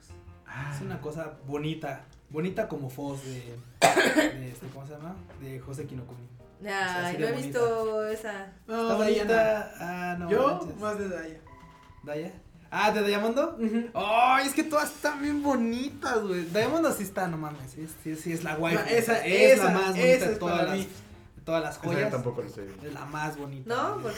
Speaker 2: ah,
Speaker 3: Es una cosa bonita. Bonita como Foz de. de este, ¿Cómo se llama? De José Kinokuni.
Speaker 5: Ay,
Speaker 3: así
Speaker 5: no
Speaker 3: de
Speaker 5: he
Speaker 3: bonita.
Speaker 5: visto esa.
Speaker 1: No,
Speaker 3: Está
Speaker 1: Daya
Speaker 3: bonita. Ah,
Speaker 1: no.
Speaker 3: no.
Speaker 1: Yo,
Speaker 3: manches.
Speaker 1: más de Daya.
Speaker 3: ¿Daya? Ah, ¿de Diamondo? ¡Ay, es que todas están bien bonitas, güey! Diamondo sí está, no mames. Sí, sí, sí, es la guay.
Speaker 1: No, esa-
Speaker 3: es
Speaker 1: esa-
Speaker 3: la más bonita
Speaker 1: esa
Speaker 3: de
Speaker 1: es
Speaker 3: todas
Speaker 1: para
Speaker 3: las,
Speaker 1: mí.
Speaker 3: de todas las
Speaker 2: esa yo
Speaker 3: joyas.
Speaker 2: tampoco lo estoy viendo.
Speaker 3: Es la más bonita.
Speaker 5: ¿No? Porque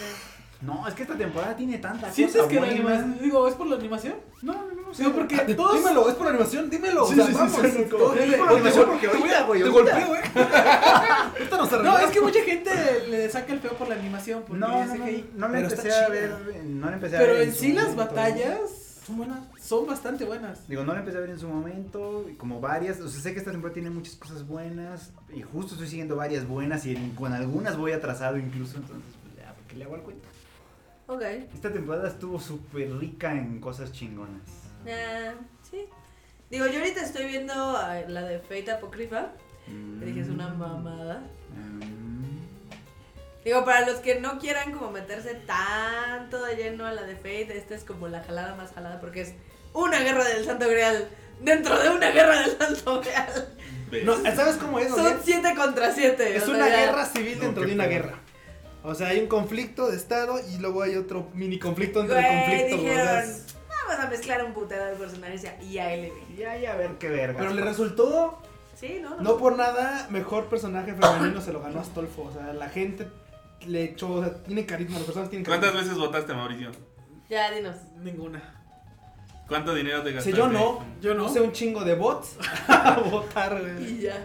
Speaker 2: No, es que esta temporada tiene tanta
Speaker 1: ¿Sientes
Speaker 2: cosa
Speaker 1: que la
Speaker 2: buena.
Speaker 1: animación? Digo, ¿es por la animación?
Speaker 2: No, no, no.
Speaker 1: Sí, porque todos.
Speaker 3: Dímelo, es por animación, dímelo.
Speaker 2: Sí,
Speaker 3: o sea,
Speaker 2: sí, sí,
Speaker 3: vamos.
Speaker 2: sí, sí, como-
Speaker 3: Dile,
Speaker 2: Es por animación
Speaker 3: te-
Speaker 2: porque
Speaker 3: te-
Speaker 2: ahorita, güey,
Speaker 3: Te
Speaker 2: ahorita.
Speaker 3: golpeo, eh. Ahorita nos vamos a
Speaker 1: No,
Speaker 3: arreglar.
Speaker 1: es que mucha gente le saca el feo por la animación, porque
Speaker 2: No, no,
Speaker 1: es
Speaker 2: no,
Speaker 1: CGI.
Speaker 2: no la
Speaker 3: Pero está
Speaker 2: empecé a
Speaker 3: chida.
Speaker 2: ver, no la empecé a ver.
Speaker 1: Pero en
Speaker 2: su
Speaker 1: sí las
Speaker 2: momento.
Speaker 1: batallas
Speaker 3: Son buenas.
Speaker 1: son bastante buenas.
Speaker 2: Digo, no la empecé a ver en su momento, y como varias, o sea, sé que esta temporada tiene muchas cosas buenas, y justo estoy siguiendo varias buenas, y en- con algunas voy atrasado incluso, entonces, pues, ya, ¿por qué le hago al cuento?
Speaker 5: Ok.
Speaker 2: Esta temporada estuvo súper rica en cosas chingonas.
Speaker 5: Ah, sí. Digo, yo ahorita estoy viendo ah, la de Fate Apocrypha.
Speaker 2: Mm.
Speaker 5: que dije, es una mamada.
Speaker 2: Mm.
Speaker 5: Digo, para los que no quieran como meterse tanto de lleno a la de Fate, esta es como la jalada más jalada porque es una guerra del Santo Grial dentro de una guerra del Santo Grial.
Speaker 4: ¿Ves?
Speaker 3: No, ¿sabes cómo es? O sea,
Speaker 5: Son siete contra siete.
Speaker 3: es
Speaker 5: o
Speaker 3: una
Speaker 5: sea,
Speaker 3: guerra civil
Speaker 2: No,
Speaker 3: dentro
Speaker 2: qué
Speaker 3: de una
Speaker 2: feo.
Speaker 3: guerra. O sea, hay un conflicto de estado y luego hay otro mini conflicto entre
Speaker 5: Güey,
Speaker 3: conflicto. güey, o sea,
Speaker 5: dijeron,
Speaker 3: es-
Speaker 5: Vamos a mezclar un putero de personajes y a LB.
Speaker 2: Y ahí a ver qué verga.
Speaker 3: Pero le resultó,
Speaker 5: Sí, ¿no?
Speaker 3: no por nada, mejor personaje femenino se lo ganó Astolfo. O sea, la gente le echó, o sea, tiene carisma, las personas tienen carisma.
Speaker 4: ¿Cuántas veces votaste, Mauricio?
Speaker 5: Ya, dinos.
Speaker 1: Ninguna.
Speaker 4: ¿Cuánto dinero te
Speaker 3: O
Speaker 4: gastaste?
Speaker 3: sea, yo no,
Speaker 1: Yo no.
Speaker 3: puse un chingo de bots (laughs) a votar, güey.
Speaker 5: Y ya.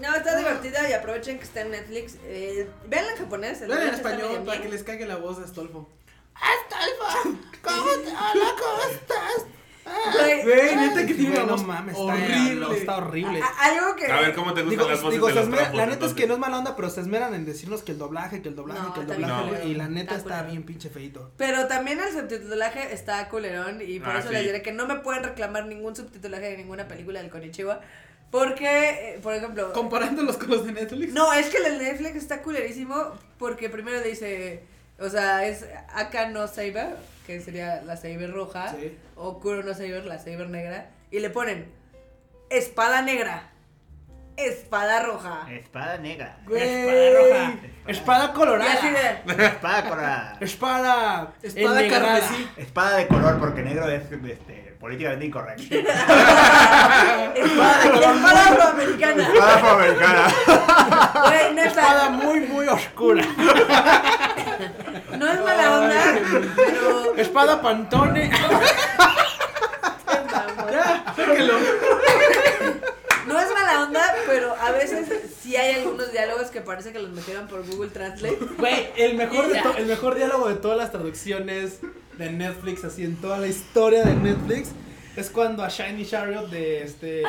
Speaker 5: No, está divertida y aprovechen que está en Netflix. Eh, véanla en japonés.
Speaker 1: Vean en
Speaker 5: doblaje está
Speaker 1: español
Speaker 5: medio
Speaker 1: para que
Speaker 5: bien.
Speaker 1: les cague la voz de Astolfo.
Speaker 5: Güey,
Speaker 1: Güey, neta que tiene
Speaker 3: Güey,
Speaker 1: una
Speaker 3: no
Speaker 1: voz
Speaker 3: mames, está
Speaker 1: horrible.
Speaker 3: Está horrible.
Speaker 5: a- algo que.
Speaker 4: A ver, ¿cómo te gustan
Speaker 3: Digo,
Speaker 4: las voces
Speaker 3: digo,
Speaker 4: de
Speaker 3: se
Speaker 4: los
Speaker 3: esmera-
Speaker 4: trapos,
Speaker 3: la neta es que
Speaker 4: entonces?
Speaker 3: no es mala onda, pero se esmeran en decirnos que el doblaje, que el doblaje,
Speaker 5: No,
Speaker 3: que el
Speaker 5: está bien
Speaker 3: doblaje,
Speaker 4: culero.
Speaker 3: güey, y la neta
Speaker 5: Está
Speaker 3: está
Speaker 5: culero.
Speaker 3: bien pinche feito.
Speaker 5: Pero también el subtitulaje está culerón y por
Speaker 4: Ah,
Speaker 5: eso
Speaker 4: sí.
Speaker 5: les diré que no me pueden reclamar ningún subtitulaje de ninguna película del Konichiwa. Porque, eh, por ejemplo.
Speaker 1: Comparándolos con los de Netflix.
Speaker 5: No, es que el de Netflix está culerísimo porque primero dice. O sea, es Aka no Saber, que sería la Saber roja.
Speaker 3: Sí.
Speaker 5: o Kuro no Saber, la Saber negra, y le ponen espada negra, espada roja.
Speaker 2: Espada negra.
Speaker 3: Güey.
Speaker 2: Espada roja.
Speaker 5: Y
Speaker 3: Espada
Speaker 5: así
Speaker 3: colorada.
Speaker 5: de,
Speaker 2: Espada
Speaker 3: (laughs)
Speaker 2: colorada.
Speaker 3: Espada.
Speaker 1: Espada
Speaker 3: ennegrada.
Speaker 1: carmesí.
Speaker 2: Espada de color, porque negro es este, políticamente
Speaker 3: (laughs)
Speaker 2: incorrecto.
Speaker 5: espada, espada afroamericana.
Speaker 2: Espada afroamericana.
Speaker 5: Güey, neta,
Speaker 3: Espada muy, muy oscura. (laughs)
Speaker 5: no es mala onda, pero...
Speaker 3: Espada pantone.
Speaker 5: No es mala onda, pero a veces sí hay algunos diálogos que parece que los metieron por Google Translate.
Speaker 3: Güey, el mejor, de
Speaker 5: Ya.
Speaker 3: to- el mejor diálogo de todas las traducciones de Netflix, así en toda la historia de Netflix, es cuando a Shiny Chariot de (laughs) este.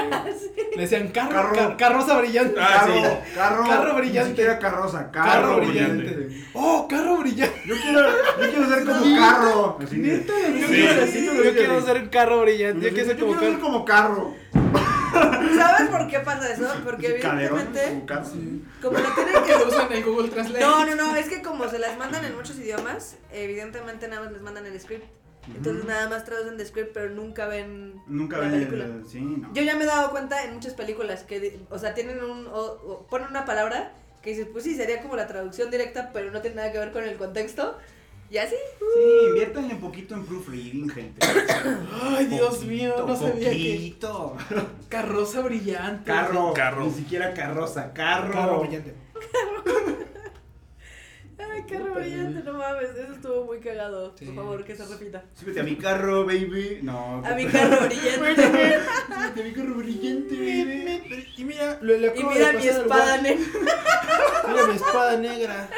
Speaker 3: Le decían carro,
Speaker 2: Carro.
Speaker 3: ca- carroza brillante.
Speaker 4: Ah, sí.
Speaker 2: carro,
Speaker 3: Carro
Speaker 2: Ni
Speaker 3: brillante.
Speaker 2: siquiera carroza, carro,
Speaker 3: Carro
Speaker 2: brillante.
Speaker 3: brillante. Oh, carro brillante.
Speaker 2: Yo quiero, yo quiero ser como carro. Así de-
Speaker 3: Yo,
Speaker 4: Sí.
Speaker 3: quiero,
Speaker 2: Sí.
Speaker 3: yo quiero ser un carro brillante. Yo quiero ser como carro.
Speaker 2: como carro.
Speaker 5: ¿Sabes por qué pasa eso? Porque
Speaker 2: Así, caderón,
Speaker 5: evidentemente,
Speaker 2: como carro.
Speaker 5: como lo tienen que
Speaker 1: Lo usan en el Google Translate.
Speaker 5: No, no, no, es que como se las mandan en muchos idiomas, evidentemente nada más les mandan el script. Entonces
Speaker 2: Ujú.
Speaker 5: nada más traducen de script, pero nunca ven
Speaker 2: Nunca
Speaker 5: la
Speaker 2: ven
Speaker 5: película.
Speaker 2: el. Sí, no.
Speaker 5: Yo ya me he dado cuenta en muchas películas que, di- o sea, tienen un, o, o ponen una palabra que dices, pues sí, sería como la traducción directa, pero no tiene nada que ver con el contexto. Y así.
Speaker 2: Sí, inviértanle un poquito en proofreading, gente.
Speaker 1: Ay, Dios mío, no sabía que.
Speaker 2: poquito.
Speaker 1: Carroza brillante.
Speaker 2: Carro,
Speaker 4: Carro.
Speaker 2: Ni siquiera carroza, carro.
Speaker 3: Carro brillante.
Speaker 5: Ay, qué brillante, no mames, eso estuvo muy cagado. Por favor, que se repita.
Speaker 2: Súbete a mi carro, baby. No.
Speaker 5: A mi
Speaker 2: (laughs)
Speaker 5: carro brillante.
Speaker 2: Súbete a mi carro brillante, baby.
Speaker 3: Y mira, lo- le
Speaker 5: y
Speaker 3: acabo
Speaker 5: mira
Speaker 3: de
Speaker 5: mi
Speaker 3: pasar
Speaker 5: espada
Speaker 3: al guacho.
Speaker 5: negra.
Speaker 3: Mira mi espada negra.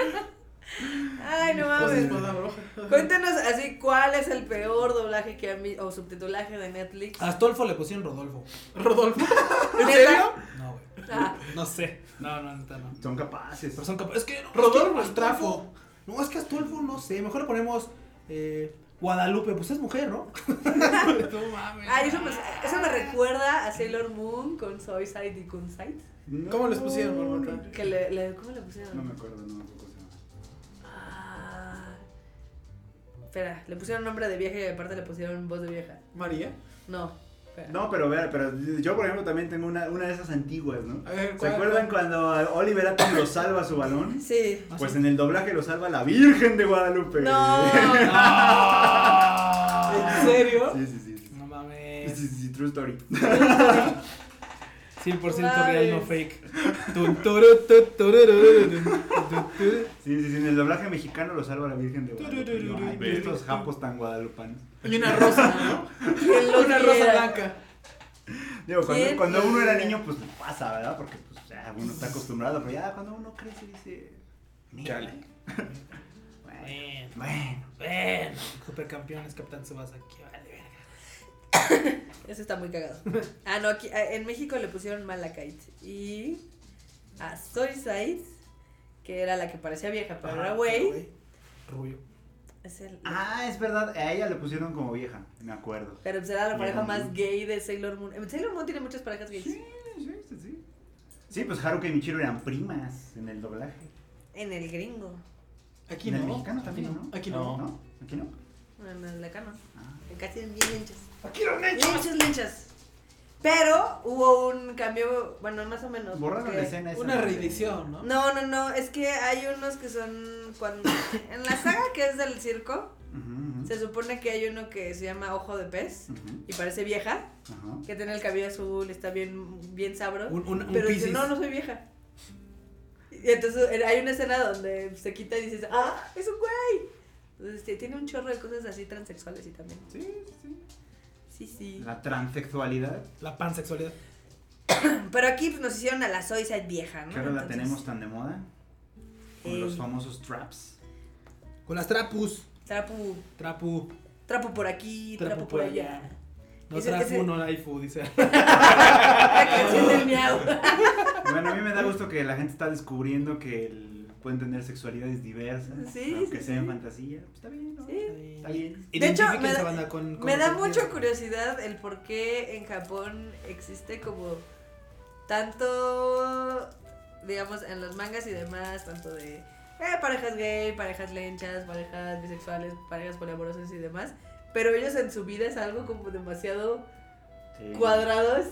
Speaker 5: Ay, no
Speaker 1: Pues,
Speaker 5: mames.
Speaker 1: espada roja.
Speaker 5: Cuéntenos así cuál es el peor doblaje que han visto o subtitulaje de Netflix.
Speaker 3: Astolfo le pusieron Rodolfo.
Speaker 1: Rodolfo. (laughs)
Speaker 5: ¿En serio?
Speaker 3: No, güey.
Speaker 5: Ah,
Speaker 3: No sé. No, no, neta, no.
Speaker 2: Son capaces.
Speaker 3: Pero son capa- Es que. no,
Speaker 1: Rodolfo
Speaker 3: es que
Speaker 1: Estrafo.
Speaker 3: Astolfo- No, es que Astolfo no sé. Mejor le ponemos. eh, Guadalupe, pues es mujer, (laughs) ¿no?
Speaker 1: No mames.
Speaker 5: ah, eso, me, eso me recuerda a Sailor Moon con Soyside y Kunside.
Speaker 2: No.
Speaker 1: ¿Cómo les pusieron, Marmota?
Speaker 5: Que le, le- ¿Cómo le pusieron?
Speaker 2: No me acuerdo, no me acuerdo.
Speaker 5: Ah, espera, le pusieron nombre de vieja y aparte le pusieron voz de vieja.
Speaker 1: María.
Speaker 5: No. espera.
Speaker 2: No, pero vea, pero yo por ejemplo también tengo una, una de esas antiguas, ¿no?
Speaker 1: A ver,
Speaker 2: ¿Se
Speaker 1: ¿cuál-
Speaker 2: acuerdan cuando a Oliver Atom lo salva su balón?
Speaker 5: Sí.
Speaker 3: Ah,
Speaker 2: Pues
Speaker 3: sí.
Speaker 2: en el doblaje lo salva la Virgen de Guadalupe.
Speaker 5: No.
Speaker 3: (laughs) Ah.
Speaker 1: ¿En serio?
Speaker 2: Sí, sí, sí. sí.
Speaker 3: No
Speaker 2: Sí,
Speaker 3: mames.
Speaker 2: sí, sí, true story.
Speaker 3: 100%
Speaker 5: Mames.
Speaker 3: real, no fake. Tun, turu, tu, tururu, tun, tu, tu.
Speaker 2: Sí, sí, sí, en el doblaje mexicano lo salva la Virgen de Guadalupe.
Speaker 3: Turururu.
Speaker 2: No, ay, pero estos japos tan guadalupanos.
Speaker 5: (laughs)
Speaker 1: Y una rosa, ¿no?
Speaker 5: ¿Quién lo
Speaker 1: Una rosa
Speaker 5: diera?
Speaker 1: blanca.
Speaker 2: Digo, cuando,
Speaker 5: ¿Quién
Speaker 2: cuando uno era
Speaker 5: diría?
Speaker 2: niño, pues le pasa, ¿verdad? Porque pues, ya uno está acostumbrado, pero ya cuando uno crece dice. "Mira".
Speaker 4: Chale.
Speaker 2: Bueno, bueno.
Speaker 3: Bueno, supercampeones, Capitán Subasa, que vale verga.
Speaker 5: Eso está
Speaker 2: (laughs)
Speaker 5: muy cagado. Ah, no, aquí, ah, en México le pusieron Malakite. Y a Soy Said, que era la que parecía vieja, pero era güey.
Speaker 3: Rubio.
Speaker 5: es el-
Speaker 2: Ah, es verdad, a ella le pusieron como vieja, me acuerdo.
Speaker 5: Pero pues era la pareja
Speaker 2: Bien.
Speaker 5: más gay de Sailor Moon. Eh, Sailor Moon tiene muchas parejas gays.
Speaker 2: Sí, sí, sí, sí. Sí, pues Haruka y Michiro eran primas en el doblaje.
Speaker 5: En el gringo.
Speaker 1: Aquí
Speaker 2: en
Speaker 1: no.
Speaker 2: el mexicano también, ¿no?
Speaker 1: Aquí
Speaker 2: ¿No?
Speaker 1: no.
Speaker 2: ¿Aquí no?
Speaker 5: En el lacano.
Speaker 2: Ah.
Speaker 5: Casi bien
Speaker 2: (laughs)
Speaker 5: linchas.
Speaker 2: ¡Aquí los
Speaker 5: Linchas, linchas. Pero hubo un cambio, bueno, más o menos.
Speaker 2: Borraron
Speaker 5: porque-
Speaker 2: la escena esa.
Speaker 1: Una
Speaker 2: ¿no?
Speaker 1: reedición, ¿no?
Speaker 5: No, no, no, es que hay unos que son cuando... En la saga que es del circo,
Speaker 2: Ujú, ujú.
Speaker 5: se supone que hay uno que se llama Ojo de Pez
Speaker 2: Ujú,
Speaker 5: y parece vieja,
Speaker 2: ajá.
Speaker 5: que tiene el cabello azul, está bien, bien sabro.
Speaker 3: Un, un, un
Speaker 5: Ah, pero dice,
Speaker 3: Piscis.
Speaker 5: no, no soy vieja. Y entonces era- hay una escena donde se quita y dices, ah, es un güey. Entonces este, tiene un chorro de cosas así transexuales y también.
Speaker 2: Sí, sí, sí.
Speaker 5: Sí, sí.
Speaker 2: La transexualidad,
Speaker 3: La pansexualidad.
Speaker 5: Pero aquí pues, nos hicieron a la Soyside vieja, ¿no?
Speaker 2: que ahora la
Speaker 5: Ah, Entonces, Eh.
Speaker 2: tenemos tan de moda. Con
Speaker 5: Ey.
Speaker 2: los famosos traps.
Speaker 3: Con las trapus.
Speaker 5: Trapo,
Speaker 3: Trapu.
Speaker 5: trapo por aquí, trapo, por allá.
Speaker 3: No
Speaker 5: Ese-
Speaker 3: trapu,
Speaker 5: ese-
Speaker 3: no laifu, dice.
Speaker 5: La canción del miau.
Speaker 2: Bueno, a mí me da gusto que la gente está descubriendo que el- pueden tener sexualidades diversas.
Speaker 5: Sí,
Speaker 2: Aunque
Speaker 5: sí,
Speaker 2: sea en
Speaker 5: sí.
Speaker 2: fantasía. Pues está bien, ¿no?
Speaker 5: Sí.
Speaker 2: Está bien.
Speaker 5: De hecho,
Speaker 3: Identifiquen
Speaker 5: me
Speaker 3: esa
Speaker 5: da-
Speaker 3: banda con- con
Speaker 5: Me da
Speaker 3: lo que
Speaker 5: mucha
Speaker 3: quieran.
Speaker 5: curiosidad el por qué en Japón existe como tanto, digamos, en los mangas y demás, tanto de eh, parejas gay, parejas lenchas, parejas bisexuales, parejas poliamorosas y demás, pero ellos en su vida es algo como demasiado
Speaker 2: Sí.
Speaker 5: cuadrados.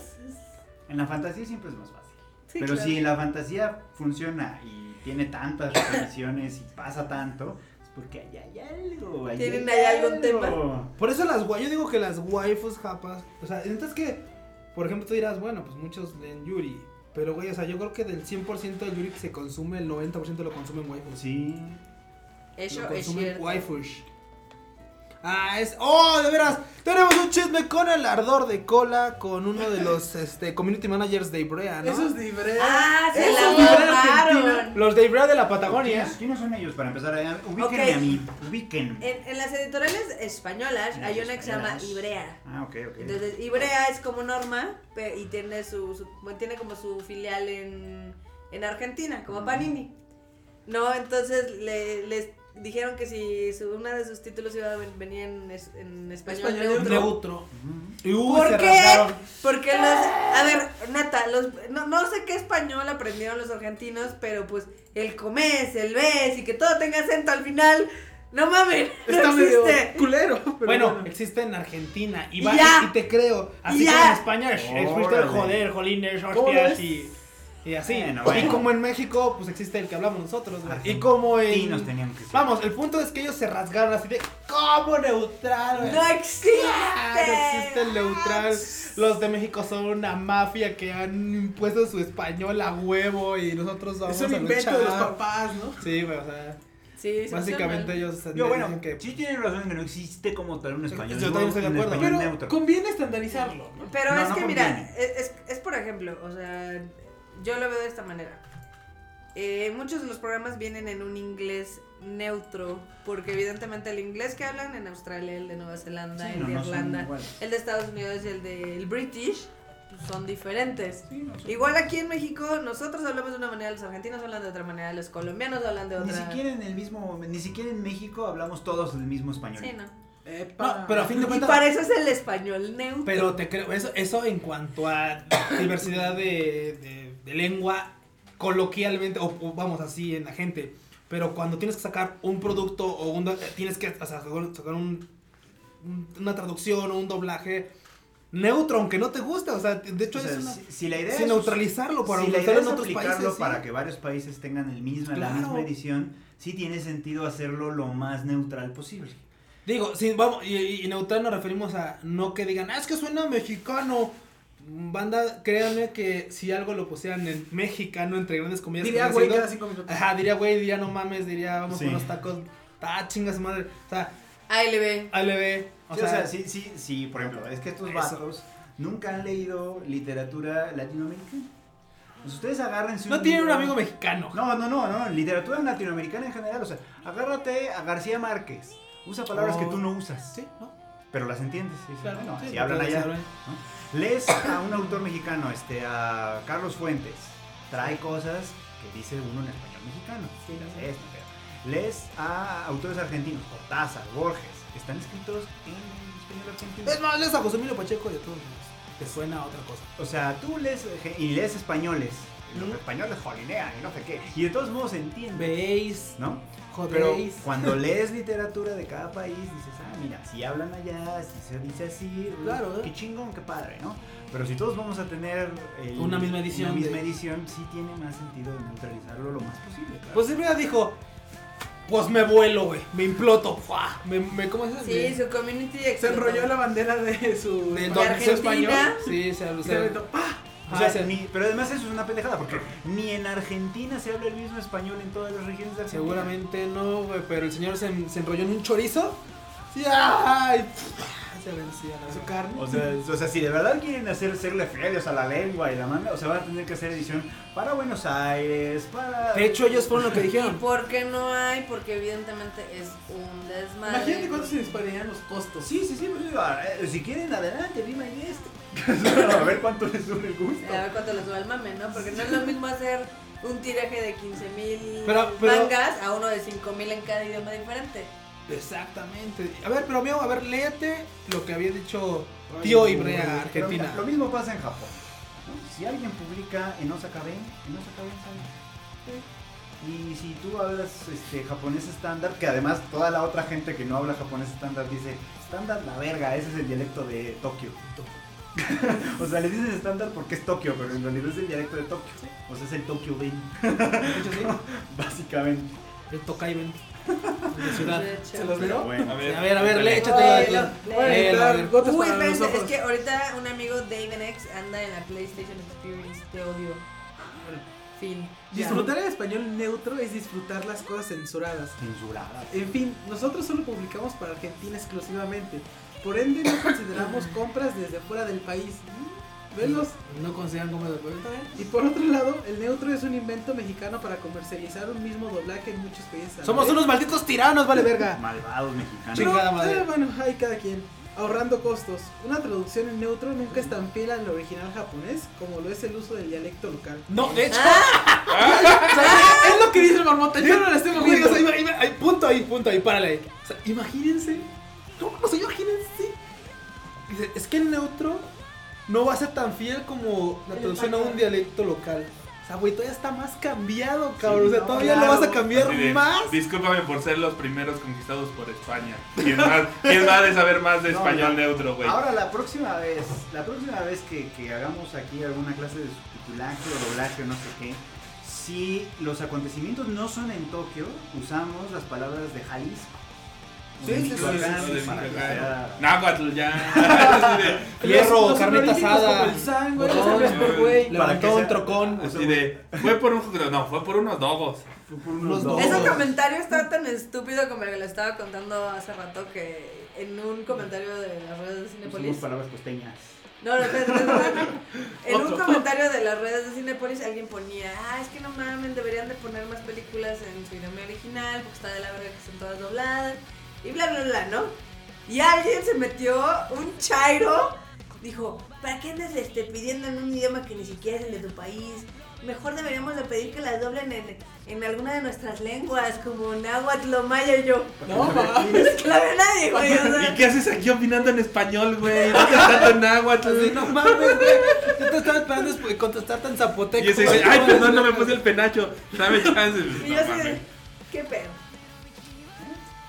Speaker 2: En la fantasía siempre es más fácil.
Speaker 5: Sí,
Speaker 2: Pero
Speaker 5: claro.
Speaker 2: si la fantasía funciona y tiene tantas repeticiones y pasa tanto, es porque ahí hay algo. ahí
Speaker 5: ¿Tienen
Speaker 2: hay
Speaker 5: ahí algún
Speaker 2: algo.
Speaker 3: Por eso las guay, yo digo que las waifus japas, o sea, entonces que, por ejemplo, tú dirás, bueno, pues muchos leen Yuri, pero güey, o sea, yo creo que del 100% del Yuri que se consume, el 90% lo consumen waifus.
Speaker 2: Sí.
Speaker 5: Eso
Speaker 3: lo
Speaker 5: es
Speaker 3: consumen
Speaker 5: cierto.
Speaker 3: waifus. Ah, es, oh, de veras, tenemos un chisme con el ardor de cola, con uno de
Speaker 1: (laughs)
Speaker 3: los, este, community managers de Ibrea, ¿no?
Speaker 1: Eso es de Ibrea.
Speaker 5: Ah, se
Speaker 1: Eso
Speaker 5: la
Speaker 1: es de Ibrea Argentina.
Speaker 5: mamaron.
Speaker 3: Los de Ibrea de la Patagonia.
Speaker 2: ¿Quiénes, quiénes son ellos para empezar? Eh, Ubíquenme
Speaker 5: Ok. Eh,
Speaker 2: a mí. Ubíquenme.
Speaker 5: En, en las editoriales españolas
Speaker 2: En las
Speaker 5: hay una que se llama
Speaker 2: españolas.
Speaker 5: Ibrea.
Speaker 2: Ah, ok, ok.
Speaker 5: Entonces, Ibrea es como Norma pe- y tiene su, su- tiene como su filial en, en Argentina, como
Speaker 2: Ujú.
Speaker 5: Panini. No, entonces le- les dijeron que si su- una de sus títulos iba a ven- venir en, es- en español,
Speaker 1: Español
Speaker 5: neutro.
Speaker 3: Neutro.
Speaker 2: Ujú.
Speaker 3: Y, uy,
Speaker 5: ¿Por
Speaker 3: se
Speaker 5: qué?
Speaker 3: rasgaron.
Speaker 5: Porque los, a ver, neta, los, no, no sé qué español aprendieron los argentinos, pero pues el comés, el ves y que todo tenga acento al final, no mames, no
Speaker 1: Está medio
Speaker 5: existe.
Speaker 1: culero. Pero
Speaker 3: Bueno, existe en Argentina y,
Speaker 5: Y
Speaker 3: va,
Speaker 5: ya.
Speaker 3: y te creo. Así
Speaker 5: Y
Speaker 3: como
Speaker 5: ya.
Speaker 3: en España es
Speaker 2: Órale.
Speaker 3: fuiste el joder, jolines,
Speaker 1: ¿Cómo
Speaker 3: hostias
Speaker 1: ves?
Speaker 3: y, y así.
Speaker 2: Bueno,
Speaker 3: Y
Speaker 2: bueno.
Speaker 3: como en México, pues existe el que hablamos nosotros, güey. Y
Speaker 2: Argentinos
Speaker 3: como
Speaker 2: Sí, nos
Speaker 3: en.
Speaker 2: tenían que ser.
Speaker 3: Vamos, el punto es que ellos se rasgaron así de. ¿Cómo neutral, güey?
Speaker 5: No existe.
Speaker 3: Claro, existe el neutral. Los de México son una mafia que han impuesto su español a huevo y nosotros vamos
Speaker 1: es un
Speaker 3: a
Speaker 1: invento
Speaker 3: luchar.
Speaker 1: de los papás, ¿no?
Speaker 3: Sí, güey, o sea,
Speaker 5: Sí, se
Speaker 3: básicamente
Speaker 5: fusionan.
Speaker 3: ellos
Speaker 2: Yo, bueno,
Speaker 3: dicen que
Speaker 2: sí tienen razón en que no existe como tal un español.
Speaker 3: Yo también estoy de
Speaker 2: un
Speaker 3: acuerdo.
Speaker 2: español
Speaker 1: Pero
Speaker 2: neutro.
Speaker 1: conviene estandarizarlo, ¿no?
Speaker 5: Pero
Speaker 2: No,
Speaker 5: es
Speaker 2: no
Speaker 5: que mira, e,
Speaker 2: conviene.
Speaker 5: es, es- es por ejemplo, o sea, yo lo veo de esta manera. Eh, muchos de los programas vienen en un inglés neutro, porque evidentemente el inglés que hablan en Australia, el de Nueva Zelanda,
Speaker 2: Sí,
Speaker 5: el
Speaker 2: no,
Speaker 5: de
Speaker 2: no son
Speaker 5: Irlanda,
Speaker 2: iguales.
Speaker 5: el de Estados Unidos y el del British pues, son diferentes.
Speaker 2: Sí, no son-
Speaker 5: Igual aquí en México nosotros hablamos de una manera, los argentinos hablan de otra manera, los colombianos hablan de
Speaker 2: Ni
Speaker 5: otra.
Speaker 2: siquiera en el mismo, ni siquiera en México hablamos todos el mismo español.
Speaker 5: Sí, no.
Speaker 1: Epa.
Speaker 3: No, pero a fin de
Speaker 5: Y
Speaker 3: cuentas.
Speaker 5: para eso es el español neutro.
Speaker 3: Pero te creo, eso, eso en cuanto a diversidad de, de- de lengua coloquialmente, o, o vamos así en la gente, pero cuando tienes que sacar un producto o un, do- tienes que o sea, sacar sacar un- un- una traducción o un doblaje neutro, aunque no te guste, o sea, de hecho
Speaker 2: O sea,
Speaker 3: es una-
Speaker 2: si, si la idea
Speaker 3: sin
Speaker 2: es
Speaker 3: neutralizarlo, para
Speaker 2: si la idea
Speaker 3: neutralizarlo
Speaker 2: es
Speaker 3: en otros
Speaker 2: aplicarlo
Speaker 3: países. sí.
Speaker 2: para que varios países tengan el mismo, la
Speaker 3: Claro.
Speaker 2: misma edición, sí tiene sentido hacerlo lo más neutral posible.
Speaker 3: Digo, sí, vamos, y, y- y neutral nos referimos a no que digan, "Ah, es que suena mexicano. Mm, Banda, créanme que si algo lo pusieran en mexicano, entre grandes comillas,
Speaker 1: Diría
Speaker 3: están
Speaker 1: güey
Speaker 3: haciendo-
Speaker 1: cada cinco minutos.
Speaker 3: Ajá, diría, güey, diría, no mames, diría, vamos
Speaker 2: Sí.
Speaker 3: con los tacos. Ah, chingas madre. O sea,
Speaker 5: ALB.
Speaker 3: ALB. O
Speaker 2: Sí,
Speaker 3: sea,
Speaker 2: sí, sí, sí, por ejemplo, es que estos
Speaker 3: eso.
Speaker 2: vatos nunca han leído literatura latinoamericana. Pues ustedes agárrense
Speaker 3: No tienen un
Speaker 2: libro-
Speaker 3: amigo mexicano.
Speaker 2: No, no, no, no, literatura latinoamericana en general, o sea, agárrate a García Márquez. Usa palabras
Speaker 3: Oh.
Speaker 2: que tú no usas,
Speaker 3: Sí, ¿no?
Speaker 2: pero las entiendes. y dices,
Speaker 3: Claro,
Speaker 2: bueno,
Speaker 3: sí,
Speaker 2: así hablan
Speaker 3: entonces,
Speaker 2: allá. Lees a un autor mexicano, este, a Carlos Fuentes. Trae cosas que dice uno en español mexicano.
Speaker 1: Sí.
Speaker 2: las lees, no pedo. Lees a autores argentinos, Cortázar, Borges, que están escritos en español argentino.
Speaker 3: Es más, les a José Emilio Pacheco y a todos. los- Te suena a otra cosa.
Speaker 2: O sea, tú lees eh, y lees españoles. y Los
Speaker 3: Ujú.
Speaker 2: españoles jolinean y no sé qué. Y de todos modos se entiende.
Speaker 3: Veis,
Speaker 2: ¿No? Pero
Speaker 3: jodéis.
Speaker 2: cuando lees literatura de cada país, dices, ah, mira, si hablan allá, si se dice así, mm,
Speaker 3: Claro, ¿eh?
Speaker 2: qué chingón, qué padre, ¿no? Pero si todos vamos a tener el-
Speaker 3: Una misma edición
Speaker 2: una misma
Speaker 3: de-
Speaker 2: edición, sí tiene más sentido neutralizarlo lo más posible. claro.
Speaker 3: Pues Silvia dijo, pues me vuelo, güey. Me imploto. ¡fua! Me, me, ¿Cómo se dice?
Speaker 5: Sí, su community
Speaker 1: Se
Speaker 5: explotó.
Speaker 1: enrolló la bandera de su,
Speaker 3: De
Speaker 1: de
Speaker 3: Argentina.
Speaker 1: su español.
Speaker 3: Sí, se
Speaker 1: Y
Speaker 3: alucina.
Speaker 1: se aventó, ¡pah!
Speaker 3: ah,
Speaker 2: O sea, ni- pero además eso es una pendejada, porque ni en Argentina se habla el mismo español en todas las regiones de Argentina.
Speaker 3: Seguramente no, güey, pero el señor se, en- se enrolló en un chorizo. Sí, ¡ay! pf, Se vencía la
Speaker 1: Su
Speaker 3: verdad.
Speaker 1: carne.
Speaker 2: O sea, o sea, si de verdad quieren hacer, hacerle fieles a la lengua y la manga, o sea, van a tener que hacer edición para Buenos Aires, para...
Speaker 3: De hecho, ellos fueron lo que
Speaker 5: ¿Y
Speaker 3: dijeron.
Speaker 5: por qué no hay? Porque evidentemente es un desmadre.
Speaker 1: Imagínate cuánto se dispararían los costos.
Speaker 2: Sí, sí, sí, pues, digo, eh, si quieren, adelante, viva y esto. (laughs) a ver cuánto les sube el gusto.
Speaker 5: A ver cuánto les va el mame, ¿no? Porque no es lo mismo hacer un tiraje de 15 mil
Speaker 3: Pero- pero-
Speaker 5: mangas a uno de 5 mil en cada idioma diferente.
Speaker 3: Exactamente. A ver, pero mío, a ver, léete lo que había dicho tío Ibrea,
Speaker 2: Pero
Speaker 3: Argentina.
Speaker 2: mira, lo mismo pasa en Japón. ¿no? Si alguien publica en Osaka Ben, en Osaka Ben sale. Y si tú hablas este, japonés estándar, que además toda la otra gente que no habla japonés estándar dice, estándar la verga, ese es el dialecto de Tokio. (laughs) o sea, le dices estándar porque es Tokio, pero en realidad es el dialecto de Tokio. O sea, es el Tokio Ben,
Speaker 1: ¿eh?
Speaker 3: De hecho, sí.
Speaker 2: (laughs) básicamente.
Speaker 3: El Tokaiben.
Speaker 5: (laughs)
Speaker 3: De ciudad.
Speaker 5: De hecho.
Speaker 1: ¿Se los
Speaker 2: Pero
Speaker 1: leo?
Speaker 2: bueno.
Speaker 3: A ver, a ver,
Speaker 4: dale.
Speaker 3: lé,
Speaker 5: Ay,
Speaker 3: échate la
Speaker 5: lo-
Speaker 3: tuya. Léela, a ver.
Speaker 1: Gotas
Speaker 5: Uy,
Speaker 1: para los
Speaker 5: espérense, es
Speaker 1: ojos.
Speaker 5: que ahorita un amigo Dave X anda en la PlayStation Experience. Te odio. Fin. Ya.
Speaker 1: Disfrutar el español neutro es disfrutar las cosas censuradas.
Speaker 2: Censurada.
Speaker 1: En fin, nosotros solo publicamos para Argentina exclusivamente. Por ende, no (laughs) consideramos compras desde fuera del país. Velos.
Speaker 3: No consideran como de pueblo.
Speaker 1: Y por otro lado, el neutro es un invento mexicano para comercializar un mismo doblaje en muchos países. a la
Speaker 3: Somos
Speaker 1: vez.
Speaker 3: unos malditos tiranos, vale verga.
Speaker 2: Malvados mexicanos.
Speaker 1: Pero,
Speaker 3: chingada madre.
Speaker 1: eh, bueno, hay cada quien. Ahorrando costos. Una traducción en neutro nunca es tan fiel al original japonés como lo es el uso del dialecto local.
Speaker 3: No,
Speaker 5: Ah.
Speaker 3: de (laughs) hecho.
Speaker 4: Ah,
Speaker 1: O sea, (laughs) es lo que dice el marmota. Yo no la estoy
Speaker 3: Güey,
Speaker 1: moviendo.
Speaker 3: o sea, ima- ima- ay, punto ahí, punto ahí, párale. ahí. O sea, imagínense. No, o sea, imagínense. Dice, Es que el neutro no va a ser tan fiel como la
Speaker 5: El
Speaker 3: traducción a
Speaker 5: español.
Speaker 3: un dialecto local. O sea, güey, todavía está más cambiado, cabrón.
Speaker 2: Sí,
Speaker 3: o sea,
Speaker 2: no,
Speaker 3: todavía
Speaker 2: claro.
Speaker 3: lo vas a cambiar
Speaker 4: Así de,
Speaker 3: más.
Speaker 4: Discúlpame por ser los primeros conquistados por España. ¿Quién más, quién más de saber más de
Speaker 2: No,
Speaker 4: español
Speaker 2: no.
Speaker 4: neutro, güey?
Speaker 2: Ahora la próxima vez, la próxima vez que, que hagamos aquí alguna clase de subtitulaje o doblaje o no sé qué, si los acontecimientos no son en Tokio, usamos las palabras de Jalisco. o de
Speaker 3: Sí, sí, sí,
Speaker 2: Michoacán,
Speaker 4: Lo de
Speaker 2: para que
Speaker 4: Michoacán.
Speaker 2: sea-
Speaker 4: Náhuatl ya.
Speaker 3: (laughs)
Speaker 4: Así de-
Speaker 3: Fierro,
Speaker 1: Los- los
Speaker 3: carnita
Speaker 1: honoríficos
Speaker 3: asada.
Speaker 1: Como el san, güey,
Speaker 3: Botón.
Speaker 1: los hombres, güey.
Speaker 3: Le
Speaker 2: para que
Speaker 3: aventó un
Speaker 2: sea-
Speaker 3: trocón.
Speaker 2: o sea,
Speaker 4: Así de, fue por un no, fue por unos dogos.
Speaker 2: fue por unos
Speaker 3: Los
Speaker 2: dos.
Speaker 3: dos.
Speaker 5: Ese
Speaker 3: Todos.
Speaker 5: comentario está tan estúpido como el que le estaba contando hace rato que en un comentario de las redes
Speaker 1: Pues
Speaker 5: de
Speaker 2: Usamos
Speaker 5: Cinepolis.
Speaker 2: palabras costeñas.
Speaker 5: No, no, espérate, espérate, espérate. En un
Speaker 1: Otro.
Speaker 5: comentario de las redes de Cinepolis alguien ponía, ah, es que no mamen, deberían de poner más películas en su idioma original, porque está de la verga que son todas dobladas, y bla, bla, bla, ¿no? Y alguien se metió un chairo, dijo, ¿para qué andas este, pidiendo en un idioma que ni siquiera es el de tu país? Mejor deberíamos de pedir que las doblen en, en alguna de nuestras lenguas, como náhuatl o maya, y yo.
Speaker 1: (laughs) No,
Speaker 2: Para que-
Speaker 1: mames.
Speaker 5: Es que la ve nadie, güey, o sea.
Speaker 4: (laughs) ¿Y qué haces aquí opinando en español, güey? No te tanto en náhuatl.
Speaker 3: Así, no mames, güey. Yo te estaba esperando después contestar tan zapoteco.
Speaker 4: Y ese dice,
Speaker 3: güey.
Speaker 4: ay, perdón, no me puse el penacho. Dame chance.
Speaker 5: Y yo
Speaker 4: No,
Speaker 5: así de,
Speaker 4: mames.
Speaker 5: ¿qué pedo?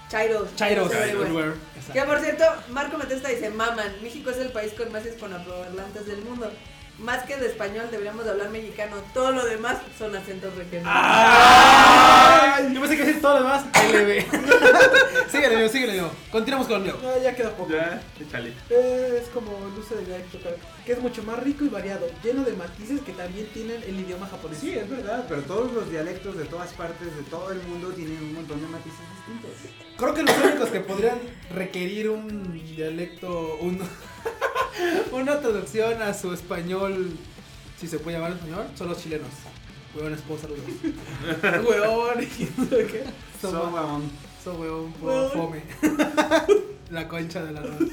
Speaker 5: Chairos.
Speaker 3: Chairos.
Speaker 5: everywhere.
Speaker 3: everywhere.
Speaker 5: Que
Speaker 3: Exacto.
Speaker 5: por cierto, Marco Matesta dice, maman, México es el país con más hispanoparlantes del mundo. Más que de español deberíamos de hablar mexicano. Todo lo demás son acentos regionales.
Speaker 3: Ah. Ay, Yo pensé que decir todo lo demás. LB. (laughs) síguele, Leo, síguele, Leo. Continuamos con Leo.
Speaker 1: No, ya queda poco.
Speaker 4: Ya, échale.
Speaker 1: Eh, Es como el uso del dialecto, claro, que es mucho más rico y variado, lleno de matices que también tienen el idioma japonés.
Speaker 2: Sí,
Speaker 1: (laughs)
Speaker 2: es verdad, pero todos los dialectos de todas partes de todo el mundo tienen un montón de matices distintos.
Speaker 3: Creo que los únicos que podrían requerir un (laughs) dialecto, un, Una traducción a su español, si se puede llamar español, son los chilenos. Huevones, puedo saludos.
Speaker 1: Weón, y quién sabe qué.
Speaker 3: So,
Speaker 2: So, um,
Speaker 3: so huevón,
Speaker 1: Huevón.
Speaker 3: po- fome. (laughs) La concha de la noche.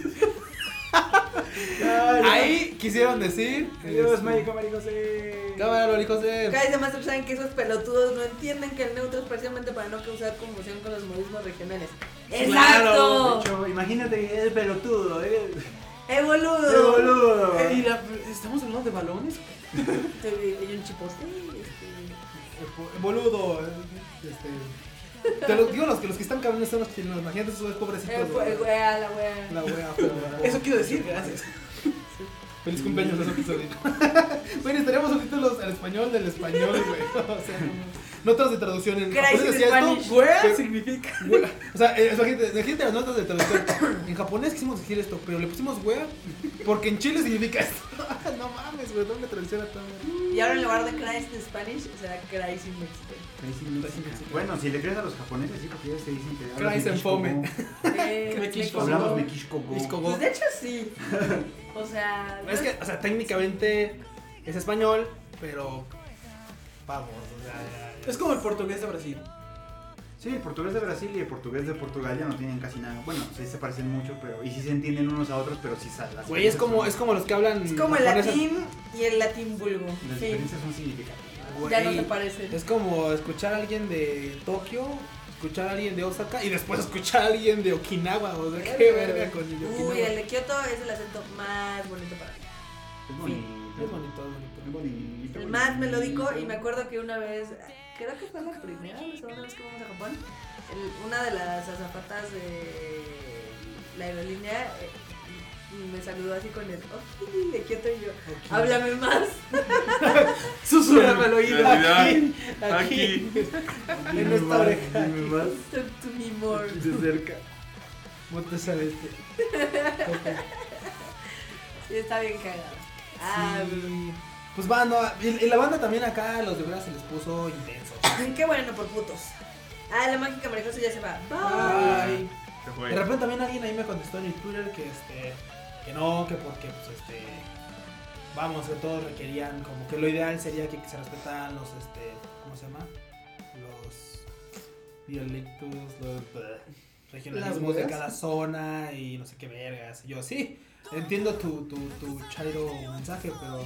Speaker 2: ay,
Speaker 3: Ahí quisieron decir.
Speaker 2: Adiós,
Speaker 3: este,
Speaker 2: médico, marico, sí.
Speaker 3: Cámara, los hijos de.
Speaker 5: Cada vez más saben que esos pelotudos no entienden que el neutro es parcialmente para no causar confusión con los modismos regionales.
Speaker 2: Claro,
Speaker 5: ¡Exacto!
Speaker 2: Pecho, Imagínate, es pelotudo, eh.
Speaker 5: ¡Eh,
Speaker 2: ¡Qué (laughs)
Speaker 5: boludo!
Speaker 2: boludo!
Speaker 1: Eh, y la- ¿Estamos hablando de balones?
Speaker 5: Este, Hay un chipote. este,
Speaker 3: Boludo. Este. Te lo digo, los que, los que están cabrones son los chilenos. Imagínate esos güeyes pobrecitos.
Speaker 5: Eh, fue-
Speaker 3: güey.
Speaker 5: wea, la wea.
Speaker 3: La wea, po-
Speaker 1: Eso quiero decir, gracias.
Speaker 3: Feliz cumpleaños, eso quiso (laughs) decir. Bueno, estaríamos subtítulos al español del español, güey. (laughs) O sea, no- notas de traducción en
Speaker 5: Crisis
Speaker 3: japonés decía
Speaker 5: Spanish.
Speaker 3: esto.
Speaker 1: Weón significa.
Speaker 3: güey. O sea, eh, imagínate, imagínate las notas de traducción. En japonés quisimos decir esto, pero le pusimos wea porque en Chile significa esto. (laughs) No mames, güey, doble traducción a todo.
Speaker 5: Y ahora en lugar de Christ en Spanish, será Christ in
Speaker 3: (laughs)
Speaker 5: Mexico.
Speaker 2: Ahí sí, no sé. Bueno, si le crees a los japoneses, sí, porque ellos te dicen que hablas
Speaker 3: Cries and
Speaker 2: mexicano.
Speaker 3: fomen.
Speaker 5: Eh,
Speaker 1: Mexico.
Speaker 2: (laughs) Hablamos
Speaker 5: Mexico.
Speaker 2: mexicano.
Speaker 3: Discogo.
Speaker 5: Pues de hecho sí. O sea.
Speaker 3: Es que, o sea, técnicamente es español, pero. Vamos, o sea.
Speaker 1: Es como el portugués de Brasil.
Speaker 2: Sí, el portugués de Brasil y el portugués de Portugal ya no tienen casi nada. Bueno, sí se parecen mucho, pero. Y sí se entienden unos a otros, pero sí salen.
Speaker 3: Güey, es como, es como los que hablan.
Speaker 5: Es como el
Speaker 3: japonés.
Speaker 5: latín y el latín vulgo.
Speaker 2: Las
Speaker 5: Sí.
Speaker 2: diferencias son significativas.
Speaker 3: Güey.
Speaker 5: Ya no se parecen.
Speaker 3: Es como escuchar a alguien de Tokio, escuchar a alguien de Osaka y después escuchar a alguien de Okinawa. O sea, (laughs) qué verga con el de Okinawa.
Speaker 5: Uy, el de Kioto es el acento más bonito para mí.
Speaker 2: Es bonito.
Speaker 3: Es bonito, es bonito.
Speaker 2: Es bonito.
Speaker 5: El más melódico. Y me acuerdo que una vez, creo que fue la primera o la segunda vez que fuimos a Japón, el- una de las azafatas de la aerolínea eh, me saludó así con el "Oji", de Kioto y yo, háblame más.
Speaker 1: Susurrame al oído.
Speaker 4: Aquí,
Speaker 3: Aquí,
Speaker 4: aquí.
Speaker 3: en
Speaker 2: Dime
Speaker 3: esta
Speaker 2: más,
Speaker 3: oreja.
Speaker 2: dime más.
Speaker 5: Talk to me more.
Speaker 3: Aquí se acerca. ¿Cómo te sabes? Ok.
Speaker 5: Sí, está bien cagado. Ah,
Speaker 3: Sí. Pues banda, y, y la banda también acá, los de verdad se les puso intenso.
Speaker 5: qué bueno por putos. Ah, la mágica mariposa ya se va. Bye.
Speaker 3: Ay.
Speaker 4: Se
Speaker 3: De
Speaker 4: fue.
Speaker 3: repente también alguien ahí me contestó en el Twitter que este que no, que porque pues este vamos, que todos requerían como que lo ideal sería que se respetaran los este, ¿cómo se llama? Los dialectos, los bleh, regionalismos de
Speaker 1: weas?
Speaker 3: cada zona y no sé qué vergas. Y yo sí, entiendo tu tu tu chairo mensaje, pero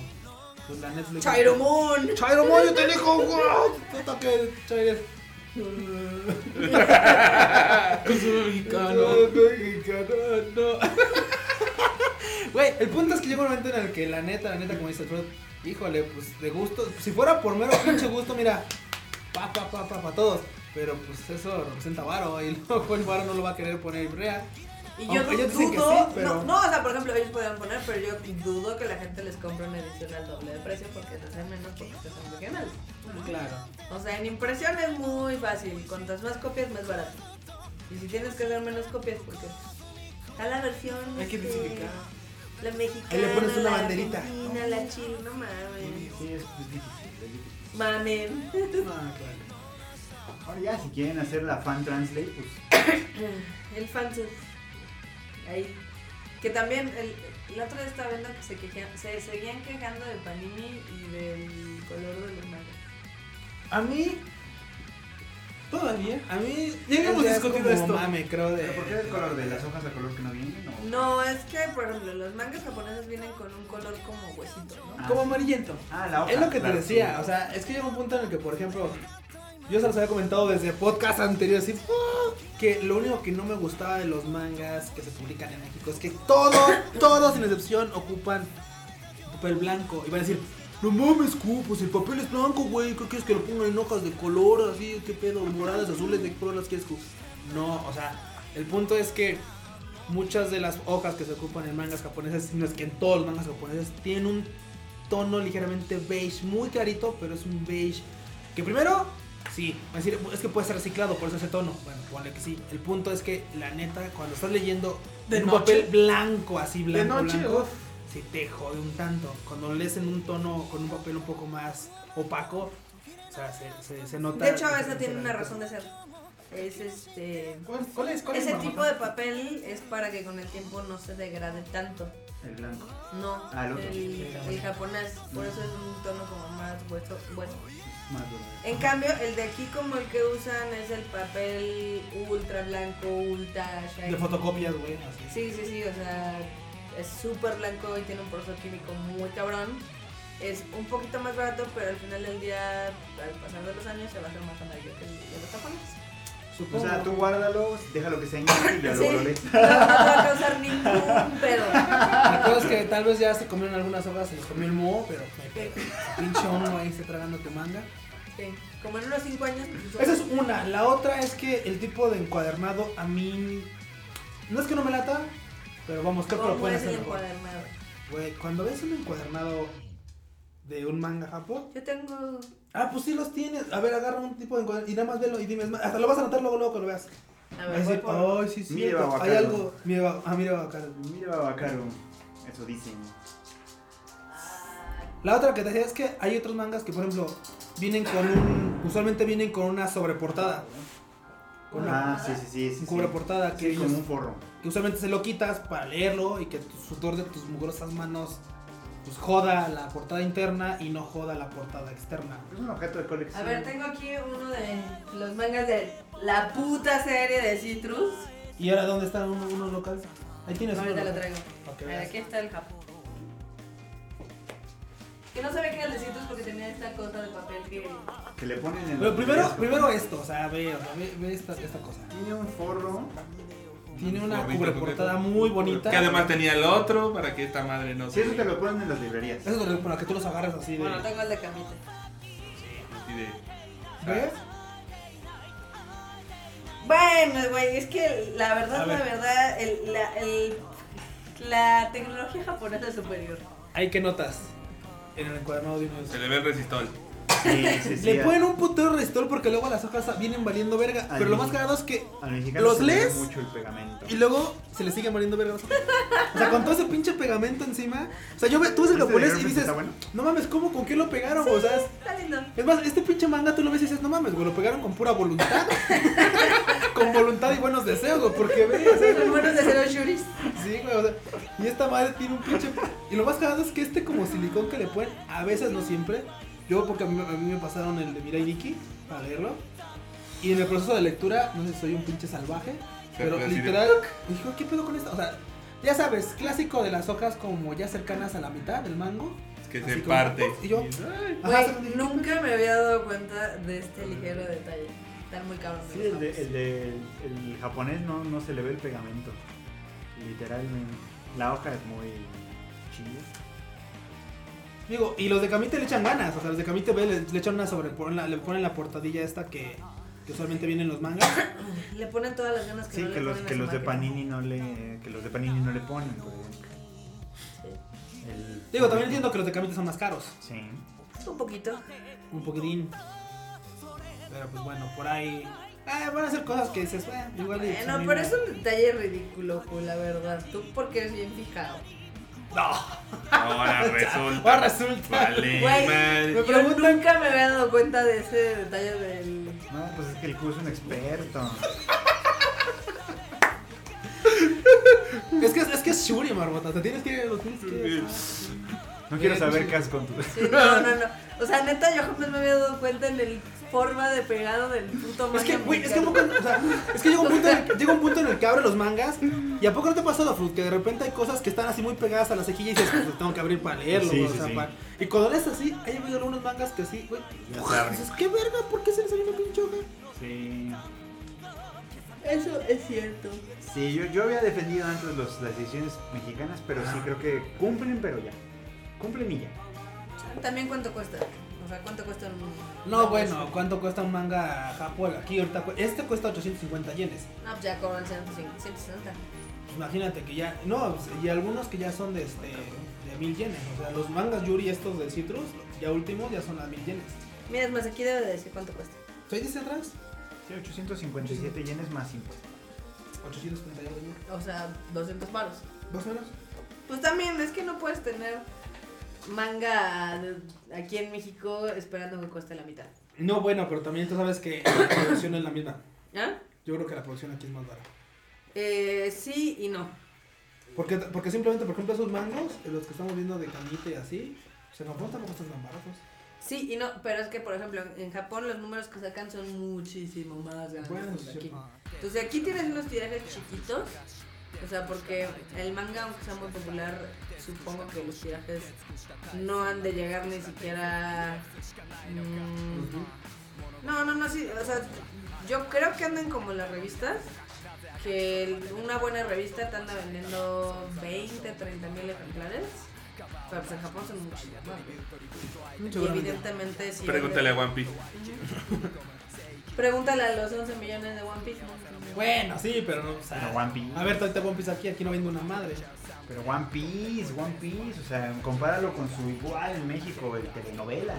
Speaker 3: pues la Netflix
Speaker 5: Chairo Moon.
Speaker 3: Chairo Moyo te dijo, wow, puta que Chairo.
Speaker 1: Consumo mexicano.
Speaker 3: No. (laughs) Güey, el punto es que llega un momento en el que la neta, la neta, como dice Alfredo, híjole, pues de gusto, si fuera por mero pinche gusto, mira, pa, pa, pa, pa, pa, todos. Pero pues eso representa varo y (laughs) luego el varo no lo va a querer poner Ibrea.
Speaker 5: Y yo
Speaker 3: Aunque ellos
Speaker 5: dudo,
Speaker 3: dicen que sí, pero-
Speaker 5: no, no, o sea, por ejemplo, ellos podrían poner, pero yo dudo que la gente les compre una edición al doble de precio porque te salen menos porque te salen regionales.
Speaker 3: Claro.
Speaker 5: O sea, en impresión es muy fácil, cuantas más copias, más barato. Y si tienes que hacer menos copias, porque está la versión.
Speaker 1: Hay que
Speaker 5: este,
Speaker 1: diversificar.
Speaker 5: La mexicana.
Speaker 3: Ahí le pones una
Speaker 5: la
Speaker 3: banderita.
Speaker 5: argentina, la china, no mames.
Speaker 2: Sí, es, es difícil, es difícil.
Speaker 5: Mamen.
Speaker 3: Ah, claro.
Speaker 2: Ahora ya, si quieren hacer la fan translate, pues
Speaker 5: El fansub. Ahí. Que también, el, la otra vez estaba viendo que se, queja- se seguían quejando de Panini y del color de los mangos.
Speaker 3: A mí,
Speaker 1: Todavía.
Speaker 3: a mí,
Speaker 1: Ya habíamos
Speaker 3: es
Speaker 1: discutido
Speaker 3: como
Speaker 1: esto.
Speaker 3: mame, creo, de...
Speaker 2: ¿Pero por qué el color de las hojas de color que no vienen? o?
Speaker 5: No, es que, por ejemplo, los mangas japoneses vienen con un color como huesito, ¿no?
Speaker 2: Ah,
Speaker 1: Como
Speaker 2: sí.
Speaker 1: amarillento.
Speaker 2: Ah, la hoja.
Speaker 3: Es lo que te
Speaker 2: claro,
Speaker 3: decía,
Speaker 2: sí.
Speaker 3: o sea, es que llega un punto en el que, por ejemplo, yo se los había comentado desde podcast anterior, así, ¡ah! que lo único que no me gustaba de los mangas que se publican en México es que todos, todos sin excepción ocupan papel blanco. Y van a decir, no mames, cu, pues el papel es blanco, güey, ¿qué quieres que lo pongan en hojas de color, así, qué pedo, moradas, azules, de qué color las quieres, cu? No, o sea, el punto es que muchas de las hojas que se ocupan en mangas japoneses, sino es que en todos los mangas japoneses, tienen un tono ligeramente beige, muy clarito, pero es un beige que primero, sí, va a decir, es que puede ser reciclado, por eso ese tono. Bueno, ponle que sí. El punto es que la neta, cuando estás leyendo
Speaker 1: De
Speaker 3: en un
Speaker 1: noche.
Speaker 3: papel blanco, así
Speaker 1: De
Speaker 3: blanco,
Speaker 1: noche,
Speaker 3: blanco,
Speaker 1: uf.
Speaker 3: se te jode un tanto. Cuando lees en un tono con un papel un poco más opaco, o sea, se, se, se nota.
Speaker 5: De hecho,
Speaker 3: la
Speaker 5: esa tiene
Speaker 3: diferencia
Speaker 5: una
Speaker 3: de-
Speaker 5: razón de ser. es este.
Speaker 1: ¿Cuál, cuál es? ¿Cuál es
Speaker 5: Ese
Speaker 1: mamá?
Speaker 5: tipo de papel es para que con el tiempo no se degrade tanto.
Speaker 2: El blanco.
Speaker 5: No,
Speaker 2: Ah, el otro. Mm.
Speaker 5: el, el japonés, por eso es un tono como más hueso. Bueno,
Speaker 2: Más dorado.
Speaker 5: en cambio, el de aquí como el que usan es el papel ultra blanco, ultra shiny.
Speaker 3: De fotocopias, güey. así.
Speaker 5: Sí, sí, sí, o sea, es súper blanco y tiene un proceso químico muy cabrón. Es un poquito más barato, pero al final del día, al pasar de los años, se va a hacer más amarillo que el de los japoneses.
Speaker 2: O
Speaker 3: Supongo.
Speaker 2: sea,
Speaker 5: (laughs)
Speaker 2: tú guárdalo, déjalo que se añade y ya
Speaker 5: Sí.
Speaker 2: luego lo lees.
Speaker 5: No, no va a causar ningún pedo.
Speaker 3: La cosa es Ah, pues que tal vez ya se comieron algunas hojas, se les comió el moho, pero me
Speaker 5: (laughs)
Speaker 3: pedo. Pinche hongo ahí está tragando tu manga.
Speaker 5: Sí, Como en unos 5 años. pues,
Speaker 3: Esa es una. La otra es que el tipo de encuadernado a mí. No es que no me lata, pero vamos, creo que lo
Speaker 5: ¿Cómo
Speaker 3: pueden
Speaker 5: es
Speaker 3: hacer
Speaker 5: el
Speaker 3: mejor.
Speaker 5: encuadernado?
Speaker 3: Güey, cuando ves un encuadernado de un manga japo.
Speaker 5: Yo tengo.
Speaker 3: Ah, pues sí los tienes. A ver, agarra un tipo de encuadernado y nada más velo y dime. es más, Hasta lo vas a notar luego, luego que lo veas.
Speaker 5: A
Speaker 3: Vas a
Speaker 5: ver, Ah, voy por.
Speaker 3: decir, ay, sí, sí.
Speaker 2: Mire,
Speaker 3: Hay
Speaker 2: Babacardo.
Speaker 3: algo. Mire, Bab- ah, mira, Babacardo.
Speaker 2: Mira, Bacaro. Eso dicen.
Speaker 5: Ah,
Speaker 3: La otra que te decía es que hay otros mangas que, por ejemplo, vienen con un. Usualmente vienen con una sobreportada. Con una,
Speaker 2: Ah, sí, sí, sí. sí,
Speaker 3: un
Speaker 2: sí.
Speaker 3: cubreportada que,
Speaker 2: Sí,
Speaker 3: ellos-
Speaker 2: como un forro.
Speaker 3: que usualmente se lo quitas para leerlo y que tu sudor de tus mugrosas manos pues joda la portada interna y no joda la portada externa.
Speaker 2: Es un objeto de colección.
Speaker 5: A ver, tengo aquí uno de los mangas de la puta serie de Citrus.
Speaker 3: ¿Y ahora dónde están uno- unos locales? Ahí tienes uno
Speaker 5: Ahorita lo
Speaker 3: local.
Speaker 5: traigo.
Speaker 3: Para que
Speaker 5: A ver,
Speaker 3: veas.
Speaker 5: aquí está el Japón. Que no sabía que era el de Citrus porque tenía esta cosa de papel que.
Speaker 2: Que le ponen en
Speaker 3: Pero
Speaker 2: el
Speaker 3: primero,
Speaker 2: refresco.
Speaker 3: primero esto, o sea, ve, o sea, ve, ve esta, esta cosa.
Speaker 2: Tiene un forro.
Speaker 3: Tiene una
Speaker 4: Gordito,
Speaker 3: cubreportada
Speaker 4: coqueto.
Speaker 3: muy bonita.
Speaker 4: Que además tenía el otro para que esta madre no
Speaker 2: Sí,
Speaker 4: se
Speaker 2: eso te lo ponen en las
Speaker 3: (laughs)
Speaker 2: librerías.
Speaker 3: Eso es lo que- para que tú los agarras así de.
Speaker 5: Bueno, tengo el de Camita.
Speaker 4: así de-
Speaker 3: ¿Ves?
Speaker 5: Bueno, güey, es que la
Speaker 3: A
Speaker 5: verdad,
Speaker 3: ver.
Speaker 5: la verdad, el- la, el- la tecnología japonesa es superior.
Speaker 3: Ahí que notas. En el encuadernado de uno de esos.
Speaker 4: Se le ve el resistol.
Speaker 2: Sí, sí, sí.
Speaker 3: Le
Speaker 2: a-
Speaker 3: ponen un putero restor porque luego las hojas vienen valiendo verga.
Speaker 2: Ay.
Speaker 3: Pero lo más cagado es que.
Speaker 2: Al mexicano
Speaker 3: ¿Los
Speaker 2: se le ve
Speaker 3: lees?
Speaker 2: mucho el pegamento.
Speaker 3: Y luego se le siguen valiendo verga las hojas. O sea, con todo ese pinche pegamento encima. O sea, yo ve, tú ves
Speaker 2: ¿Este
Speaker 3: el
Speaker 2: de
Speaker 3: japonés y
Speaker 2: Girlfriend
Speaker 3: dices,
Speaker 2: está bueno?
Speaker 3: no mames, ¿cómo? ¿Con qué lo pegaron? güey? O sea, es,
Speaker 5: Está lindo.
Speaker 3: es más, este pinche manga tú lo ves y dices, no mames, güey, lo pegaron con pura voluntad. (laughs) con voluntad y buenos deseos, güey, porque ve, o sea,
Speaker 5: Son buenos de cero shuris.
Speaker 3: Sí, güey, o sea, y esta madre tiene un pinche... Y lo más cagado es que este como silicón que le ponen, a veces, no siempre, yo porque a mí, a mí me pasaron el de Mirai Nikki para leerlo, y en el proceso de lectura, no sé si soy un pinche salvaje, pero
Speaker 4: fue así de-
Speaker 3: literal, dijo, ¿qué pedo con esta? O sea, ya sabes, clásico de las hojas como ya cercanas a la mitad del mango.
Speaker 4: Es que
Speaker 3: Así
Speaker 4: se
Speaker 3: como- (laughs)
Speaker 4: parte.
Speaker 3: Y yo-
Speaker 4: Ay,
Speaker 3: Ajá,
Speaker 5: Güey,
Speaker 3: se me-
Speaker 5: nunca me había dado cuenta de este ligero detalle. Están muy cabrón.
Speaker 2: Sí, el, de, el, de, el japonés no, no se le ve el pegamento. Literalmente. La hoja es muy chida.
Speaker 3: Digo, y los de Camite le echan ganas, o sea, los de Camite ve, le, le echan una sobre, ponen la- le ponen la portadilla esta que, que usualmente viene en los mangas.
Speaker 5: Le ponen todas las ganas que
Speaker 2: Sí,
Speaker 5: no
Speaker 2: que
Speaker 5: le
Speaker 2: los,
Speaker 5: ponen a
Speaker 2: que
Speaker 5: su
Speaker 2: los de
Speaker 5: máquina.
Speaker 2: Panini no le que los de Panini no le ponen, por ejemplo. El-
Speaker 3: Digo, también entiendo que los de Camite son más caros.
Speaker 2: Sí.
Speaker 5: Un poquito.
Speaker 3: un poquitín. Pero pues bueno, por ahí. Ah, van a ser cosas que dices, bueno, igual. y, pues, a
Speaker 5: Bueno,
Speaker 3: mí
Speaker 5: pero
Speaker 3: me- (laughs)
Speaker 5: es un detalle ridículo, Ju, la verdad. Tú porque eres bien fijado.
Speaker 4: Ahora resulta.
Speaker 3: Ahora resulta.
Speaker 4: Vale,
Speaker 5: Güey.
Speaker 3: Me
Speaker 4: madre.
Speaker 5: Yo
Speaker 3: preguntan-
Speaker 5: nunca me había dado cuenta de ese detalle del...
Speaker 2: No, pues es que el Q es un experto.
Speaker 3: Es que es que es Shuri, Marbota. Te tienes que. Lo tienes que
Speaker 2: No quiero saber qué haces con tu.
Speaker 5: Sí, no, no, no. O sea, neta, yo jamás me había dado cuenta en el forma de pegado del puto manga
Speaker 3: es que, güey, es que,
Speaker 5: mexicano.
Speaker 3: un poco- o sea, es que llega, un punto en el, que- llega un punto en el que abre los mangas y a poco no te pasa la fruta que de repente hay cosas que están así muy pegadas a la cejilla y dices, pues lo tengo que abrir para leerlo.
Speaker 2: Sí,
Speaker 3: güey, o
Speaker 2: sí,
Speaker 3: sea,
Speaker 2: sí.
Speaker 3: para- Y cuando lees así, hay habido algunos mangas que así, güey,
Speaker 2: Ya sabes.
Speaker 3: dices, qué verga, ¿por qué se le salió una pinche hoja?
Speaker 2: Sí.
Speaker 5: Eso es cierto.
Speaker 2: Sí, yo, yo había defendido antes los- las decisiones mexicanas, pero sí creo que cumplen, pero ya. Cumplen y ya.
Speaker 5: También cuánto cuesta. O sea, cuánto cuesta un...
Speaker 3: No,
Speaker 5: pues
Speaker 3: bueno, ¿cuánto cuesta un manga Japón? Aquí ahorita, cu- este cuesta 850 yenes.
Speaker 5: No, pues ya cobran 160.
Speaker 3: Imagínate que ya, no, pues, y algunos que ya son de este, de mil yenes, o sea, los mangas Yuri estos de Citrus, ya últimos ya son a mil yenes.
Speaker 5: Mira, es más, aquí debe de decir cuánto cuesta.
Speaker 3: ¿Soy dice atrás?
Speaker 2: Sí, 857 yenes más impuestos.
Speaker 3: 852 yenes,
Speaker 5: O sea, 200 paros.
Speaker 3: más o menos.
Speaker 5: Pues también, es que no puedes tener manga de- aquí en México esperando que cueste la mitad.
Speaker 3: No, bueno, pero también tú sabes que la producción es la misma.
Speaker 5: ¿Ah?
Speaker 3: Yo creo que la producción aquí es más barata.
Speaker 5: Eh, sí y no.
Speaker 3: Porque, porque simplemente, por ejemplo, esos mangos, eh, los que estamos viendo de cañita y así, pues en Japón tampoco están tan baratos.
Speaker 5: Sí y no, pero es que, por ejemplo, en- en Japón los números que sacan son muchísimo más grandes
Speaker 3: Bueno,
Speaker 5: que los de
Speaker 3: sí,
Speaker 5: aquí.
Speaker 3: ah,
Speaker 5: Entonces aquí tienes unos tirajes chiquitos, o sea, porque el manga, aunque sea muy popular, supongo que los tirajes no han de llegar ni siquiera... mm, no, no, no, sí, o sea, yo creo que andan como las revistas, que el- una buena revista te anda vendiendo 20, 30 mil ejemplares, pero pues en Japón son muchísimos más. Y
Speaker 3: seguramente.
Speaker 5: evidentemente sí.
Speaker 4: Pregúntale a One Piece.
Speaker 5: Pregúntale a los 11 millones de One Piece. ¿no?
Speaker 3: Bueno, sí, pero no. o sea,
Speaker 2: Pero One Piece.
Speaker 3: Ah, a ver, ahorita One Piece aquí, aquí no vende una madre.
Speaker 2: Pero One Piece, One Piece, o sea, compáralo con su igual en México, el telenovelas.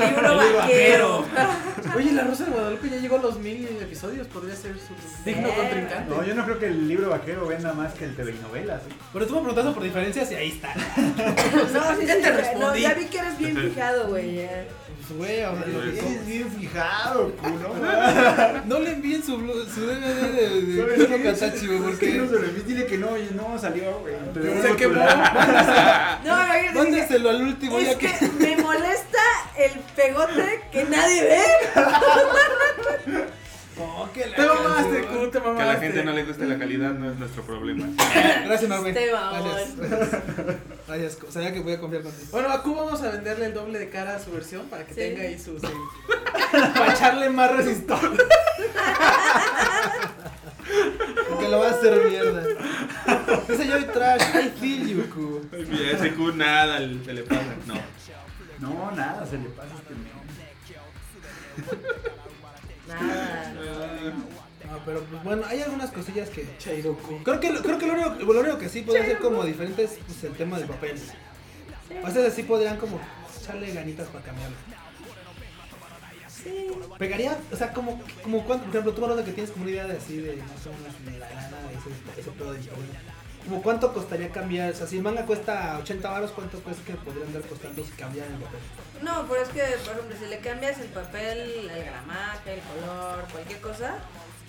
Speaker 5: el libro vaquero.
Speaker 1: (laughs) Oye, La Rosa de Guadalupe ya llegó a los mil episodios. Podría ser su digno contrincante.
Speaker 2: No, yo no creo que el libro vaquero venda más que el telenovelas. ¿eh?
Speaker 3: Pero tú me preguntaste por diferencias y ahí está.
Speaker 5: No, sí, sí,
Speaker 1: Ya te
Speaker 5: sí, no,
Speaker 1: respondí.
Speaker 5: ya vi que eres bien fijado, güey. ya.
Speaker 3: Pues, güey, o sea,
Speaker 4: Pues,
Speaker 3: ¿cómo?
Speaker 2: Eres bien fijado, culo.
Speaker 3: no le envíen su, blu- su DVD de, de
Speaker 2: ¿Sabes
Speaker 3: Kuno
Speaker 2: qué?
Speaker 3: Katsachi, güey,
Speaker 2: ¿Sabes qué?
Speaker 3: porque.
Speaker 2: No se lo envíes, dile que no, oye, no salió, güey. Te
Speaker 3: Se
Speaker 2: debo
Speaker 3: quemó.
Speaker 2: tu-
Speaker 5: No, imagínate, dije,
Speaker 3: Mándaselo al último,
Speaker 5: Es
Speaker 3: ya que.
Speaker 5: que me molesta el pegote que nadie ve.
Speaker 3: Oh, que
Speaker 1: Te
Speaker 3: la canción.
Speaker 1: mamaste, Q, te
Speaker 4: Que
Speaker 1: mamaste.
Speaker 4: a la gente no le guste la calidad no es nuestro problema.
Speaker 3: Gracias, Marvel.
Speaker 5: Este babón.
Speaker 3: Gracias. Gracias. Sabía que voy a confiar contigo. (laughs)
Speaker 1: Bueno, a Q vamos a venderle el doble de cara a su versión para que
Speaker 5: Sí.
Speaker 1: tenga ahí sus. eh,
Speaker 3: Para echarle más resistol. Porque lo va a hacer mierda. Ese Joy Trash, I feel you, Q.
Speaker 4: Ay, mira, ese Q nada le- se le pasa. No.
Speaker 2: No, nada, se le pasa a este men.
Speaker 5: Nada.
Speaker 3: No, pero pues bueno, hay algunas cosillas que.
Speaker 1: Chairo Q.
Speaker 3: Creo que, creo que lo, único, lo único que sí puede ser como diferente es pues, el tema del papel. O sea, sí podrían como echarle ganitas para cambiarlo.
Speaker 5: Sí.
Speaker 3: Pegaría, o sea, como, como cuánto, por ejemplo, tú hablas de que tienes como una idea de así, de no sé, una de la lana, de ese, ese pedo de historia. Como cuánto costaría cambiar, o sea, si el manga cuesta 80 varos, ¿cuánto cuesta que podrían andar costando si cambiaran el papel?
Speaker 5: No, pero es que, por ejemplo, si le cambias el papel, el gramaje, el color, cualquier cosa,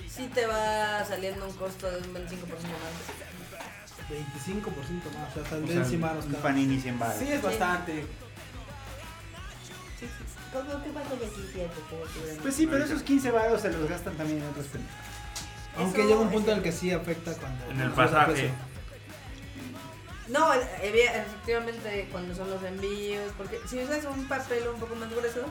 Speaker 5: sí te va saliendo un costo de un 25% más.
Speaker 3: 25% más, o sea,
Speaker 2: O
Speaker 3: saldría
Speaker 2: sea,
Speaker 3: encima los
Speaker 2: un panini 100 baros.
Speaker 1: Sí, es bastante.
Speaker 5: ¿Cómo qué pasó de 17?
Speaker 2: Pues sí, pero esos 15 varos se los gastan también en otras películas.
Speaker 3: Aunque
Speaker 5: Eso-
Speaker 3: llega un punto en el que sí afecta cuando...
Speaker 4: En el
Speaker 3: cuando pasa
Speaker 4: pasaje.
Speaker 3: precio.
Speaker 5: No, evi- efectivamente cuando son los envíos, porque si usas un papel un poco más grueso,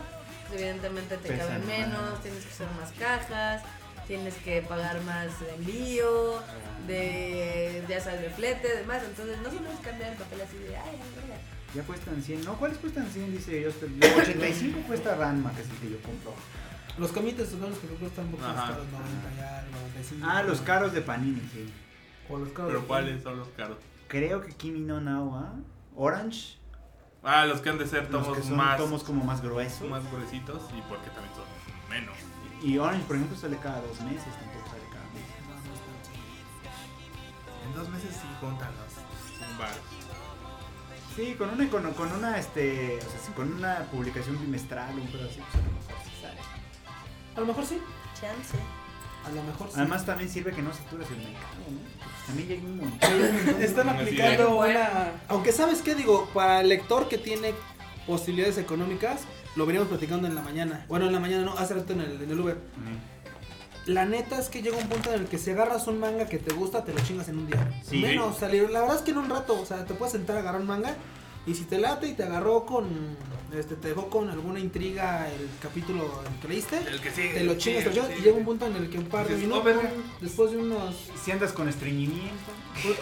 Speaker 5: pues, evidentemente te
Speaker 2: Pesan
Speaker 5: caben menos,
Speaker 2: más.
Speaker 5: tienes que usar más cajas, tienes que pagar más de envío, de ya sabes, de flete, demás, entonces no solo es cambiar el papel así de, ay, la mierda".
Speaker 2: Ya cuestan 100. No, ¿cuáles cuestan 100? Dice yo. 85 cuesta Ranma, que es el que yo compro.
Speaker 3: Los comités son los que cuestan un poco más
Speaker 4: Ajá.
Speaker 3: caros, 90 ya, 95.
Speaker 2: Ah, los caros de Panini, sí.
Speaker 3: O los caros.
Speaker 4: Pero ¿cuáles son los caros?
Speaker 2: Creo que Kimi no Nawa. Orange.
Speaker 4: Ah, los que han de ser
Speaker 2: los
Speaker 4: tomos
Speaker 2: que son
Speaker 4: más,
Speaker 2: tomos como más gruesos.
Speaker 4: más gruesitos y porque también son menos.
Speaker 2: Y Orange, por ejemplo, sale cada dos meses, tampoco sale cada mes.
Speaker 4: En dos meses sí, júntalos. Sin bar.
Speaker 2: Sí, con una, con, con una, este, o sea, sí, con una publicación bimestral, un pedo así, pues, a lo mejor sí sale.
Speaker 3: A lo mejor sí,
Speaker 5: chance.
Speaker 3: a lo mejor sí.
Speaker 2: Además también sirve que no saturas el mercado, ¿no? Pues, también llega un montón.
Speaker 1: Están
Speaker 4: Así
Speaker 1: aplicando
Speaker 5: es.
Speaker 1: una.
Speaker 3: Aunque sabes qué digo, para el lector que tiene posibilidades económicas, lo veníamos platicando en la mañana. Bueno, en la mañana no, hace rato en el, en el Uber. La neta es que llega un punto en el que si agarras un manga que te gusta, te lo chingas en un día.
Speaker 4: Sí.
Speaker 3: Menos, o sea, la verdad es que en un rato, o sea, te puedes sentar a agarrar un manga y si te late y te agarró con, este, te dejó con alguna intriga el capítulo en que leíste,
Speaker 4: El que sigue.
Speaker 3: te lo chingas, te lo chingas, y llega un punto en el que un par de
Speaker 4: Dices, "Oh,
Speaker 3: minutos,
Speaker 4: verga".
Speaker 3: después de unos
Speaker 2: Si andas con estreñimiento,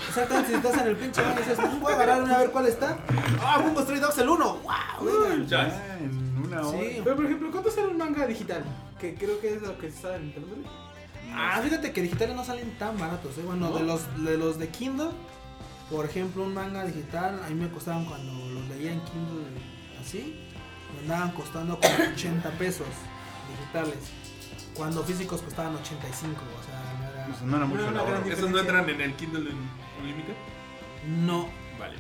Speaker 3: Exactamente, si estás en el pinche baño y dices, voy a agarrar una a ver cuál está. ¡Ah, Bungo Stray Dogs el 1! ¡Wow!
Speaker 4: Chas.
Speaker 2: ya en una hora.
Speaker 3: Sí.
Speaker 1: Pero, por ejemplo, ¿cuánto sale un manga digital? Que creo que es lo que está en internet.
Speaker 3: Ah, fíjate que digitales no salen tan baratos, ¿eh? Bueno,
Speaker 1: ¿No?
Speaker 3: de, los, de los de Kindle, por ejemplo, un manga digital, a mí me costaban cuando los leía en Kindle así, me andaban costando como 80 pesos digitales. Cuando físicos costaban 85, o sea, no era...
Speaker 2: Pues, no era mucho
Speaker 1: No,
Speaker 2: la
Speaker 1: no,
Speaker 2: hora.
Speaker 1: gran-
Speaker 4: ¿Esos no entran en el Kindle Unlimited?
Speaker 3: No,
Speaker 4: Vale.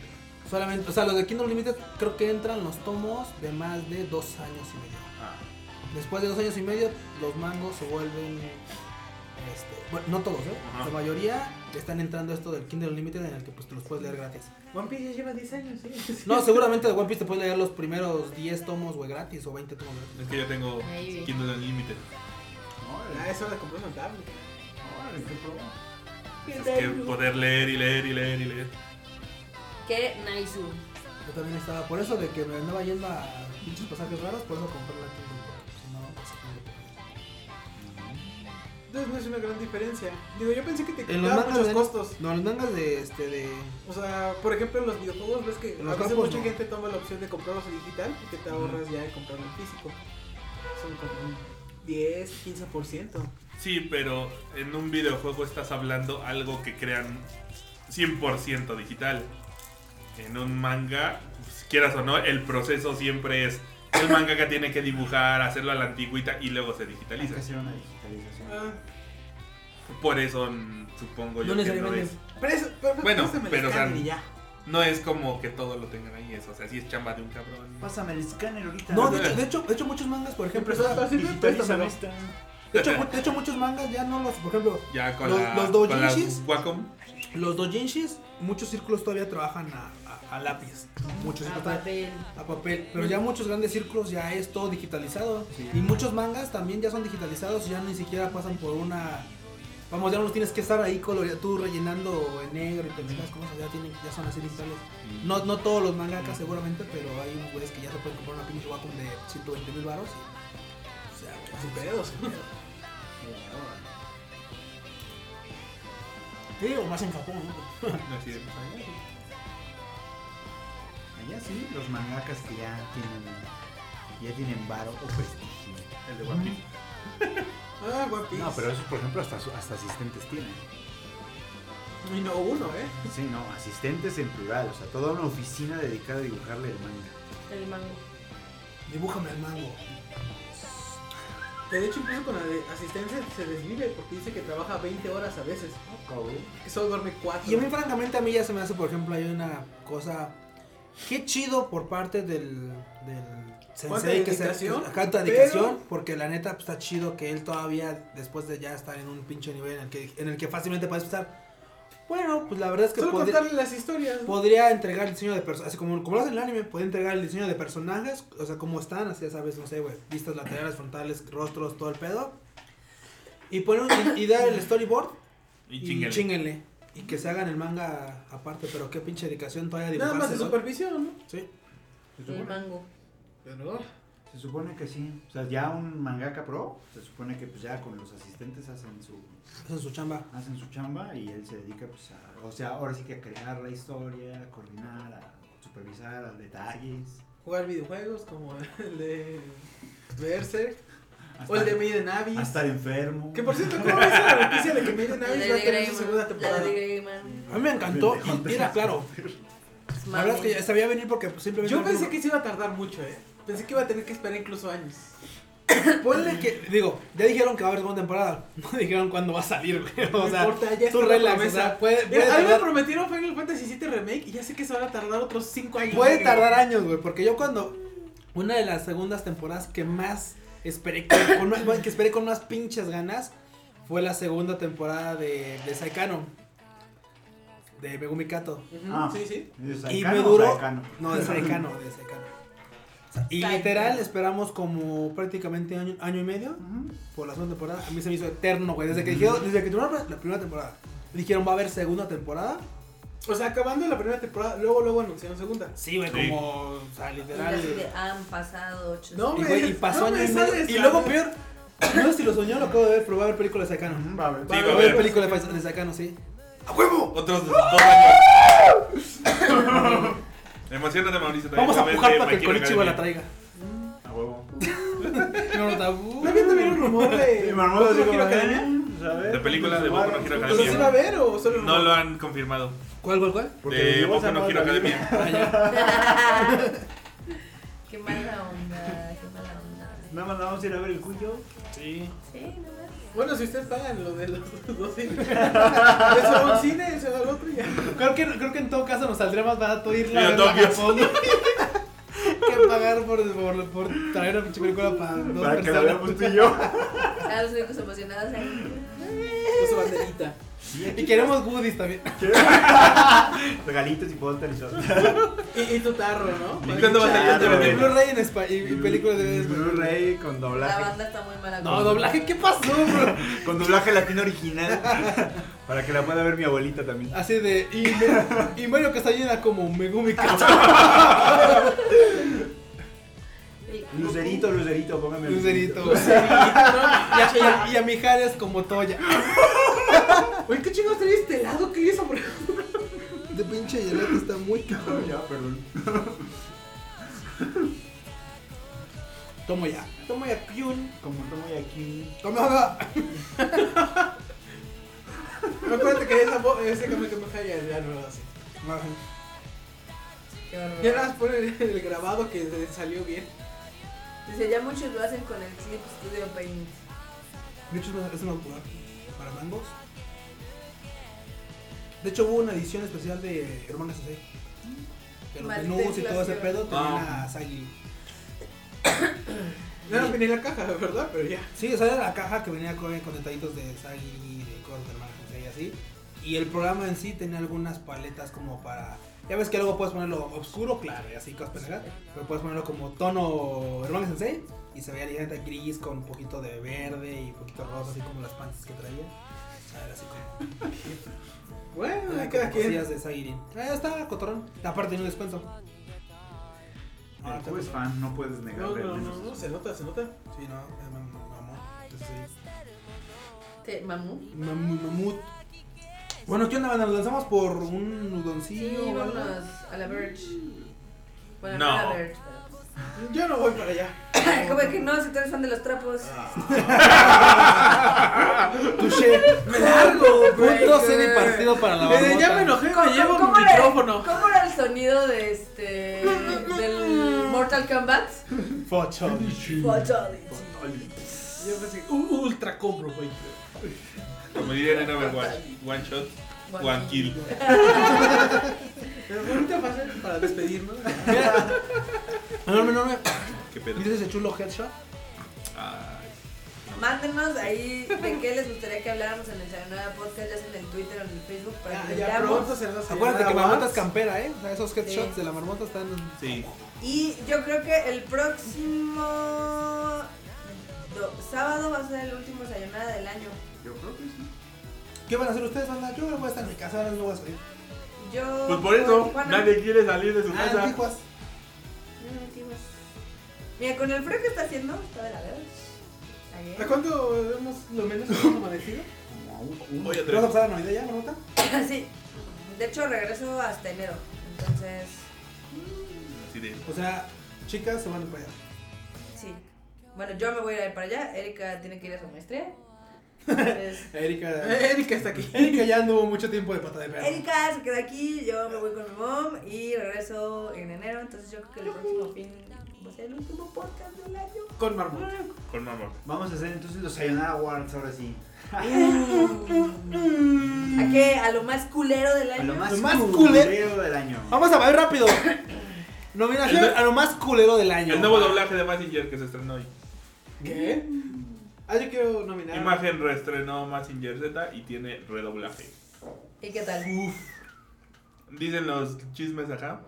Speaker 3: solamente, o sea, los de Kindle Limited creo que entran los tomos de más de dos años y medio.
Speaker 4: Ah,
Speaker 3: Después de dos años y medio, los mangos se vuelven. Este, bueno, no todos, ¿eh?
Speaker 4: Ajá.
Speaker 3: La mayoría están entrando a esto del Kindle Unlimited en el que pues te los puedes leer gratis.
Speaker 1: One Piece ya lleva 10 años, ¿sí?
Speaker 3: (laughs) No, seguramente de One Piece te puedes leer los primeros 10 tomos, güey, gratis o 20 tomos gratis.
Speaker 4: Es que yo tengo
Speaker 5: Maybe.
Speaker 4: Kindle Unlimited.
Speaker 1: Ah, eso la compré en una tablet.
Speaker 4: Es que poder leer y leer y leer y leer.
Speaker 5: Qué nice.
Speaker 3: Yo también estaba, por eso de que me andaba yendo a pinches pasajes raros, por eso compré la Kindle. porque si no, pues, no.
Speaker 1: Entonces no es una gran diferencia. Digo, yo pensé que te
Speaker 3: En los
Speaker 1: quitaban
Speaker 3: mangas
Speaker 1: muchos
Speaker 3: de,
Speaker 1: costos.
Speaker 3: No, en los mangas de este de
Speaker 1: O sea, por ejemplo, en los videojuegos ves que
Speaker 3: En
Speaker 1: a
Speaker 3: los
Speaker 1: veces
Speaker 3: campos,
Speaker 1: mucha
Speaker 3: no.
Speaker 1: gente toma la opción de comprarlos en digital y que te ahorras ya de comprarlo en físico. Son como un 10, 15%.
Speaker 4: Sí, pero en un videojuego estás hablando algo que crean 100% digital. En un manga, pues, quieras o no, el proceso siempre es el manga que tiene que dibujar, hacerlo a la antigüita y luego se digitaliza.
Speaker 2: hacer una digitalización.
Speaker 1: Ah,
Speaker 4: Por eso mm, supongo yo
Speaker 3: No
Speaker 4: que no
Speaker 3: necesariamente.
Speaker 4: es,
Speaker 1: pero eso, pero,
Speaker 4: Bueno,
Speaker 1: eso me
Speaker 4: pero, o sea,
Speaker 1: escanean y ya.
Speaker 4: no es como que todo lo tengan ahí eso, o sea, sí es chamba de un cabrón.
Speaker 2: Pásame el escáner ahorita.
Speaker 3: No, (laughs) de hecho, de hecho, de hecho muchos mangas, por ejemplo,
Speaker 1: Empezó a
Speaker 3: están-
Speaker 1: hacer-
Speaker 2: Digitalízame
Speaker 3: Préstamelo.
Speaker 2: esta.
Speaker 3: de hecho,
Speaker 4: (laughs)
Speaker 3: mu- de hecho, muchos mangas ya no los, por ejemplo,
Speaker 4: Ya con
Speaker 3: Los-
Speaker 4: la
Speaker 3: los
Speaker 4: con las
Speaker 3: doujinshis.
Speaker 4: Wacom,
Speaker 3: los doujinshis, muchos círculos todavía trabajan a, a- a lápiz, muchos
Speaker 5: A
Speaker 3: círculos todavía-
Speaker 5: Ah, papel.
Speaker 3: a papel, pero ya muchos grandes círculos ya es todo digitalizado y muchos mangas también ya son digitalizados, ya ni siquiera pasan por una Vamos, ya no los tienes que estar ahí coloreando, tú rellenando en negro y pendejadas como esas, ya, tienen, ya son así digitales. No, no todos los mangakas seguramente, pero hay unos güeyes que ya se pueden comprar una pinche Wacom de 120 mil baros. O sea, güey,
Speaker 1: Sin pedos.
Speaker 3: Sí, o más en Japón, ¿no?
Speaker 4: no es cierto.
Speaker 2: Allá sí, los mangakas que ya tienen ya tienen varo o prestigio. Mm.
Speaker 4: el de One Piece.
Speaker 1: Ah, One Piece.
Speaker 2: No, pero esos por ejemplo hasta, su- hasta asistentes tienen.
Speaker 1: Y no uno, ¿eh?
Speaker 2: Sí, no, asistentes en plural, o sea, toda una oficina dedicada a dibujarle el manga.
Speaker 5: El mango.
Speaker 3: Dibújame al mango.
Speaker 1: Que de hecho incluso con la de asistencia se desvive porque dice que trabaja 20 horas a veces. Que solo duerme 4.
Speaker 3: Y a mí, francamente, a mí ya se me hace, por ejemplo, hay una cosa. Qué chido por parte del. del sensei que se
Speaker 1: dedicación,
Speaker 3: Ajá, tanta
Speaker 1: pero-
Speaker 3: dedicación, porque la neta pues, está chido que él todavía, después de ya estar en un pinche nivel en el que, en el que fácilmente puedes pensar, bueno, pues la verdad es que
Speaker 1: Solo
Speaker 3: podría-
Speaker 1: contarle las historias. ¿no?
Speaker 3: Podría entregar el diseño de personajes, así como, como lo hace en el anime, podría entregar el diseño de personajes, o sea, como están, así ya sabes, no sé, güey, vistas laterales, frontales, rostros, todo el pedo. Y poner (coughs) y, y dar el storyboard
Speaker 4: Y chinguele.
Speaker 3: chínguenle. Y que se hagan el manga aparte, pero qué pinche dedicación todavía
Speaker 1: Nada
Speaker 3: dibujarse,
Speaker 1: más de
Speaker 3: ¿no?
Speaker 1: supervisión, ¿no?
Speaker 3: Sí.
Speaker 2: Se
Speaker 5: El
Speaker 2: supone,
Speaker 5: mango.
Speaker 1: Pero
Speaker 2: se supone que sí. O sea, ya un mangaka pro, se supone que pues ya con los asistentes hacen su
Speaker 3: Hacen su chamba.
Speaker 2: hacen su chamba y él se dedica pues a, o sea, ahora sí que a crear la historia, a coordinar, a supervisar, a detalles.
Speaker 1: jugar videojuegos como (laughs) el de Berserk
Speaker 2: a
Speaker 1: o el de
Speaker 2: estar-
Speaker 1: Maiden
Speaker 2: a
Speaker 1: Abyss.
Speaker 2: estar enfermo.
Speaker 1: Que por cierto, ¿cómo es la noticia de que Maiden
Speaker 5: La
Speaker 1: Abyss
Speaker 5: de
Speaker 1: va a tener su
Speaker 5: Greyman.
Speaker 1: segunda
Speaker 5: La
Speaker 1: temporada?
Speaker 5: de Greyman.
Speaker 3: A mí me encantó.
Speaker 2: Pendejo.
Speaker 3: Y era claro. La verdad es que ya sabía venir porque pues, simplemente.
Speaker 1: Yo
Speaker 3: no-
Speaker 1: pensé que se iba a tardar mucho, ¿eh? Pensé que iba a tener que esperar incluso años.
Speaker 3: Ponle que. (laughs) Digo, ya dijeron que va a haber segunda temporada. (laughs) No dijeron cuándo va a salir, güey. O
Speaker 1: No
Speaker 3: sea,
Speaker 1: importa, ya está
Speaker 3: tú
Speaker 1: la
Speaker 3: relax. O
Speaker 1: promesa.
Speaker 3: sea, puede, puede
Speaker 1: Mira, a mí me
Speaker 3: tardar-
Speaker 1: prometieron Final Fantasy VII Remake y ya sé que se van a tardar otros 5 años.
Speaker 3: Puede
Speaker 1: Creo.
Speaker 3: tardar años, güey, porque yo cuando una de las segundas temporadas que más esperé con, con más- que (coughs) esperé con unas pinches ganas fue la segunda temporada de de Saikano de Megumi Kato.
Speaker 1: Ujú,
Speaker 2: Ah.
Speaker 1: Sí, sí.
Speaker 3: Y
Speaker 2: ¿Saikano
Speaker 3: me
Speaker 2: o
Speaker 3: duró
Speaker 2: Saikano?
Speaker 3: no, de Saikano, de Saikano. Y
Speaker 5: Saikano.
Speaker 3: literal esperamos como prácticamente año, año y medio
Speaker 2: Ujú.
Speaker 3: por la segunda temporada. A mí se me hizo eterno, güey, desde que dijeron, desde que terminaron la primera temporada. Dijeron va a haber segunda temporada.
Speaker 1: O sea, acabando la primera temporada, luego, luego anunciaron segunda.
Speaker 3: Sí, güey,
Speaker 4: Sí.
Speaker 3: como o sea, literal
Speaker 5: Han pasado ocho.
Speaker 1: No,
Speaker 3: Y,
Speaker 1: me-
Speaker 3: güey, y pasó
Speaker 1: no
Speaker 3: año
Speaker 1: me
Speaker 3: y medio.
Speaker 1: sales,
Speaker 3: Y
Speaker 1: la
Speaker 3: luego
Speaker 1: verdad.
Speaker 3: peor, no sé si lo soñó, lo acabo de ver, pero va a haber películas de Sakano.
Speaker 2: Ujú, va a ver.
Speaker 4: Sí,
Speaker 3: Va a
Speaker 4: va a
Speaker 3: haber
Speaker 4: haber.
Speaker 3: películas de Sa- de Sakano, sí.
Speaker 4: ¡A huevo! Otros dos años.
Speaker 3: (laughs)
Speaker 4: Emocionate, Mauricio. también.
Speaker 3: Vamos a
Speaker 4: Ve
Speaker 3: empujar
Speaker 4: de
Speaker 3: para que
Speaker 4: My
Speaker 3: el
Speaker 4: Hero
Speaker 3: Konichiwa la
Speaker 4: Academia.
Speaker 3: traiga.
Speaker 2: A huevo.
Speaker 3: (laughs) No, tabú.
Speaker 1: ¿No había también un rumor de.
Speaker 2: Y Marmota
Speaker 1: Boku no
Speaker 2: así como,
Speaker 1: Hero Academia?
Speaker 2: eh, pues, a ver,
Speaker 4: De película de Boku no Hero
Speaker 1: ¿O sea,
Speaker 4: Academia.
Speaker 1: sí va a haber o solo
Speaker 4: No lo han confirmado.
Speaker 3: ¿Cuál, cuál, cuál?
Speaker 2: Porque
Speaker 4: de
Speaker 2: llegó
Speaker 4: Boku
Speaker 2: San
Speaker 4: no
Speaker 2: Pablo
Speaker 4: Hero
Speaker 2: la
Speaker 4: Academia.
Speaker 5: Qué mala onda, qué mala onda.
Speaker 2: Nada más vamos a ir a ver el cuyo.
Speaker 3: Sí.
Speaker 5: Sí, no más.
Speaker 1: Bueno, si ustedes pagan lo de los (laughs) dos cines. Eso va a un cine, eso va al otro y ya.
Speaker 3: Creo que, creo que en todo caso nos saldría más barato irla (laughs)
Speaker 4: Sí, a
Speaker 3: a verla a
Speaker 4: Tokio.
Speaker 3: Japón. Qué pagar por, por, por traer una pinche película para dos
Speaker 2: Para que la
Speaker 3: personas.
Speaker 2: veamos tú y yo.
Speaker 5: A Ah, los únicos emocionados ahí.
Speaker 1: Puso banderita.
Speaker 3: Y queremos goodies también.
Speaker 2: Regalitos y posters.
Speaker 1: Y, y tu tarro, ¿no?
Speaker 2: Y
Speaker 1: Cuando
Speaker 2: tu
Speaker 1: vas a-
Speaker 2: tarro,
Speaker 3: Y
Speaker 2: güey.
Speaker 3: este Blu-ray en España y, y películas de
Speaker 2: Blu-ray con
Speaker 5: La
Speaker 2: doblaje.
Speaker 5: banda está muy mala.
Speaker 3: No, doblaje, ¿qué pasó, bro?
Speaker 2: Con doblaje latino original. (laughs) Para que la pueda ver mi abuelita también.
Speaker 3: Así de. Y, me- y Mario Castañeda era como Megumi Kato.
Speaker 5: El-
Speaker 2: Lucerito, Lucerito, póngame
Speaker 3: Lucerito.
Speaker 2: Lucerito.
Speaker 3: Y a, y a- y a Mijares como Toya.
Speaker 1: Oye, ¿qué chingados traes este helado? ¿Qué es eso, bro?
Speaker 3: De pinche Yolanda está muy
Speaker 2: Ya, perdón.
Speaker 3: Tomo ya. Tomo ya, Kyun.
Speaker 2: Como tomo de aquí. eh,
Speaker 3: Tomo ya.
Speaker 1: Acuérdate que esa bo- ese cambio que me cae ya no lo hace.
Speaker 5: Qué bárbaro.
Speaker 1: Ya nada más pone el, el grabado que se salió bien.
Speaker 5: Dice, ya muchos lo hacen con el Clip Studio Paint.
Speaker 3: De hecho, es una- es un autor para mangos. De hecho, hubo una edición especial de Hermanga Sasei. De los
Speaker 5: Maldita
Speaker 3: menús y todo ese
Speaker 5: inflación.
Speaker 3: pedo tenía
Speaker 4: Ah.
Speaker 3: a Sagi.
Speaker 1: No nos venía en la caja, ¿verdad? Pero ya.
Speaker 3: Sí, o sea, era la caja que venía con, con detallitos de Sagi, de cosas de Hermanga Sasei y así. Y el programa en sí tenía algunas paletas como para. Ya ves que luego puedes ponerlo oscuro, claro, y así cosas pendejas. Pero puedes ponerlo como tono Hermanga Sensei. Y se veía ligeramente gris con un poquito de verde y un poquito rosa, así como las panzas que traía. O sea, era así como. (laughs)
Speaker 1: Bueno,
Speaker 3: Ah,
Speaker 1: ahí queda
Speaker 3: como
Speaker 1: quien.
Speaker 3: cosillas de Sairin. Ah, está cotorrón. Aparte, tiene un descuento.
Speaker 2: El Q es fan, no puedes
Speaker 1: No,
Speaker 2: negarle.
Speaker 1: no,
Speaker 2: al
Speaker 1: no,
Speaker 2: menos.
Speaker 1: no, se nota, se nota.
Speaker 3: Sí, no, eh, mam- mamón. Entonces, sí.
Speaker 5: ¿Te mamó?
Speaker 3: Mam- mamut. Bueno, ¿qué onda, banda? ¿Nos lanzamos por un
Speaker 5: Sí,
Speaker 3: udoncillo o algo?
Speaker 5: vámonos a la Verge. Bueno,
Speaker 4: No.
Speaker 5: no a la Verge. (laughs) pero-
Speaker 1: Yo no voy para allá.
Speaker 5: Como que no, si tú eres fan de los trapos.
Speaker 3: Touché. Me largo. Punto cero y partido para la
Speaker 1: Desde
Speaker 3: barbota.
Speaker 1: Eh, ya me enojé, me llevo
Speaker 5: cómo
Speaker 1: mi
Speaker 5: era-
Speaker 1: micrófono.
Speaker 5: ¿Cómo era el sonido de este. del Mortal Kombat? (laughs)
Speaker 3: Focho.
Speaker 5: Fatality.
Speaker 1: Yo pensé, uh, ultra compro, güey.
Speaker 4: Como dirían en Overwatch, one shot, one kill.
Speaker 1: Pero bonita fase para despedirnos.
Speaker 3: Mira. Enorme, enorme.
Speaker 4: ¿Qué pedo?
Speaker 3: ¿Viste ese chulo headshot?
Speaker 4: Ay,
Speaker 5: Mándenos ahí de qué les gustaría que habláramos en el Sayonara Podcast, ya sea en el Twitter o en el Facebook, para
Speaker 1: Ya,
Speaker 5: que
Speaker 1: ya
Speaker 5: veamos.
Speaker 1: pronto se nos
Speaker 3: Acuérdate que
Speaker 1: me
Speaker 3: marmota es campera, ¿eh? O sea, esos headshots
Speaker 5: Sí.
Speaker 3: de la marmota están.
Speaker 4: sí.
Speaker 5: Y yo creo que el próximo do- sábado va a ser el último Sayonara del año.
Speaker 2: Yo creo que sí.
Speaker 3: ¿Qué van a hacer ustedes, banda? Yo voy a estar en mi casa, ahora no voy a salir.
Speaker 5: Yo.
Speaker 4: Pues por
Speaker 5: voy a
Speaker 4: eso,
Speaker 5: Tijuana.
Speaker 4: nadie quiere salir de su
Speaker 3: Ah,
Speaker 4: casa.
Speaker 3: Tijuas.
Speaker 5: No, no, Tijuas. Mira, con el frío que está haciendo, está de la verga.
Speaker 1: ¿A
Speaker 5: Ayer.
Speaker 1: cuánto hemos lo menos que hemos amanecido?
Speaker 2: Como a un-
Speaker 4: Voy a
Speaker 3: ¿Te vas a
Speaker 4: traer.
Speaker 3: pasar la Navidad ya, Marmota?
Speaker 5: (laughs) Sí. De hecho, regreso hasta enero. Entonces,
Speaker 4: Así de,
Speaker 3: O sea, chicas se van a ir para allá.
Speaker 5: sí. Bueno, yo me voy a ir para allá. Erika tiene que ir a su maestría. Entonces,
Speaker 3: Erika.
Speaker 1: Eh, Erika está aquí.
Speaker 3: Erika ya anduvo mucho tiempo de pata de perro.
Speaker 5: Erika se queda aquí, yo me voy con mi mom y regreso en enero, entonces yo creo que el próximo fin va a ser el último podcast del año.
Speaker 1: Con Marmota.
Speaker 4: con mamá.
Speaker 2: Vamos a hacer entonces los Sayonara Awards ahora sí.
Speaker 5: ¿A qué? ¿A lo más culero del
Speaker 2: Mm. A lo
Speaker 5: año?
Speaker 2: más,
Speaker 3: Lo más
Speaker 2: culero del año.
Speaker 3: Vamos a ver rápido. Nominación
Speaker 4: El-
Speaker 3: a lo más culero del año.
Speaker 4: El nuevo doblaje de Massinger que se estrenó hoy.
Speaker 1: ¿Qué? Ah, yo quiero nominar.
Speaker 4: Imagen reestrenó Massinger Z y tiene redoblaje.
Speaker 5: ¿Y qué tal?
Speaker 3: Uf.
Speaker 4: Dicen los chismes acá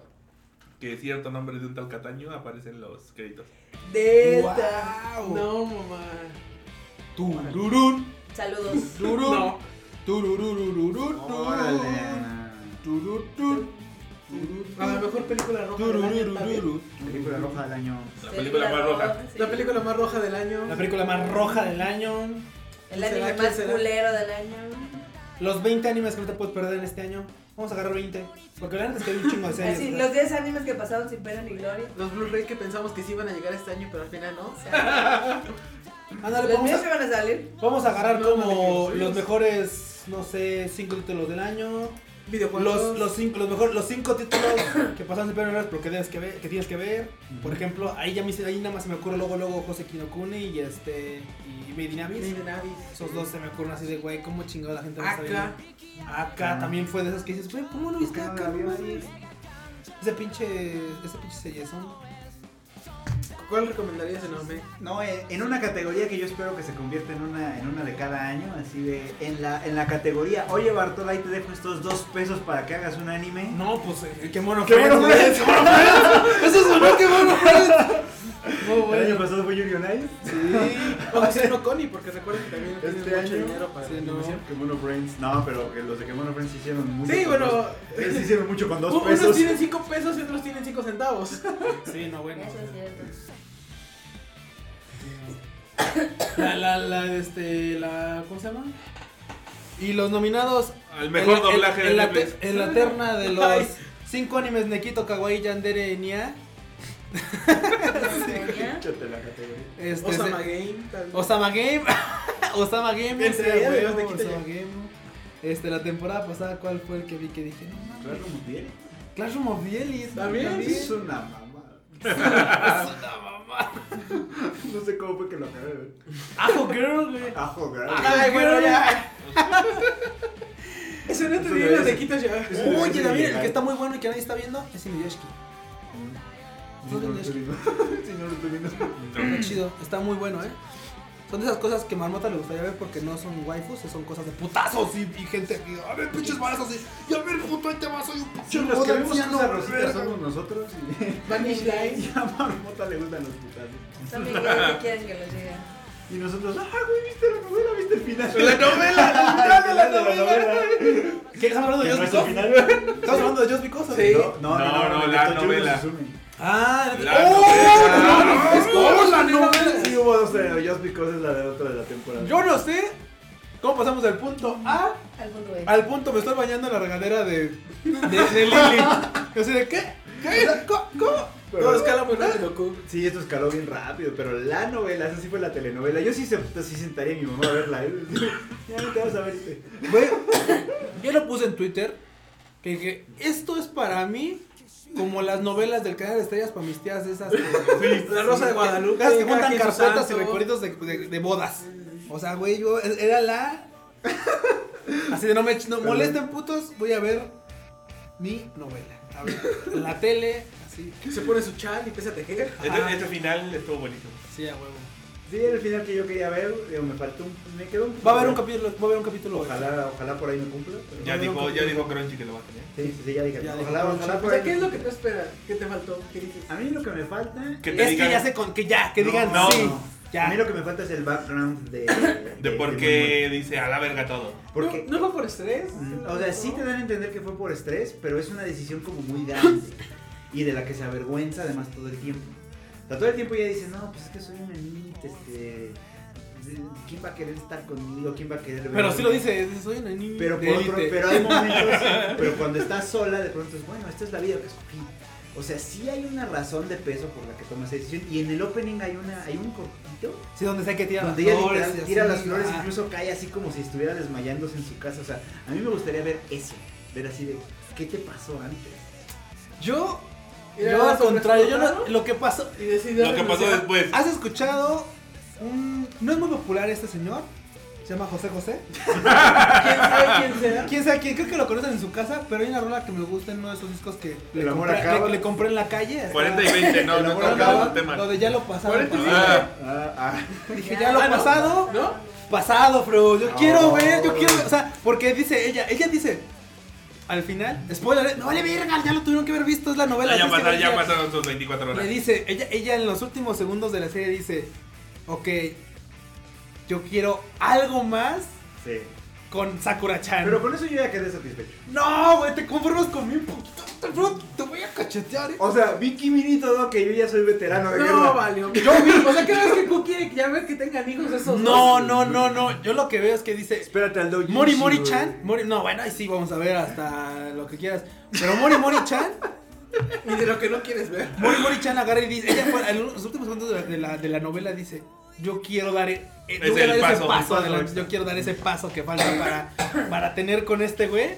Speaker 4: que cierto nombre de un tal Cataño aparece en los créditos.
Speaker 5: De
Speaker 3: Wow.
Speaker 1: No, mamá.
Speaker 3: Tururún.
Speaker 5: Saludos.
Speaker 3: Tururún.
Speaker 1: No.
Speaker 3: Turururururún.
Speaker 2: Órale.
Speaker 3: Tururún.
Speaker 1: A la mejor película roja. del año, tal vez.
Speaker 3: Turururururún.
Speaker 2: Película roja del año.
Speaker 4: La película más roja.
Speaker 5: Sí.
Speaker 1: La película más roja del año.
Speaker 3: La película más roja del año.
Speaker 5: El
Speaker 1: ¿Quién será?
Speaker 5: anime
Speaker 1: ¿Quién
Speaker 5: más
Speaker 1: será?
Speaker 5: culero del año.
Speaker 3: Los 20 animes que no te puedes perder en este año. Vamos a agarrar 20. Porque la neta es que hay un chingo de series.
Speaker 5: Así,
Speaker 3: ¿no?
Speaker 5: los 10 animes que pasaron sin pena ni gloria.
Speaker 1: Los Blu-ray que pensamos que sí iban a llegar este año, pero al final no.
Speaker 5: O sea,
Speaker 3: Ándale,
Speaker 5: los
Speaker 3: vamos
Speaker 5: míos
Speaker 3: a,
Speaker 5: se van a salir.
Speaker 3: vamos a agarrar
Speaker 1: No,
Speaker 3: como
Speaker 1: no, no,
Speaker 3: los
Speaker 1: no.
Speaker 3: mejores, no sé, cinco títulos del año.
Speaker 1: Videojuegos.
Speaker 3: Los, los, cinco, los, mejor, los cinco títulos que pasaron sin pero que tienes que ver. Que tienes que ver. Por ejemplo, ahí ya me, hice- ahí nada más se me ocurre luego, luego José Kinokuni y este. y Made in Abyss.
Speaker 1: Ni de Navis.
Speaker 3: Esos dos se me ocurren así de, güey, cómo chingado la gente no está
Speaker 1: Acá.
Speaker 3: viendo. Acá también fue de esas que dices, güey, ¿cómo no viste
Speaker 2: ¿Por qué no
Speaker 3: acá?
Speaker 2: la vio
Speaker 3: no
Speaker 2: nadie?
Speaker 3: mames? Ese pinche. Ese pinche sellezón.
Speaker 1: ¿Cuál recomendarías en anime?
Speaker 2: No, eh, en una categoría que yo espero que se convierta en una, en una de cada año, así de, en la, en la categoría, oye Bartola, ahí te dejo estos dos pesos para que hagas un anime.
Speaker 3: No, pues, eh, qué mono
Speaker 2: ¡Qué
Speaker 3: Friends,
Speaker 2: bueno,
Speaker 3: güey.
Speaker 2: Friends!
Speaker 1: (laughs)
Speaker 3: Eso sonó qué mono Friends.
Speaker 1: No,
Speaker 2: El año
Speaker 1: bueno.
Speaker 2: pasado fue Yuri on Ice.
Speaker 1: (laughs) O si no, Connie, porque recuerda que también tiene
Speaker 2: Este
Speaker 1: mucho
Speaker 2: año,
Speaker 1: dinero para
Speaker 2: sí,
Speaker 1: la
Speaker 2: no.
Speaker 1: animación.
Speaker 2: Kemono Friends. No, pero que los de Kemono Friends hicieron mucho.
Speaker 1: Sí,
Speaker 2: con
Speaker 1: bueno.
Speaker 2: dos- (laughs) ellos hicieron mucho
Speaker 1: (laughs)
Speaker 2: con dos
Speaker 1: Unos
Speaker 2: pesos.
Speaker 1: tienen 5 pesos y otros tienen 5 centavos.
Speaker 2: Este,
Speaker 3: Sí, no, bueno.
Speaker 5: Eso es
Speaker 1: (laughs)
Speaker 5: cierto.
Speaker 3: La, la, (laughs) la, este, la, ¿cómo se llama? Y los nominados
Speaker 4: Al mejor
Speaker 3: en la- en-
Speaker 4: doblaje
Speaker 3: en,
Speaker 4: de
Speaker 3: la,
Speaker 4: Netflix.
Speaker 3: te- en la terna (laughs) de los
Speaker 1: Ay.
Speaker 3: cinco animes Nekito, Kawaii, Yandere, Nia.
Speaker 5: ¿Ya?
Speaker 2: Échate la categoría.
Speaker 3: Este,
Speaker 1: Osama
Speaker 3: se-
Speaker 1: Game. tal vez.
Speaker 3: Osama Game. (laughs) Osama Game.
Speaker 1: En
Speaker 3: sí,
Speaker 1: realidad,
Speaker 3: a huevo,
Speaker 1: de Nekito
Speaker 3: Osama Game. Este, la temporada pasada, ¿cuál fue el que vi que dije? No mames.
Speaker 2: Claro, como tiene.
Speaker 3: Classroom of the Elite.
Speaker 1: También,
Speaker 2: Es
Speaker 3: sí.
Speaker 2: una mamada. No sé cómo fue que lo acabé de ver.
Speaker 3: Ajo Girl, güey.
Speaker 2: Ajo, gracias.
Speaker 1: Ay, bueno, ya. Eso no te
Speaker 2: Eso
Speaker 1: digo,
Speaker 2: no es.
Speaker 1: le quitas ya.
Speaker 2: Eso no
Speaker 3: Oye,
Speaker 2: es
Speaker 3: también el
Speaker 2: ilegal.
Speaker 3: que está muy bueno y que nadie está viendo es Inuyashiki.
Speaker 2: Señor (laughs) Rutulino. Señor Rutulino.
Speaker 3: Está chido, está muy bueno, ¿eh? Son de esas cosas que Marmota le gustaría ver porque no son waifus, son cosas de putazos y, y gente que, a ver, pinches balazos y, y a ver, puto, ahí te vas, soy un pinche
Speaker 2: Sí, los que
Speaker 3: modo
Speaker 2: vemos
Speaker 3: anciano,
Speaker 2: esa rosita
Speaker 3: verga".
Speaker 2: somos nosotros y
Speaker 1: Vanish
Speaker 2: (laughs)
Speaker 1: Line.
Speaker 2: a Marmota le gustan los putazos.
Speaker 5: También que quieren que los diga.
Speaker 2: Y nosotros, ah, güey, ¿viste la novela? ¿Viste el final?
Speaker 4: La novela.
Speaker 2: de (laughs) la novela!
Speaker 3: ¿Qué? ¿Estamos hablando de Just
Speaker 2: el
Speaker 3: Because?
Speaker 2: final?
Speaker 3: ¿Estamos hablando de Just Because?
Speaker 1: Sí.
Speaker 2: No, no, no, no,
Speaker 4: la
Speaker 2: Tochiro nos
Speaker 4: novela.
Speaker 2: asume.
Speaker 3: Ah, de-
Speaker 4: La
Speaker 3: ¡Oh!
Speaker 4: novela.
Speaker 3: no, no, es como
Speaker 1: Oh,
Speaker 3: la
Speaker 1: sí,
Speaker 3: novela.
Speaker 2: Sí, hubo dos eh, de Just Because es la de otra de la temporada.
Speaker 3: Yo no sé cómo pasamos del punto A
Speaker 5: Al punto B.
Speaker 3: al punto me estoy bañando en la regadera de, de, de Lili. Yo sé de qué. ¿Qué? ¿Cómo? ¿Cómo?
Speaker 1: No,
Speaker 2: Pero-
Speaker 1: escala muy rápido, Q.
Speaker 2: Sí, esto escaló bien rápido, pero la novela, esa sí fue la telenovela. Yo sí, se, pues, sí sentaría a mi mamá a verla. ¿eh? (laughs) Ya no te vas a ver. este.
Speaker 3: Güey, yo lo puse en Twitter. Que dije, esto es para mí como las novelas del canal de estrellas para mis tías de esas. que-
Speaker 1: La Rosa de Guadalupe.
Speaker 3: las que juntan
Speaker 1: Kaki
Speaker 3: carpetas y
Speaker 1: Susanto.
Speaker 3: recuerditos de, de- de bodas. O sea, güey, yo era la. Así de no me ch- no molesten putos, voy a ver mi novela. A ver, en la tele, así.
Speaker 1: Se pone su chal y empieza a tejer.
Speaker 2: eh,
Speaker 4: Este, este final estuvo bonito.
Speaker 3: Sí, a huevo.
Speaker 2: Sí, era el final que yo quería ver, digo, me faltó un. Me quedó un.
Speaker 3: Va a haber un capítulo, va a haber un capítulo.
Speaker 2: Ojalá, ojalá por ahí me cumpla. pero-
Speaker 4: Ya
Speaker 3: No, no,
Speaker 4: dijo,
Speaker 3: no,
Speaker 4: ya
Speaker 3: no.
Speaker 4: dijo Crunchy que lo va a tener.
Speaker 2: Sí, sí, sí, ya dije.
Speaker 3: Ya dijo
Speaker 2: ojalá,
Speaker 3: Crunchy.
Speaker 2: ojalá
Speaker 1: O
Speaker 2: por
Speaker 1: sea,
Speaker 2: ahí.
Speaker 1: ¿qué es lo que te espera? ¿Qué te faltó? ¿Qué dices?
Speaker 2: A mí lo que me falta.
Speaker 4: Que te
Speaker 3: Es que
Speaker 4: digan-
Speaker 3: ya se con, que ya, que
Speaker 4: No,
Speaker 3: digan
Speaker 4: no,
Speaker 3: sí.
Speaker 4: no.
Speaker 3: Ya.
Speaker 2: A mí lo que me falta es el background de. De,
Speaker 4: De por
Speaker 2: de
Speaker 4: qué dice a la verga todo.
Speaker 2: Momoe.
Speaker 1: ¿No,
Speaker 2: Porque.
Speaker 1: ¿No fue por estrés?
Speaker 2: Mm, O sea, sí te dan a entender que fue por estrés, pero es una decisión como muy grande y de la que se avergüenza además todo el tiempo. O sea, todo el tiempo ella dice, no, pues es que soy un enanita, este... ¿Quién va a querer estar conmigo? ¿Quién va a querer ver?
Speaker 3: Pero sí lo dice, dice, soy una niña.
Speaker 2: Pero,
Speaker 3: de
Speaker 2: por otro-
Speaker 3: élite".
Speaker 2: pero hay momentos, pero cuando estás sola, de pronto es, bueno, esta es la vida que escogí. O sea, sí hay una razón de peso por la que tomas esa decisión. Y en el opening hay una hay un cortito
Speaker 3: Sí, donde sea que tira
Speaker 2: donde
Speaker 3: las
Speaker 2: ella
Speaker 3: flores.
Speaker 2: literal
Speaker 3: y
Speaker 2: tira
Speaker 3: así,
Speaker 2: las flores,
Speaker 3: ajá.
Speaker 2: incluso cae así como si estuviera desmayándose en su casa. O sea, a mí me gustaría ver eso, ver así de, ¿qué te pasó antes?
Speaker 3: Yo,
Speaker 1: Y era
Speaker 3: yo al
Speaker 1: sobre
Speaker 3: contrario, yo no,
Speaker 1: explotado.
Speaker 3: lo que pasó.
Speaker 1: Y decidió
Speaker 4: Lo que pasó
Speaker 1: renunciar.
Speaker 2: Pues.
Speaker 4: después.
Speaker 3: ¿Has escuchado un. No es muy popular este señor? Se llama José José.
Speaker 1: ¿Quién sabe quién
Speaker 2: (laughs)
Speaker 1: sea?
Speaker 3: Quién sabe quién, creo que lo conocen en su casa, pero hay una rola que me gusta en uno de esos discos que
Speaker 2: El
Speaker 3: le
Speaker 2: amor
Speaker 3: compré,
Speaker 2: acaba.
Speaker 3: le- le compré en la calle. está-
Speaker 4: 40 y 20, no,
Speaker 2: El
Speaker 4: no
Speaker 2: amor
Speaker 4: tocaba
Speaker 2: acaba,
Speaker 4: el tema.
Speaker 3: Lo de ya lo pasado.
Speaker 1: 40 y
Speaker 3: pasado.
Speaker 4: Ah,
Speaker 2: Ah, ah.
Speaker 3: Dije, ya lo pasado.
Speaker 1: ¿No?
Speaker 3: Pasado, bro. Yo
Speaker 2: No.
Speaker 3: quiero ver, yo quiero. O sea, porque dice ella, ella dice. Al final, spoiler, eh, no vale verga, ya lo tuvieron que haber visto, es la novela.
Speaker 4: ya
Speaker 3: tienes que
Speaker 4: pasaron,
Speaker 3: ver
Speaker 4: ya pasaron sus 24 horas.
Speaker 3: Le dice, ella, ella en los últimos segundos de la serie dice, ok, yo quiero algo más
Speaker 2: Sí.
Speaker 3: con Sakura-chan.
Speaker 2: Pero con eso yo ya quedé satisfecho.
Speaker 3: No, güey, te conformas con mi poquito, bro, te voy a cachetear, eh.
Speaker 2: O sea, Vicky Mini todo que yo ya soy veterano de guerra.
Speaker 1: No, valió. Yo vi. O sea, ¿qué ves que Q quiere ya ves que tengan hijos esos
Speaker 3: No,
Speaker 1: dos?
Speaker 3: no, no, no, yo lo que veo es que dice,
Speaker 2: Espérate al doujinshi.
Speaker 3: Mori
Speaker 2: güey.
Speaker 3: Mori-chan, Mori, no, bueno, ahí sí, vamos a ver hasta lo que quieras, pero Mori Mori-chan,
Speaker 1: Y de lo que no quieres ver.
Speaker 3: Mori Mori-chan agarra y dice, ella fue, en los últimos segundos de la, de la, de la novela dice, yo quiero dar, e- eh, yo
Speaker 4: Es
Speaker 3: voy a
Speaker 4: el
Speaker 3: dar ese
Speaker 4: paso,
Speaker 3: paso
Speaker 2: el
Speaker 3: adelante,
Speaker 2: paso.
Speaker 3: yo quiero dar ese paso que falta para, para tener con este güey.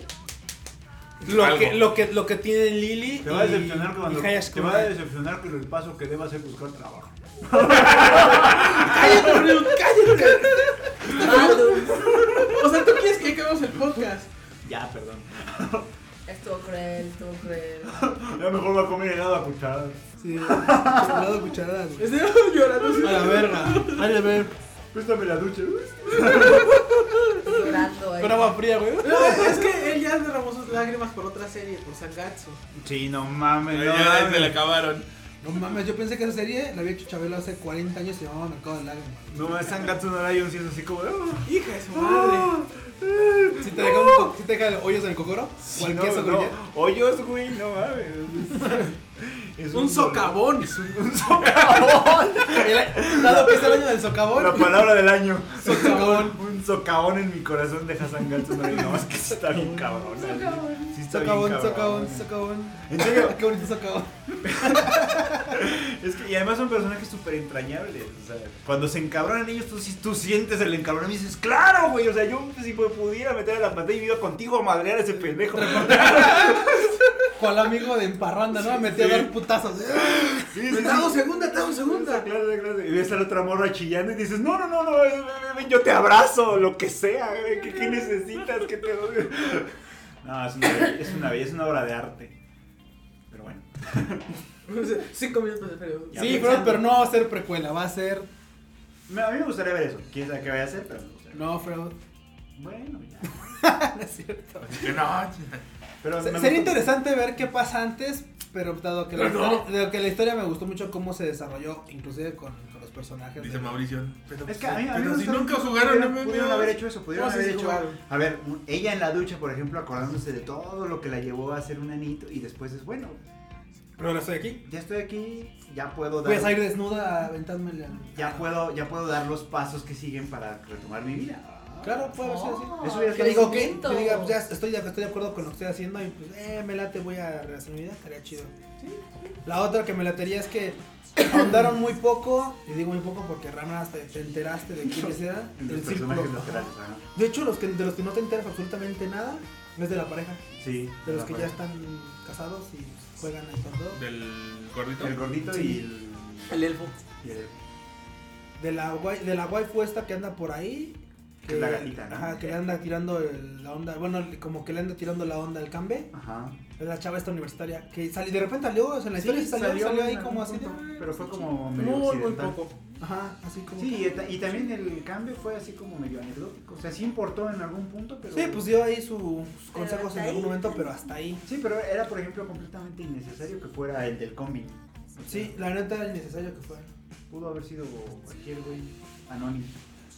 Speaker 3: Lo
Speaker 4: Algo.
Speaker 3: que, lo, que, lo que tienen Lili
Speaker 2: Te va a
Speaker 3: y-
Speaker 2: decepcionar cuando
Speaker 3: y Hayashi
Speaker 2: te va
Speaker 3: Kurai.
Speaker 2: a decepcionar con el paso que debas hacer buscar trabajo.
Speaker 1: ¡Cállate, Ryu! ¡Cállate! O sea, ¿tú quieres que acabemos el podcast?
Speaker 2: Ya, perdón.
Speaker 5: Estuvo cruel, estuvo cruel.
Speaker 2: Ya mejor va a comer helado a cucharadas.
Speaker 3: Sí, lado carreras, güey.
Speaker 1: Estaba llorando. así.
Speaker 3: A la verga. Ay, a ver.
Speaker 2: Préstame la ducha.
Speaker 5: Llorando ahí.
Speaker 3: Con agua fría, güey.
Speaker 1: No, es que él ya derramó sus lágrimas por otra serie, por Sangatsu.
Speaker 2: Sí, no mames. no
Speaker 4: Ya se le
Speaker 2: mames.
Speaker 4: acabaron.
Speaker 3: No mames, yo pensé que esa serie la había hecho Chabelo hace 40 años y se llamaba Mercado de Lágrimas.
Speaker 2: No mames, Sangatsu no Lion sí es así como. "Ah,
Speaker 1: Hija de su
Speaker 2: ah,
Speaker 1: madre.
Speaker 2: eh".
Speaker 3: Si te deja, un co- si te deja hoyos en el cocoro,
Speaker 2: Sí,
Speaker 3: cualquier
Speaker 2: no,
Speaker 3: queso,
Speaker 2: no.
Speaker 3: güey.
Speaker 2: Hoyos, güey, no mames. (laughs) Es
Speaker 1: Un socavón.
Speaker 2: Es un, un socavón.
Speaker 3: El- Dado que es el año del socavón.
Speaker 2: La palabra del año.
Speaker 3: Socavón.
Speaker 2: (laughs) Un socavón en mi corazón deja Sangatsu no Lion. No, es que sí está bien cabrón. Sí está bien
Speaker 3: Socavón,
Speaker 2: cabrón,
Speaker 3: socavón,
Speaker 2: güey.
Speaker 3: socavón.
Speaker 2: En serio.
Speaker 3: (laughs) Qué bonito socavón.
Speaker 2: Es que, y además son personajes súper entrañables. O sea, cuando se encabronan ellos, tú, sí- tú sientes el encabronamiento y dices, claro, güey. O sea, yo pues, si me pudiera meter a la pantalla y me iba contigo a madrear a ese pendejo.
Speaker 3: Cual amigo de emparranda, ¿no? Me metí a dar putazos.
Speaker 2: (laughs) Sí, sí,
Speaker 1: Te
Speaker 2: sí.
Speaker 1: hago segunda, te hago
Speaker 2: Claro,
Speaker 1: segunda.
Speaker 2: claro. Y ves a la otra morra chillando y dices, no, no, no, no, ven, ven, ven, yo te abrazo, lo que sea, güey, ¿qué, qué necesitas? que te doy? (laughs) No, es una, bella- es una bella- es una obra de arte. Pero bueno.
Speaker 1: Cinco minutos de frío.
Speaker 2: Ya,
Speaker 3: Sí,
Speaker 2: pensando.
Speaker 3: Freud, pero no va a ser precuela, va a ser.
Speaker 2: Me- A mí me gustaría ver eso. ¿Quién sabe qué vaya a hacer? Pero me gustaría.
Speaker 3: No, Freud.
Speaker 2: Bueno, ya.
Speaker 3: No es cierto.
Speaker 4: Que no.
Speaker 2: Pero
Speaker 3: Se-
Speaker 2: me
Speaker 3: Sería
Speaker 2: gustó-
Speaker 3: interesante ver qué pasa antes, pero dado que, la,
Speaker 4: Pero no.
Speaker 3: historia, dado que la historia me gustó mucho cómo se desarrolló, inclusive con, con los personajes.
Speaker 4: Dice
Speaker 3: de-
Speaker 4: Mauricio. Pero,
Speaker 2: Es que a mí, a mí
Speaker 4: pero
Speaker 2: me
Speaker 4: si
Speaker 2: gusta
Speaker 4: nunca
Speaker 2: mucho.
Speaker 4: jugaron
Speaker 2: pudieron, pudieron
Speaker 4: MMOs.
Speaker 2: haber hecho eso, pudieron
Speaker 1: No, sí,
Speaker 2: haber
Speaker 1: sí
Speaker 2: hecho.
Speaker 1: jugaron.
Speaker 2: A ver, un- ella en la ducha, por ejemplo, acordándose de todo lo que la llevó a ser un anito y después es bueno,
Speaker 3: Pero ahora estoy aquí.
Speaker 2: ya estoy aquí, ya puedo
Speaker 3: Voy a
Speaker 2: dar,
Speaker 3: salir desnuda a aventarme al-
Speaker 2: ya puedo, ya puedo dar los pasos que siguen para retomar mi vida.
Speaker 3: Claro, puede ser así.
Speaker 5: Oh,
Speaker 2: Eso ya
Speaker 3: Que
Speaker 2: está
Speaker 3: digo que,
Speaker 5: bonito.
Speaker 3: que diga, pues, ya estoy, de- estoy de acuerdo con lo que estoy haciendo y pues, eh, me late, voy a rehacer mi vida, estaría chido. La otra que me latería es que ahondaron muy poco, y digo muy poco porque Rana hasta te enteraste de quiénes eran,
Speaker 2: En
Speaker 3: del
Speaker 2: los
Speaker 3: círculo.
Speaker 2: personajes laterales, ajá.
Speaker 3: De hecho, los que, de los que no te enteras absolutamente nada, es de la pareja,
Speaker 2: Sí.
Speaker 3: de los
Speaker 2: la
Speaker 3: que ya
Speaker 2: pareja.
Speaker 3: están casados y juegan al torneo,
Speaker 4: Del gordito.
Speaker 2: El gordito y el.
Speaker 1: El elfo.
Speaker 2: y el-
Speaker 3: de la, guay- de la waifu esta que anda por ahí.
Speaker 2: Que es la gatita, ¿no?
Speaker 3: Ajá, que le anda tirando el- la onda, bueno, como que le anda tirando la onda al cambe.
Speaker 2: Ajá.
Speaker 3: Es la chava esta universitaria que salió, de repente salió, o sea, en la historia sí salió, salió, ahí
Speaker 2: en
Speaker 3: como así.
Speaker 2: algún
Speaker 3: de-
Speaker 2: punto, Pero fue como medio
Speaker 1: Muy, muy
Speaker 2: occidental.
Speaker 1: poco.
Speaker 3: Ajá, así como.
Speaker 2: Sí, eh, y, ta- y también el cambio fue así como medio anecdótico. O sea, sí importó en algún punto, pero.
Speaker 3: Sí, pues dio ahí su- sus consejos en
Speaker 5: hasta
Speaker 3: algún
Speaker 5: ahí.
Speaker 3: momento, pero hasta ahí.
Speaker 2: Sí, pero era, por ejemplo, completamente innecesario que fuera el del combi.
Speaker 3: Sí, la neta era innecesario que fue.
Speaker 2: Pudo haber sido cualquier güey anónimo.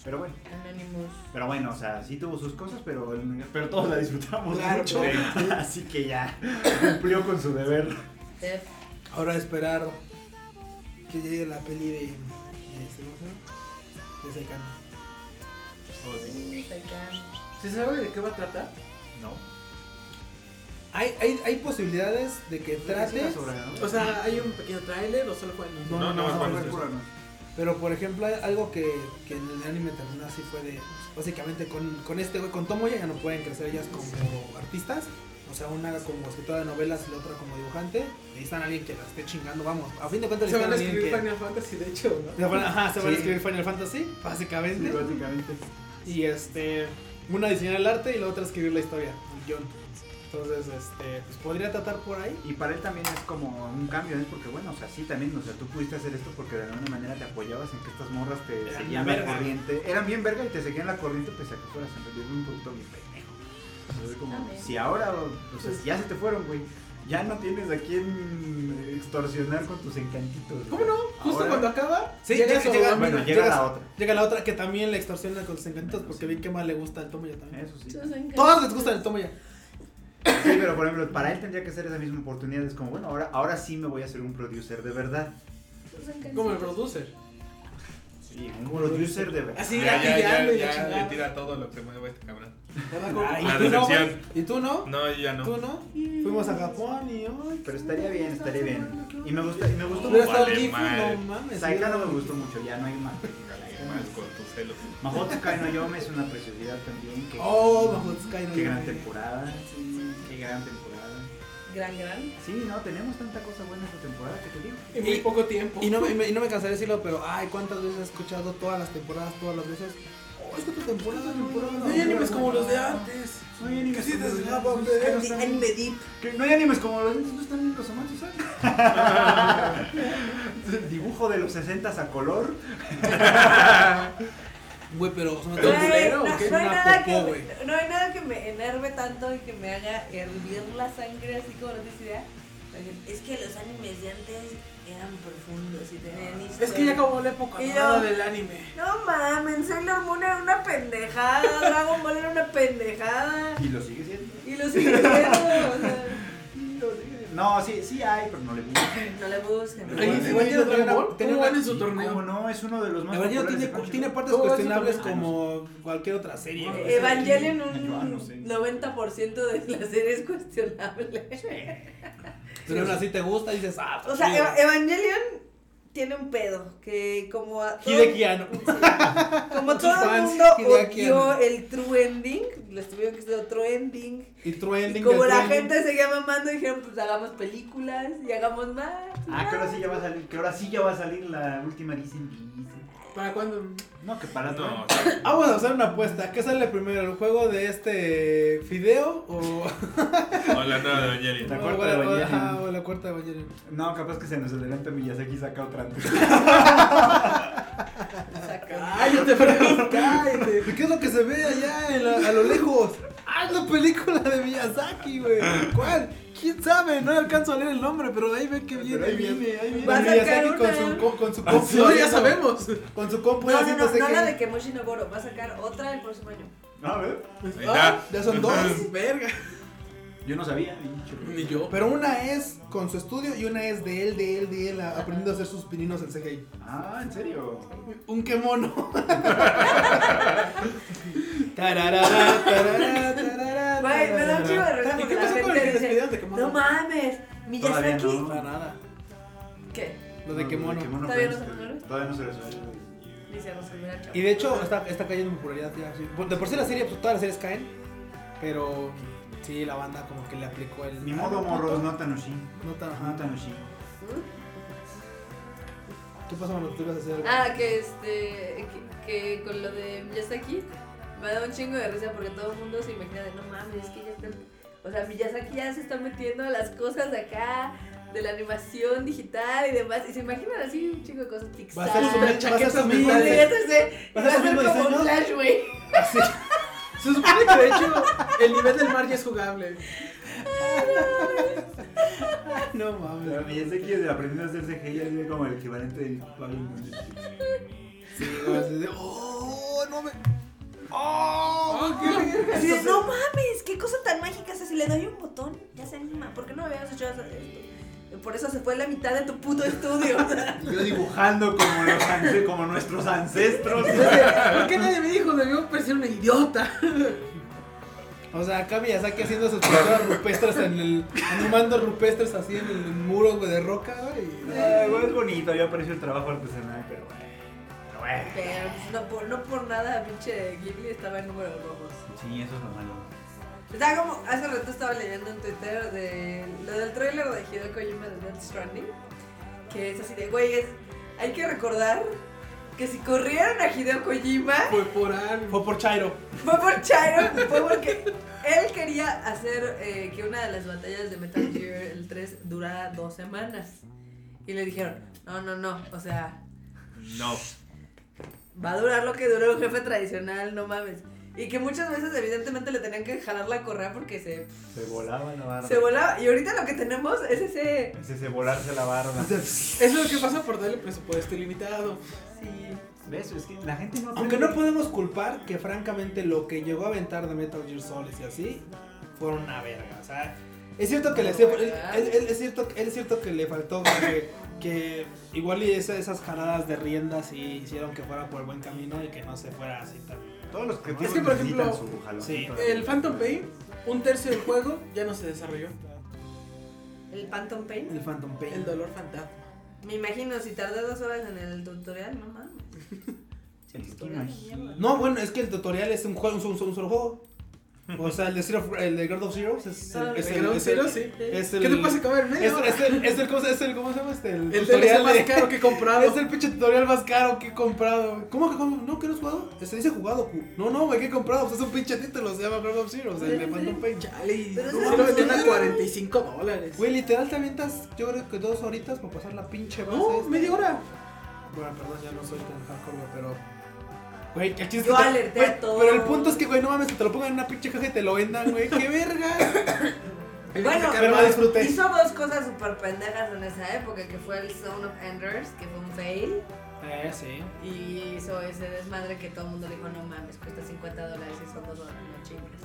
Speaker 2: Pero bueno,
Speaker 5: Anonymous.
Speaker 2: pero bueno, o sea, sí tuvo sus cosas, pero, pero todos la disfrutamos
Speaker 3: Claro.
Speaker 2: mucho. (laughs) Así que ya cumplió con su deber.
Speaker 5: Def.
Speaker 3: Ahora esperar que llegue la peli de. de este, ¿cómo se llama? De Saikano.
Speaker 5: Sí, acá.
Speaker 1: ¿Se sabe de qué va a tratar?
Speaker 2: No.
Speaker 3: Hay, hay, hay posibilidades de que trates.
Speaker 1: O sea, ¿hay un pequeño tráiler o solo fue el
Speaker 3: No,
Speaker 1: mismo?
Speaker 4: No,
Speaker 3: no,
Speaker 4: no,
Speaker 3: no,
Speaker 4: más
Speaker 3: no,
Speaker 4: cuando
Speaker 3: no. Pero por ejemplo, hay algo que, que en el anime terminó así fue de. pues, Básicamente con, con este güey, con Tomoya ya no pueden crecer ellas como artistas. O sea, una como escritora de novelas y la otra como dibujante. Necesitan a alguien que la esté chingando. Vamos, a fin de cuentas
Speaker 1: Se van a
Speaker 3: necesitan
Speaker 1: escribir
Speaker 3: alguien
Speaker 1: Final Fantasy, de hecho,
Speaker 3: que. Se van a- Ajá, se van a
Speaker 2: Sí.
Speaker 3: escribir Final Fantasy,
Speaker 2: Sí,
Speaker 3: básicamente.
Speaker 2: básicamente.
Speaker 3: Y este. Una diseñar el arte y la otra escribir la historia, el guión. Entonces, este. Pues podría tratar por ahí.
Speaker 2: Y para él también es como un cambio, ¿no? Porque bueno, o sea, sí también, o sea, tú pudiste hacer esto porque de alguna manera te apoyabas en que estas morras te
Speaker 3: Eran
Speaker 2: seguían
Speaker 3: bien
Speaker 2: la
Speaker 3: verga.
Speaker 2: corriente. Eran bien verga y te seguían la corriente pese a que fueras en realidad un producto bien pendejo. O sea, es como,
Speaker 5: También.
Speaker 2: si ahora, o, o sea, si ya se te fueron, güey. Ya no tienes a quién extorsionar con tus encantitos. güey.
Speaker 1: ¿Cómo no? Justo
Speaker 2: Ahora-
Speaker 1: cuando acaba,
Speaker 3: Sí,
Speaker 1: llega
Speaker 3: llega-
Speaker 1: su
Speaker 3: llega-
Speaker 2: Bueno,
Speaker 1: amiga.
Speaker 2: llega
Speaker 3: llegas-
Speaker 2: la otra.
Speaker 3: Llega la otra que también le extorsiona con sus encantos
Speaker 2: Bueno,
Speaker 3: porque
Speaker 2: sí.
Speaker 3: vi que más le gusta el Tomoya también.
Speaker 2: Eso sí.
Speaker 5: Sus encantos.
Speaker 3: Todas les gusta el Tomoya.
Speaker 2: Sí, pero por ejemplo, para él tendría que ser esa misma oportunidad. Es como, bueno, ahora, ahora sí me voy a hacer un producer de verdad.
Speaker 5: Sus encantos.
Speaker 1: Como el producer.
Speaker 2: Sí, un producer de verdad.
Speaker 1: Así
Speaker 4: ya, ya,
Speaker 1: gatillando
Speaker 4: ya,
Speaker 1: y
Speaker 4: ya
Speaker 1: la chingada.
Speaker 4: le tira todo lo que mueve este cabrón. La
Speaker 3: Ah, ¿Y tú no, güey?
Speaker 4: decepción.
Speaker 3: ¿Y tú no?
Speaker 4: No, yo ya
Speaker 3: ¿Tú
Speaker 4: no.
Speaker 3: no? Fuimos a Japón y hoy.
Speaker 2: Pero estaría bien, estaría bien. Y me gusta, y me gustó
Speaker 3: Hubiera
Speaker 2: mucho.
Speaker 3: estado
Speaker 4: Vale,
Speaker 3: Gifu,
Speaker 4: madre.
Speaker 3: no mames.
Speaker 2: Saika no
Speaker 3: hubiera-
Speaker 2: me gustó mucho, ya no hay más.
Speaker 4: Más con tus celos.
Speaker 2: Mahoto Kai no Yome es una preciosidad también. Que,
Speaker 3: Oh, Mahotsukai no
Speaker 2: Qué gran
Speaker 3: Yome.
Speaker 2: temporada. Qué gran temporada.
Speaker 5: Gran, gran.
Speaker 2: Sí, no, tenemos tanta cosa buena esta temporada que te digo.
Speaker 1: En muy
Speaker 3: Y-
Speaker 1: poco tiempo.
Speaker 3: Y no, me- y me- y no me cansaré de decirlo, pero ay, cuántas veces he escuchado todas las temporadas, todas las veces. es que tu temporada no
Speaker 1: No,
Speaker 3: no,
Speaker 1: hay
Speaker 3: no,
Speaker 1: animes
Speaker 3: no,
Speaker 1: como
Speaker 3: no,
Speaker 1: los de
Speaker 3: no.
Speaker 1: antes.
Speaker 2: No hay animes
Speaker 1: Sí,
Speaker 2: como los de
Speaker 1: desde la-
Speaker 2: antes, pues, que no
Speaker 5: Anime-
Speaker 2: están-
Speaker 5: Anime deep.
Speaker 2: que no hay animes como los de antes, no están bien los amantes, ¿sabes? (laughs) Dibujo de los 60 a color.
Speaker 3: Güey, pero ¿son
Speaker 1: Güey,
Speaker 3: tan culero
Speaker 1: no
Speaker 3: o qué?
Speaker 1: es soy
Speaker 3: Una
Speaker 5: hay nada
Speaker 3: popó,
Speaker 5: que,
Speaker 3: güey.
Speaker 5: no hay nada que me enerve tanto y que me haga hervir la sangre así como no tienes idea. Es que los animes de antes eran profundos y tenían historia.
Speaker 1: Es que ya acabó la época
Speaker 5: Y yo-
Speaker 1: dorada del anime.
Speaker 5: Ah. No mames, Sailor Moon era una pendejada, Dragon Ball era una pendejada.
Speaker 2: Y lo sigue siendo.
Speaker 5: Y lo sigue siendo, o sea,
Speaker 2: Y lo sigue siendo. No, sí, sí hay, pero no le gusta.
Speaker 5: no le busquen.
Speaker 1: Ay,
Speaker 3: Igual-
Speaker 1: sí,
Speaker 3: igual
Speaker 1: sí,
Speaker 3: ya no
Speaker 1: Dragon
Speaker 3: tiene-
Speaker 1: Ball.
Speaker 3: tiene
Speaker 1: ¿Cómo
Speaker 3: una-
Speaker 1: van en su torneo?
Speaker 2: Como no, es uno de los más
Speaker 3: La verdad ya
Speaker 2: populares
Speaker 3: tiene,
Speaker 2: de Crunchyroll.
Speaker 3: tiene partes
Speaker 1: Todo eso
Speaker 3: cuestionables
Speaker 1: también.
Speaker 3: como cualquier otra serie.
Speaker 2: No,
Speaker 3: güey.
Speaker 5: Evangelion
Speaker 3: Ah,
Speaker 2: Yo
Speaker 5: un
Speaker 2: no sé.
Speaker 5: 90% de la serie es cuestionable.
Speaker 3: Pero aún así te gusta y dices, ah, está
Speaker 5: O sea, eh,
Speaker 3: chido.
Speaker 5: Eva- Evangelion tiene un pedo que como a todo,
Speaker 3: Hideki Anno.
Speaker 5: como
Speaker 3: Sus
Speaker 5: todo el
Speaker 3: fans,
Speaker 5: mundo
Speaker 3: Hideaki
Speaker 5: odió
Speaker 3: Anno.
Speaker 5: el true ending, les tuvieron que hacer otro ending.
Speaker 3: Y
Speaker 5: Y
Speaker 3: trending.
Speaker 5: como
Speaker 3: el
Speaker 5: la
Speaker 3: trending.
Speaker 5: gente seguía mamando, dijeron, pues hagamos películas y hagamos más.
Speaker 2: Ah, que ahora sí ya va a salir, que ahora sí ya va a salir la última dicen dicen.
Speaker 1: ¿Para cuándo?
Speaker 2: No, que para
Speaker 4: No,
Speaker 2: todo.
Speaker 3: Vamos a Ah, hacer una apuesta. ¿Qué sale primero? ¿El juego de este fideo o,
Speaker 4: o la nueva de Evangelion.
Speaker 2: La
Speaker 3: o-
Speaker 2: cuarta
Speaker 3: o-
Speaker 2: de Evangelion.
Speaker 3: ajá, o la cuarta de Evangelion?
Speaker 2: No, capaz que se nos adelanta Miyazaki y saca otra antes.
Speaker 1: Cállate, Fran, cállate.
Speaker 3: ¿Qué es lo que se ve allá en la- a lo lejos? ¡Ah, es la película de Miyazaki, güey! ¿Cuál? ¿Quién sabe? No alcanzo a leer el nombre, pero ahí ve que
Speaker 2: Pero
Speaker 3: viene.
Speaker 2: ahí
Speaker 3: Miyazaki.
Speaker 2: viene, ahí viene.
Speaker 5: Va a sacar
Speaker 3: Miyazaki con
Speaker 5: una.
Speaker 3: su, co- con su
Speaker 2: Ah,
Speaker 3: compu.
Speaker 2: sí,
Speaker 1: No, ya
Speaker 3: haciendo-
Speaker 1: sabemos.
Speaker 3: Con su compu
Speaker 5: No, no, no,
Speaker 3: haciéndose
Speaker 5: no
Speaker 3: que-
Speaker 5: la de Kemoshi Noboro, va a sacar otra el próximo año.
Speaker 2: A ver.
Speaker 4: Ahí
Speaker 1: Ah,
Speaker 4: está.
Speaker 3: Ya son dos.
Speaker 1: Verga.
Speaker 2: Yo no sabía. dicho.
Speaker 1: Ni yo.
Speaker 3: Pero una es con su estudio y una es de él, de él, de él, a- aprendiendo a hacer sus pininos en CGI.
Speaker 2: Ah, ¿en serio?
Speaker 3: Un quemono. Tarara, tarara, tarara,
Speaker 5: Güey, me da un chivo de
Speaker 1: ¿Y
Speaker 5: risa porque
Speaker 1: qué
Speaker 5: la
Speaker 1: pasó con el
Speaker 5: gente
Speaker 1: que
Speaker 5: dice,
Speaker 1: despidieron de Kemono?
Speaker 5: no mames,
Speaker 2: Todavía
Speaker 5: Miyazaki.
Speaker 2: no.
Speaker 3: Para nada.
Speaker 5: ¿Qué?
Speaker 3: Lo de quemono.
Speaker 5: ¿Todavía no
Speaker 2: pues,
Speaker 5: se resuelve?
Speaker 2: Todavía no se resuelve.
Speaker 5: Dice Rosalía Chao.
Speaker 3: Y de hecho, está, está cayendo en popularidad ya. sí. Por- De por sí la serie, pues, todas las series caen. Pero sí, la banda como que le aplicó el. Ah,
Speaker 2: Mi modo morros, no Tanushi.
Speaker 3: No tan. ajá.
Speaker 2: No Tanushi.
Speaker 3: ¿Qué pasa cuando tú ibas a hacer?
Speaker 5: Ah, que este. Que, que con lo de Miyazaki me da un chingo de risa porque todo el mundo se imagina de no mames, es que ya está. O sea, Miyazaki ya se está metiendo a las cosas de acá, de la animación digital y demás. Y se imaginan así un chingo de cosas
Speaker 3: Va
Speaker 5: Pixar.
Speaker 3: a ser su
Speaker 1: Las
Speaker 3: va a ser
Speaker 1: chaquetas
Speaker 3: su
Speaker 5: Y
Speaker 1: mentales.
Speaker 3: mental.
Speaker 5: ya se hace-
Speaker 3: ¿Vas
Speaker 5: va
Speaker 3: a
Speaker 5: a
Speaker 3: hacer
Speaker 5: ser
Speaker 3: los
Speaker 5: como
Speaker 3: diseños?
Speaker 5: un flash,
Speaker 3: (laughs)
Speaker 5: güey.
Speaker 3: Así.
Speaker 1: Se supone que de hecho el nivel del mar ya es jugable.
Speaker 3: No mames.
Speaker 2: Pero Miyazaki desde aprendiendo a hacer CGI ya vive como el equivalente de Pablo Montesinos.
Speaker 3: Sí, güey, así de, Oh, no me. Oh, qué verga.
Speaker 5: Así de,
Speaker 3: Entonces-
Speaker 5: no mames, qué cosa tan mágica. O sea, si le doy un botón, ya se anima. ¿Por qué no habíamos hecho eso- esto? Por eso se fue la mitad de tu puto estudio. o sea.
Speaker 2: Y Yo dibujando como, los ance- como nuestros ancestros.
Speaker 1: ¿Por qué nadie me dijo? Debió parecer una idiota.
Speaker 3: O sea, acá Miyazaki haciendo sus pinturas rupestres en el. animando rupestres así en el muro güey, de roca, güey.
Speaker 2: Ah, güey, es bonito, yo aprecio el trabajo artesanal, pero bueno. Pero bueno.
Speaker 5: Pero pues, no por, no por nada, pinche Ghibli estaba en números rojos.
Speaker 2: Sí, eso es lo malo.
Speaker 5: Estaba como, hace rato estaba leyendo en Twitter de lo del tráiler de Hideo Kojima de Death Stranding, que es así de, güey, es- hay que recordar que si corrieron a Hideo Kojima
Speaker 1: Fue por algo.
Speaker 3: Fue Pues por Chairo.
Speaker 5: fue por Chairo, fue porque él quería hacer eh, que una de las batallas de Metal Gear el 3 durara dos semanas. Y le dijeron, no, no, no, o sea,
Speaker 4: (laughs) No.
Speaker 5: Va a durar lo que dura un jefe tradicional, no mames. Y que muchas veces evidentemente le tenían que jalar la correa porque se,
Speaker 2: Se volaba la barba.
Speaker 5: se volaba. Y ahorita lo que tenemos es ese...
Speaker 2: Es ese volarse la barba.
Speaker 1: Es lo que pasa por darle presupuesto ilimitado.
Speaker 5: Sí.
Speaker 2: ¿Ves? Es que la gente no
Speaker 3: Aunque
Speaker 2: aprende.
Speaker 3: no podemos culpar que francamente lo que llegó a aventar de Metal Gear Solid y así fue una verga. O sea, es cierto que le,
Speaker 5: No,
Speaker 3: él-
Speaker 5: ¿verdad?
Speaker 3: él- él- es, cierto, él es cierto que le faltó que, que igual y esa- esas jaladas de riendas sí hicieron que fuera por el buen camino y que no se fuera así tan.
Speaker 2: Todos los creativos
Speaker 1: Es que, por
Speaker 2: necesitan
Speaker 1: ejemplo,
Speaker 2: su jalón.
Speaker 3: sí,
Speaker 1: El Phantom Pain, un tercio del juego, ya no se desarrolló.
Speaker 5: El Phantom Pain.
Speaker 3: El Phantom Pain.
Speaker 1: El dolor fantasma.
Speaker 5: Me imagino, si tardé dos horas en el tutorial, no mames.
Speaker 2: Es que imagínate.
Speaker 3: No, bueno, es que el tutorial es un juego, un, un- un solo juego. O sea, el de, Zero, el de Girl of Zeros es el. Es
Speaker 1: ¿El
Speaker 3: el,
Speaker 1: Ground
Speaker 3: es el-
Speaker 1: Zero? Sí.
Speaker 3: es el-
Speaker 1: ¿Qué te pasa acabar en
Speaker 3: Es,
Speaker 1: medio?
Speaker 3: es el, es el- ¿cómo, se- es el- ¿Cómo se llama este? El,
Speaker 1: El DLC
Speaker 3: tutorial
Speaker 1: más
Speaker 3: de-
Speaker 1: caro que he comprado.
Speaker 3: Es el pinche tutorial más caro que he comprado. ¿Cómo que cómo? no? ¿Que no has jugado? Se dice jugado. cu- No, no, güey, que he comprado. Pues es un pinche título. Se llama Girl of Zeros. El de Phantom Pain.
Speaker 1: Chale, y
Speaker 5: Pero
Speaker 1: no
Speaker 5: es
Speaker 1: mames,
Speaker 5: la
Speaker 1: lo vendían a
Speaker 5: basura.
Speaker 1: 45 dólares.
Speaker 3: Güey, literal te avientas, yo creo que dos horitas para pasar la pinche base.
Speaker 1: No,
Speaker 3: esta.
Speaker 1: media hora.
Speaker 3: Bueno, perdón, ya no soy tan hardcore, güey, pero. Güey, el chiste
Speaker 5: Yo
Speaker 3: es que-
Speaker 5: alerté
Speaker 3: güey,
Speaker 5: a todos.
Speaker 3: Pero el punto es que, güey, no mames, que te lo pongan en una pinche caja y te lo vendan, güey.
Speaker 1: (laughs)
Speaker 3: ¡Qué verga!
Speaker 5: Bueno, pues,
Speaker 3: Pero la disfruté.
Speaker 5: hizo dos cosas súper pendejas en esa época, que fue el Zone of Enders, que fue un fail,
Speaker 3: Eh, sí.
Speaker 5: y hizo ese desmadre que todo el mundo dijo, no mames, cuesta 50 dólares y son dos dólares, no chingues.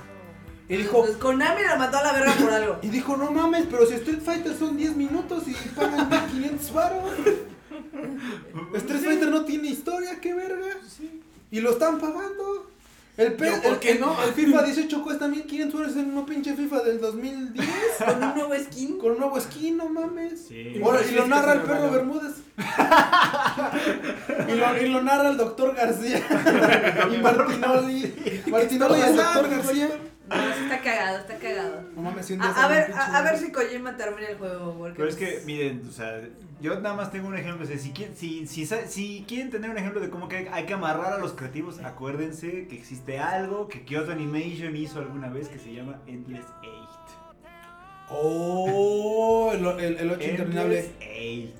Speaker 3: Y dijo.
Speaker 5: Entonces, Konami la mató a la verga por
Speaker 3: (laughs)
Speaker 5: algo.
Speaker 3: Y dijo, no mames, pero si Street Fighter son 10 minutos y pagan 500 varos. Street Fighter no tiene historia, qué verga. Y lo están pagando. El pe-
Speaker 1: Yo, ¿por
Speaker 3: el-
Speaker 1: qué
Speaker 3: el-
Speaker 1: no?
Speaker 3: El FIFA 18 cuesta 1500 varos en una pinche FIFA del 2010
Speaker 5: Con un nuevo skin.
Speaker 3: con un nuevo skin, no mames.
Speaker 2: Sí.
Speaker 3: Ahora, y lo narra el
Speaker 1: Sí,
Speaker 3: perro
Speaker 1: sí,
Speaker 3: Bermúdez. (laughs) y, lo, y lo narra el doctor
Speaker 1: (laughs)
Speaker 3: García. y Martinoli. Martinoli y el doctor García.
Speaker 5: No, sí está cagado, está cagado.
Speaker 3: No mames, si un día
Speaker 5: A, a
Speaker 3: sale un
Speaker 5: ver,
Speaker 3: pinche
Speaker 5: a, a ver
Speaker 3: verga.
Speaker 5: si Kojima termina el juego, porque...
Speaker 2: Pero es
Speaker 5: pues,
Speaker 2: que, miren, o sea, yo nada más tengo un ejemplo. o sea, si, quieren, si, si, sa- si quieren tener un ejemplo de cómo que hay, hay que amarrar a los creativos, acuérdense que existe algo que Kyoto Animation hizo alguna vez que se llama Endless Eight.
Speaker 3: Oh, el, el, el 8
Speaker 2: Endless
Speaker 3: interminable.
Speaker 2: Eight.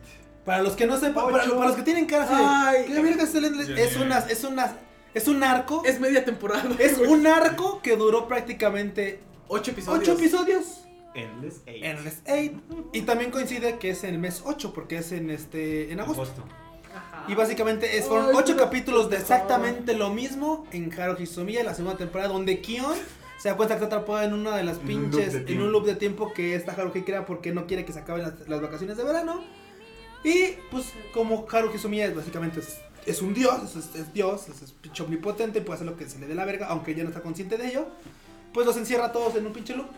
Speaker 3: Para los que no sepan, para,
Speaker 2: Ocho.
Speaker 3: para los que tienen cara así de,
Speaker 1: Ay.
Speaker 3: ¿qué verga es el Endless?
Speaker 4: Ya,
Speaker 3: Es
Speaker 4: ya.
Speaker 3: una, es una, es un arco. Es,
Speaker 1: Es media temporada.
Speaker 3: un arco que duró prácticamente
Speaker 1: 8 episodios.
Speaker 3: 8 episodios.
Speaker 2: Endless Eight.
Speaker 3: Endless 8. Y también coincide que es en el mes 8 porque es en este, en agosto.
Speaker 5: ajá.
Speaker 3: Y básicamente es,
Speaker 1: Ay,
Speaker 3: fueron ocho
Speaker 1: pero-
Speaker 3: capítulos de exactamente lo mismo en Haruhizumiya, la segunda temporada, donde Kion se da cuenta que está atrapada en una de las
Speaker 2: En un loop de
Speaker 3: pinches, en
Speaker 2: tiempo.
Speaker 3: un loop de tiempo que esta Haruhi crea porque no quiere que se acaben las, las vacaciones de verano. Y pues como Haruhizumiya es básicamente es, es un dios, es, es- es dios, es, es pinche omnipotente, puede hacer lo que se le dé la verga, aunque ya no está consciente de ello, pues los encierra a todos en un pinche loop,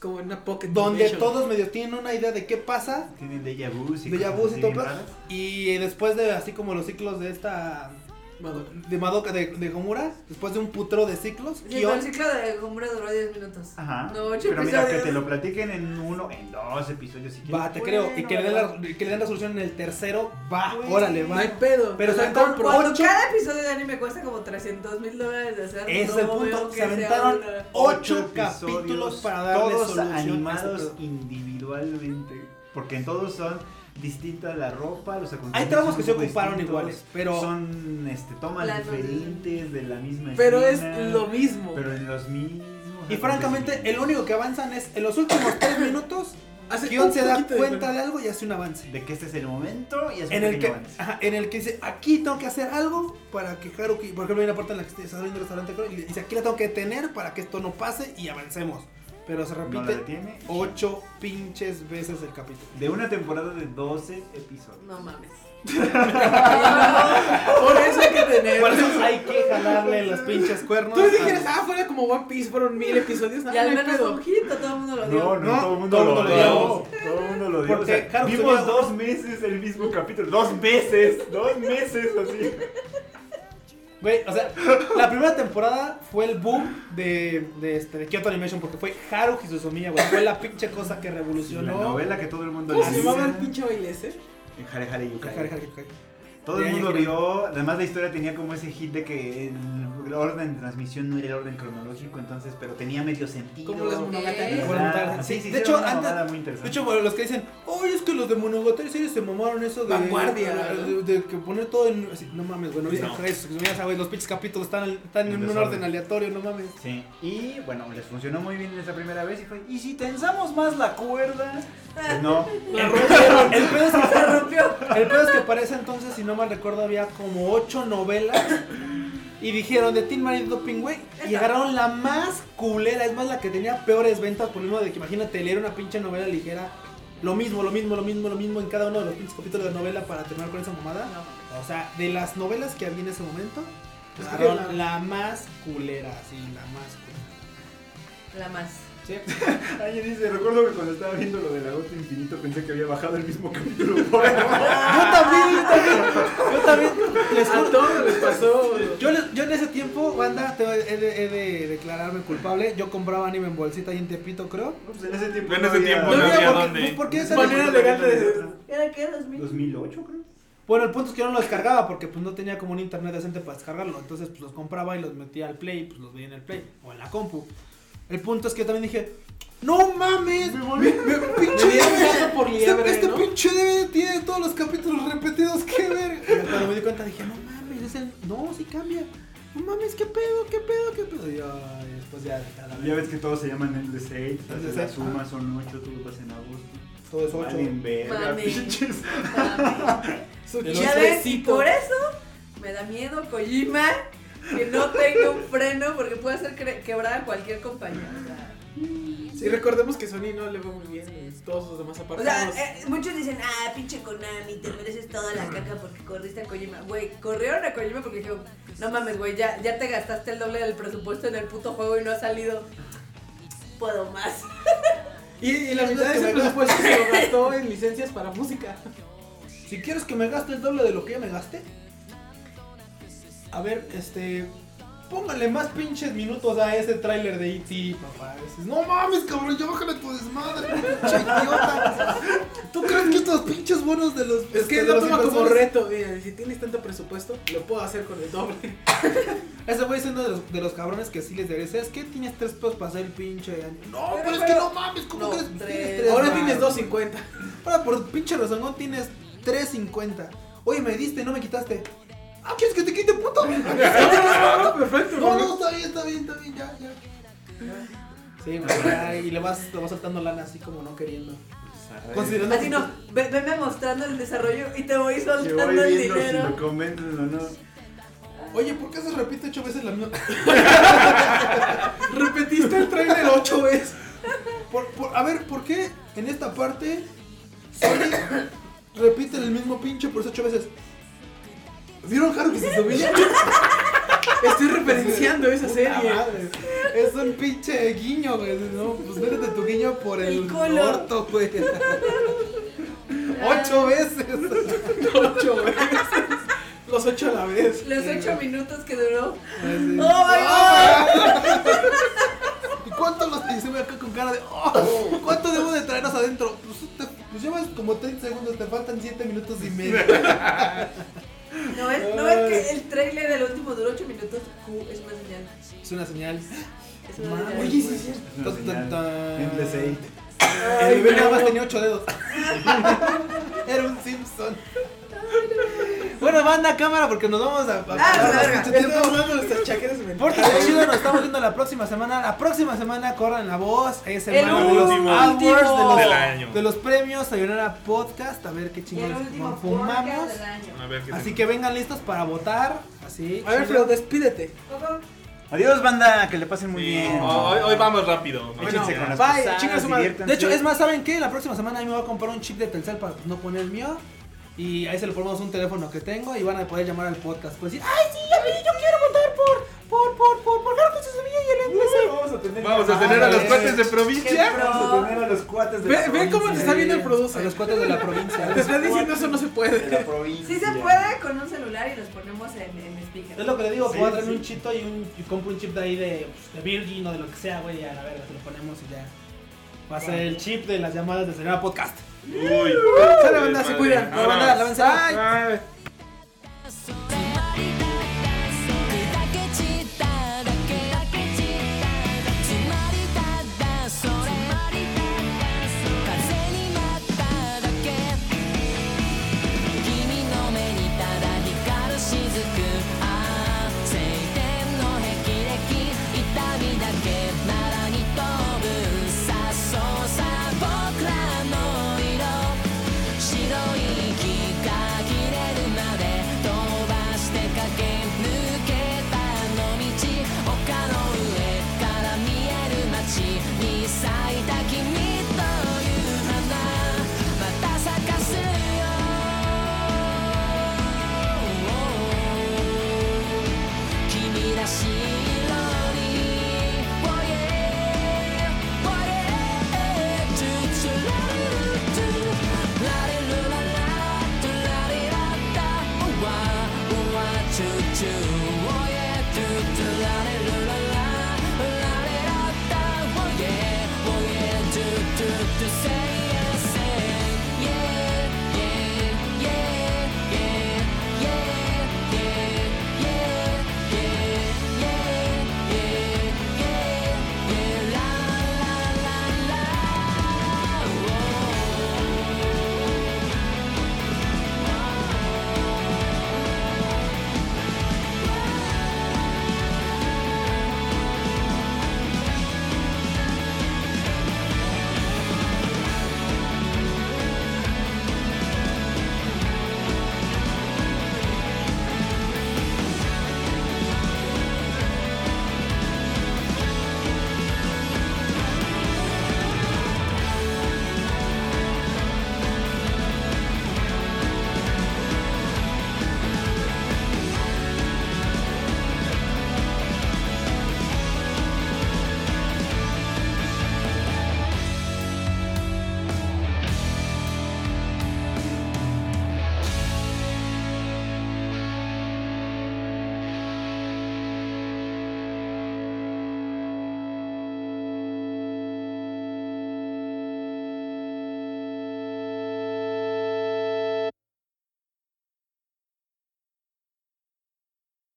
Speaker 1: Como en una pocket.
Speaker 3: donde
Speaker 1: dimension.
Speaker 3: todos medio tienen una idea de qué pasa
Speaker 2: Tienen déjà vu.
Speaker 3: de Yabuz y todo el pedo. Y eh, después de así como los ciclos de esta.
Speaker 1: Madoka.
Speaker 3: De Madoka, de, de Homura, después de un putro de ciclos,
Speaker 5: Sí, pero
Speaker 3: Kion,
Speaker 5: el ciclo de Homura duró 10 minutos.
Speaker 3: Ah,
Speaker 2: Ajá.
Speaker 5: No, ocho
Speaker 2: Pero mira, que
Speaker 5: episodios.
Speaker 2: te lo platiquen en uno, en dos episodios si
Speaker 3: va,
Speaker 2: quieren.
Speaker 3: te creo. y
Speaker 2: Bueno,
Speaker 3: que le, den la, que le den resolución en el tercero, va,
Speaker 2: Güey.
Speaker 3: órale,
Speaker 1: No
Speaker 3: va.
Speaker 1: hay pedo.
Speaker 3: Pero
Speaker 1: te la
Speaker 3: son con-
Speaker 1: compro.
Speaker 5: Cuando
Speaker 3: ocho.
Speaker 5: cada episodio de anime cuesta como 300 mil dólares de hacer.
Speaker 3: Es
Speaker 5: no
Speaker 3: el
Speaker 5: veo
Speaker 3: punto.
Speaker 5: que
Speaker 3: Se
Speaker 5: sea
Speaker 3: aventaron
Speaker 5: una-
Speaker 3: ocho
Speaker 2: episodios,
Speaker 3: capítulos para darle
Speaker 2: todos
Speaker 3: solución a este
Speaker 2: animados
Speaker 3: pedo.
Speaker 2: individualmente, porque en todos son distintas la ropa, los acontecimientos.
Speaker 3: Hay tramos que se
Speaker 2: son
Speaker 3: ocuparon
Speaker 2: distintos,
Speaker 3: iguales, pero-
Speaker 2: son este tomas
Speaker 5: Planos.
Speaker 2: diferentes de la misma
Speaker 1: Pero es
Speaker 2: escena,
Speaker 1: lo mismo.
Speaker 2: pero en los mismos
Speaker 3: Y francamente, el
Speaker 2: acontecimientos.
Speaker 3: único que avanzan es en los últimos
Speaker 5: (laughs)
Speaker 3: tres minutos,
Speaker 1: Hace
Speaker 3: Kion
Speaker 1: un
Speaker 3: se da
Speaker 1: poquito de
Speaker 3: cuenta
Speaker 1: diferencia.
Speaker 3: de algo y hace un avance.
Speaker 2: de que este es el momento y es un
Speaker 3: En el, que,
Speaker 2: pequeño avance.
Speaker 3: ajá, en el que dice, aquí tengo que hacer algo para que Haruki, por ejemplo, hay una parte en la que está saliendo el restaurante creo, y le dice, aquí la tengo que detener para que esto no pase y avancemos. Pero se
Speaker 2: no la
Speaker 3: repite
Speaker 2: detiene.
Speaker 3: ocho pinches veces el capítulo.
Speaker 2: De una temporada de 12 episodios.
Speaker 5: No mames.
Speaker 1: Por eso hay que tener.
Speaker 3: Por eso hay que jalarle los pinches cuernos.
Speaker 1: Tú dijeras, ah, fuera como One Piece, fueron mil episodios. No,
Speaker 5: y
Speaker 1: no
Speaker 5: al
Speaker 1: hay
Speaker 5: menos
Speaker 1: pedo.
Speaker 5: un hito, todo el mundo lo
Speaker 2: No,
Speaker 5: (laughs) dio.
Speaker 2: no, todo el mundo lo odiamos. Todo el mundo lo odió.
Speaker 3: Porque
Speaker 2: o sea,
Speaker 3: Haruki
Speaker 2: vimos
Speaker 3: Sumiya-
Speaker 2: dos meses el mismo capítulo. Dos meses, dos meses así.
Speaker 3: Güey, o sea, la primera temporada fue el boom de, de, este, de Kyoto Animation porque fue Haruki Suzumiya, güey. Fue la pinche cosa que
Speaker 2: la
Speaker 3: revolucionó.
Speaker 2: novela que todo el mundo
Speaker 1: ¿Cómo se
Speaker 3: Así
Speaker 1: llamaba
Speaker 3: es.
Speaker 1: el pinche baile ese?
Speaker 2: En Hare Hare Yukai.
Speaker 3: Jare, jare, jare.
Speaker 2: Todo
Speaker 3: Ya,
Speaker 2: el
Speaker 3: ya
Speaker 2: mundo
Speaker 3: creo.
Speaker 2: vio, además la historia tenía como ese hit de que el orden de transmisión no era el orden cronológico, entonces, pero tenía medio sentido.
Speaker 1: Como las monogataris.
Speaker 2: Ajá,
Speaker 3: Como las monogataris.
Speaker 2: sí,
Speaker 3: Sí,
Speaker 2: sí,
Speaker 3: de
Speaker 2: era
Speaker 3: hecho,
Speaker 2: una
Speaker 3: antes-
Speaker 2: mamada muy
Speaker 3: De
Speaker 2: interesante.
Speaker 3: hecho, bueno, los que dicen, oye, es que los de Monogatari series se mamaron eso de.
Speaker 1: Vanguardia,
Speaker 3: De, de que poner todo en. así, no mames, bueno, ahorita
Speaker 4: No.
Speaker 3: que eso, que ya sabes, los pinches capítulos están, están
Speaker 2: En
Speaker 3: en un
Speaker 2: desorden.
Speaker 3: orden aleatorio, no mames.
Speaker 2: Sí, y bueno, les funcionó muy bien esa primera vez y fue, ¿y si tensamos más la cuerda? Pues no,
Speaker 3: El pedo- (laughs) el pedo es que
Speaker 5: Se (laughs) rompió.
Speaker 3: El pedo es que para ese entonces, si no mal recuerdo, había como ocho novelas. Y dijeron de Teen Marie Doping, güey. Y agarraron la más culera. Es más, la que tenía peores ventas. Por lo mismo de que imagínate leer una pinche novela ligera. Lo mismo, lo mismo, lo mismo, lo mismo en cada uno de los pinches capítulos de la novela para terminar con esa mamada. O sea, de las novelas que había en ese momento,
Speaker 1: Pues,
Speaker 3: agarraron
Speaker 1: creo que
Speaker 3: la más culera. Sí, la más
Speaker 2: (laughs)
Speaker 5: La
Speaker 3: culera.
Speaker 5: más.
Speaker 1: Sí.
Speaker 2: Alguien dice, recuerdo que cuando estaba viendo lo del agosto infinito pensé que había bajado el mismo capítulo. por (laughs) error".
Speaker 5: Ah.
Speaker 3: Yo también, yo también. Yo también. Les
Speaker 1: A
Speaker 3: juro.
Speaker 1: todos les pasó.
Speaker 3: Yo, les- yo en ese tiempo, banda, te- he, de, he de declararme culpable. Yo compraba anime en bolsita ahí en Tepito, creo.
Speaker 2: No, pues en ese tiempo
Speaker 4: En ese tiempo
Speaker 3: No
Speaker 4: no
Speaker 3: había
Speaker 4: había
Speaker 3: por qué-
Speaker 4: dónde.
Speaker 3: pues, ¿por qué esa-
Speaker 1: Manera legal de.
Speaker 5: ¿Era qué? ¿2000?
Speaker 2: 2008 creo.
Speaker 3: Bueno, el punto es que yo no lo descargaba porque pues no tenía como un internet decente para descargarlo. Entonces pues los compraba y los metía al Play, pues los veía en el Play o en la compu. El punto es que yo también dije, no mames,
Speaker 2: Me volví-
Speaker 3: me- pinche
Speaker 1: Me dieron
Speaker 3: DVD,
Speaker 1: gato por
Speaker 3: este-
Speaker 1: liebre,
Speaker 3: este
Speaker 1: ¿no?
Speaker 3: pinche DVD tiene todos los capítulos repetidos, qué ver. Y Cuando me di cuenta dije, no mames, es el... no, sí cambia. No mames, qué pedo, qué pedo, qué pedo. Y ay, después ya, ya la-
Speaker 2: Ya ves que todos se llaman el de 6,
Speaker 3: El de
Speaker 2: la
Speaker 3: seis,
Speaker 2: suma son 8, tú vas en agosto.
Speaker 3: todo es ocho.
Speaker 2: Valen verga,
Speaker 5: Mame.
Speaker 2: pinches.
Speaker 1: Su
Speaker 3: Pero
Speaker 5: Ya ves, y
Speaker 1: chistecito.
Speaker 5: por eso me da miedo Kojima que no tenga un freno porque puede hacer cre- quebrar a cualquier compañía. o sea.
Speaker 1: Sí, recordemos que Sony no le va muy bien en todos los demás
Speaker 5: O sea,
Speaker 1: apartados.
Speaker 5: eh, muchos dicen, ah, pinche Konami, te mereces toda la caca porque corriste a Kojima. Güey, corrieron a Kojima porque dijeron, no mames, güey, ya, ya te gastaste el doble del presupuesto en el puto juego y no ha salido. Puedo más.
Speaker 1: y, y la mitad de ese presupuesto se lo gastó (laughs) en licencias para música.
Speaker 3: (laughs) Si quieres que me gaste el doble de lo que ya me gasté. A ver, este. Póngale más pinches minutos a ese tráiler de E.T., papá. Dices, no mames, cabrón, ya bájale tu desmadre, pinche idiota. (laughs) ¿Tú crees que estos pinches bonos de los. este,
Speaker 1: Es que
Speaker 3: de
Speaker 1: lo
Speaker 3: los
Speaker 1: toma como
Speaker 3: inversores-
Speaker 1: reto. Mira, si tienes tanto presupuesto, lo puedo hacer con el doble.
Speaker 3: Ese güey es uno de los, de los cabrones que sí les debería. Es que tienes tres pesos para hacer el pinche año. No, pero,
Speaker 5: Pero,
Speaker 3: es
Speaker 5: pero-
Speaker 3: que no mames, ¿cómo
Speaker 5: No,
Speaker 3: crees?
Speaker 5: tres.
Speaker 3: Tienes
Speaker 1: Ahora
Speaker 3: varos.
Speaker 1: tienes 250.
Speaker 3: Ahora por pinche rezongón tienes 3.50. Oye, me diste, no me quitaste. Ah, ¿quieres que te quite, puto?
Speaker 1: Perfecto.
Speaker 3: No, no, está bien, está bien, está bien, ya, ya. Sí, pues, ya, y le vas, le vas saltando lana así como no queriendo. Considerando
Speaker 5: Así no, ve- venme mostrando el desarrollo y te voy
Speaker 2: Que
Speaker 5: soltando
Speaker 2: voy
Speaker 5: el
Speaker 2: viendo si lo
Speaker 5: dinero.
Speaker 2: convencen o no.
Speaker 3: Oye, ¿por qué se repite ocho veces la misma? (laughs)
Speaker 1: Repetiste el trailer 8 veces.
Speaker 3: Por- por- a ver, ¿por qué en esta parte Sony repite el mismo pinche por ocho veces? ¿Vieron Haru que se subía?
Speaker 5: (laughs)
Speaker 1: Estoy referenciando esa
Speaker 3: Puta
Speaker 1: serie. (laughs)
Speaker 3: madre. Es un pinche guiño, güey. No, pues métete tu guiño por el,
Speaker 5: El culo.
Speaker 3: orto, güey. Ocho veces.
Speaker 1: 8 veces. Los 8 a la vez.
Speaker 5: Los ocho minutos que duró.
Speaker 3: Así.
Speaker 5: ¡Oh, my God!
Speaker 3: ¿Y cuánto los te me acá con cara de "Oh, ¿Cuánto debo de traernos adentro? Pues, te- pues llevas como 30 segundos, te faltan 7 minutos y medio.
Speaker 5: No es, no es que el trailer del último duró 8 minutos. Q es una señal.
Speaker 3: Es una señal.
Speaker 5: Es una
Speaker 3: Madre.
Speaker 5: señal.
Speaker 3: Oye, sí es cierto.
Speaker 2: Es una señal. Endless Eight.
Speaker 3: El bebé nada más tenía 8 dedos. (laughs) Era un Simpson. Bueno, banda cámara porque nos vamos a. a
Speaker 5: Ah, la verga.
Speaker 3: mucho tiempo.
Speaker 1: Estamos jugando nuestras chaquetas mentales.
Speaker 3: Pórtense chido, nos estamos viendo la próxima semana. La próxima semana corran la voz. Es
Speaker 5: El
Speaker 3: semana de los
Speaker 4: último.
Speaker 3: awards, de los,
Speaker 4: Del año.
Speaker 3: de los premios Sayonara Podcast. A ver qué
Speaker 5: Y el
Speaker 3: chingados
Speaker 5: último
Speaker 3: fumamos.
Speaker 5: podcast del año.
Speaker 4: A ver qué
Speaker 3: Así
Speaker 4: se-
Speaker 3: que vengan listos para votar. Así.
Speaker 1: A ver, Fred, despídete.
Speaker 5: Ojo.
Speaker 2: Adiós, banda, que le pasen muy
Speaker 4: Sí,
Speaker 2: bien.
Speaker 4: Hoy, hoy vamos rápido.
Speaker 2: Échense
Speaker 1: Bueno,
Speaker 2: con las
Speaker 3: bye,
Speaker 2: pasadas,
Speaker 3: chinga su madre.
Speaker 2: diviértanse.
Speaker 3: De hecho, es más, ¿saben qué? La próxima semana ahí me voy a comprar un chip de Telcel para pues, no poner el mío. Y ahí se le ponemos un teléfono que tengo y van a poder llamar al podcast. Pues decir, ay, sí, a mí yo quiero votar por, por, por, por, por Claro que se sabía y el MPC.
Speaker 2: Vamos a tener,
Speaker 4: Vamos a tener a los
Speaker 2: eh,
Speaker 3: Ah,
Speaker 4: cuates de
Speaker 5: Qué
Speaker 4: provincia.
Speaker 5: pro.
Speaker 2: Vamos a tener a los cuates de
Speaker 1: Ve-
Speaker 2: la
Speaker 1: ve cómo te
Speaker 2: provincia.
Speaker 1: está viendo el producer.
Speaker 3: A los cuates de la provincia.
Speaker 1: Te está diciendo eso no se
Speaker 2: De la
Speaker 1: puede.
Speaker 2: provincia.
Speaker 5: Sí se puede con un celular y los ponemos en, en speaker.
Speaker 3: (laughs) Es lo que le digo,
Speaker 2: Sí,
Speaker 3: puedo traerme
Speaker 2: sí.
Speaker 3: un chito y, un, y compro un chip de ahí de, pues, de Virgin o de lo que sea, güey, y a la verga, se lo ponemos y ya. Va a ser el chip de las llamadas de Señora Podcast.
Speaker 4: Uy.
Speaker 1: Sale, banda, se
Speaker 4: Madre.
Speaker 1: cuidan.
Speaker 3: La banda, lávense.
Speaker 4: Bye.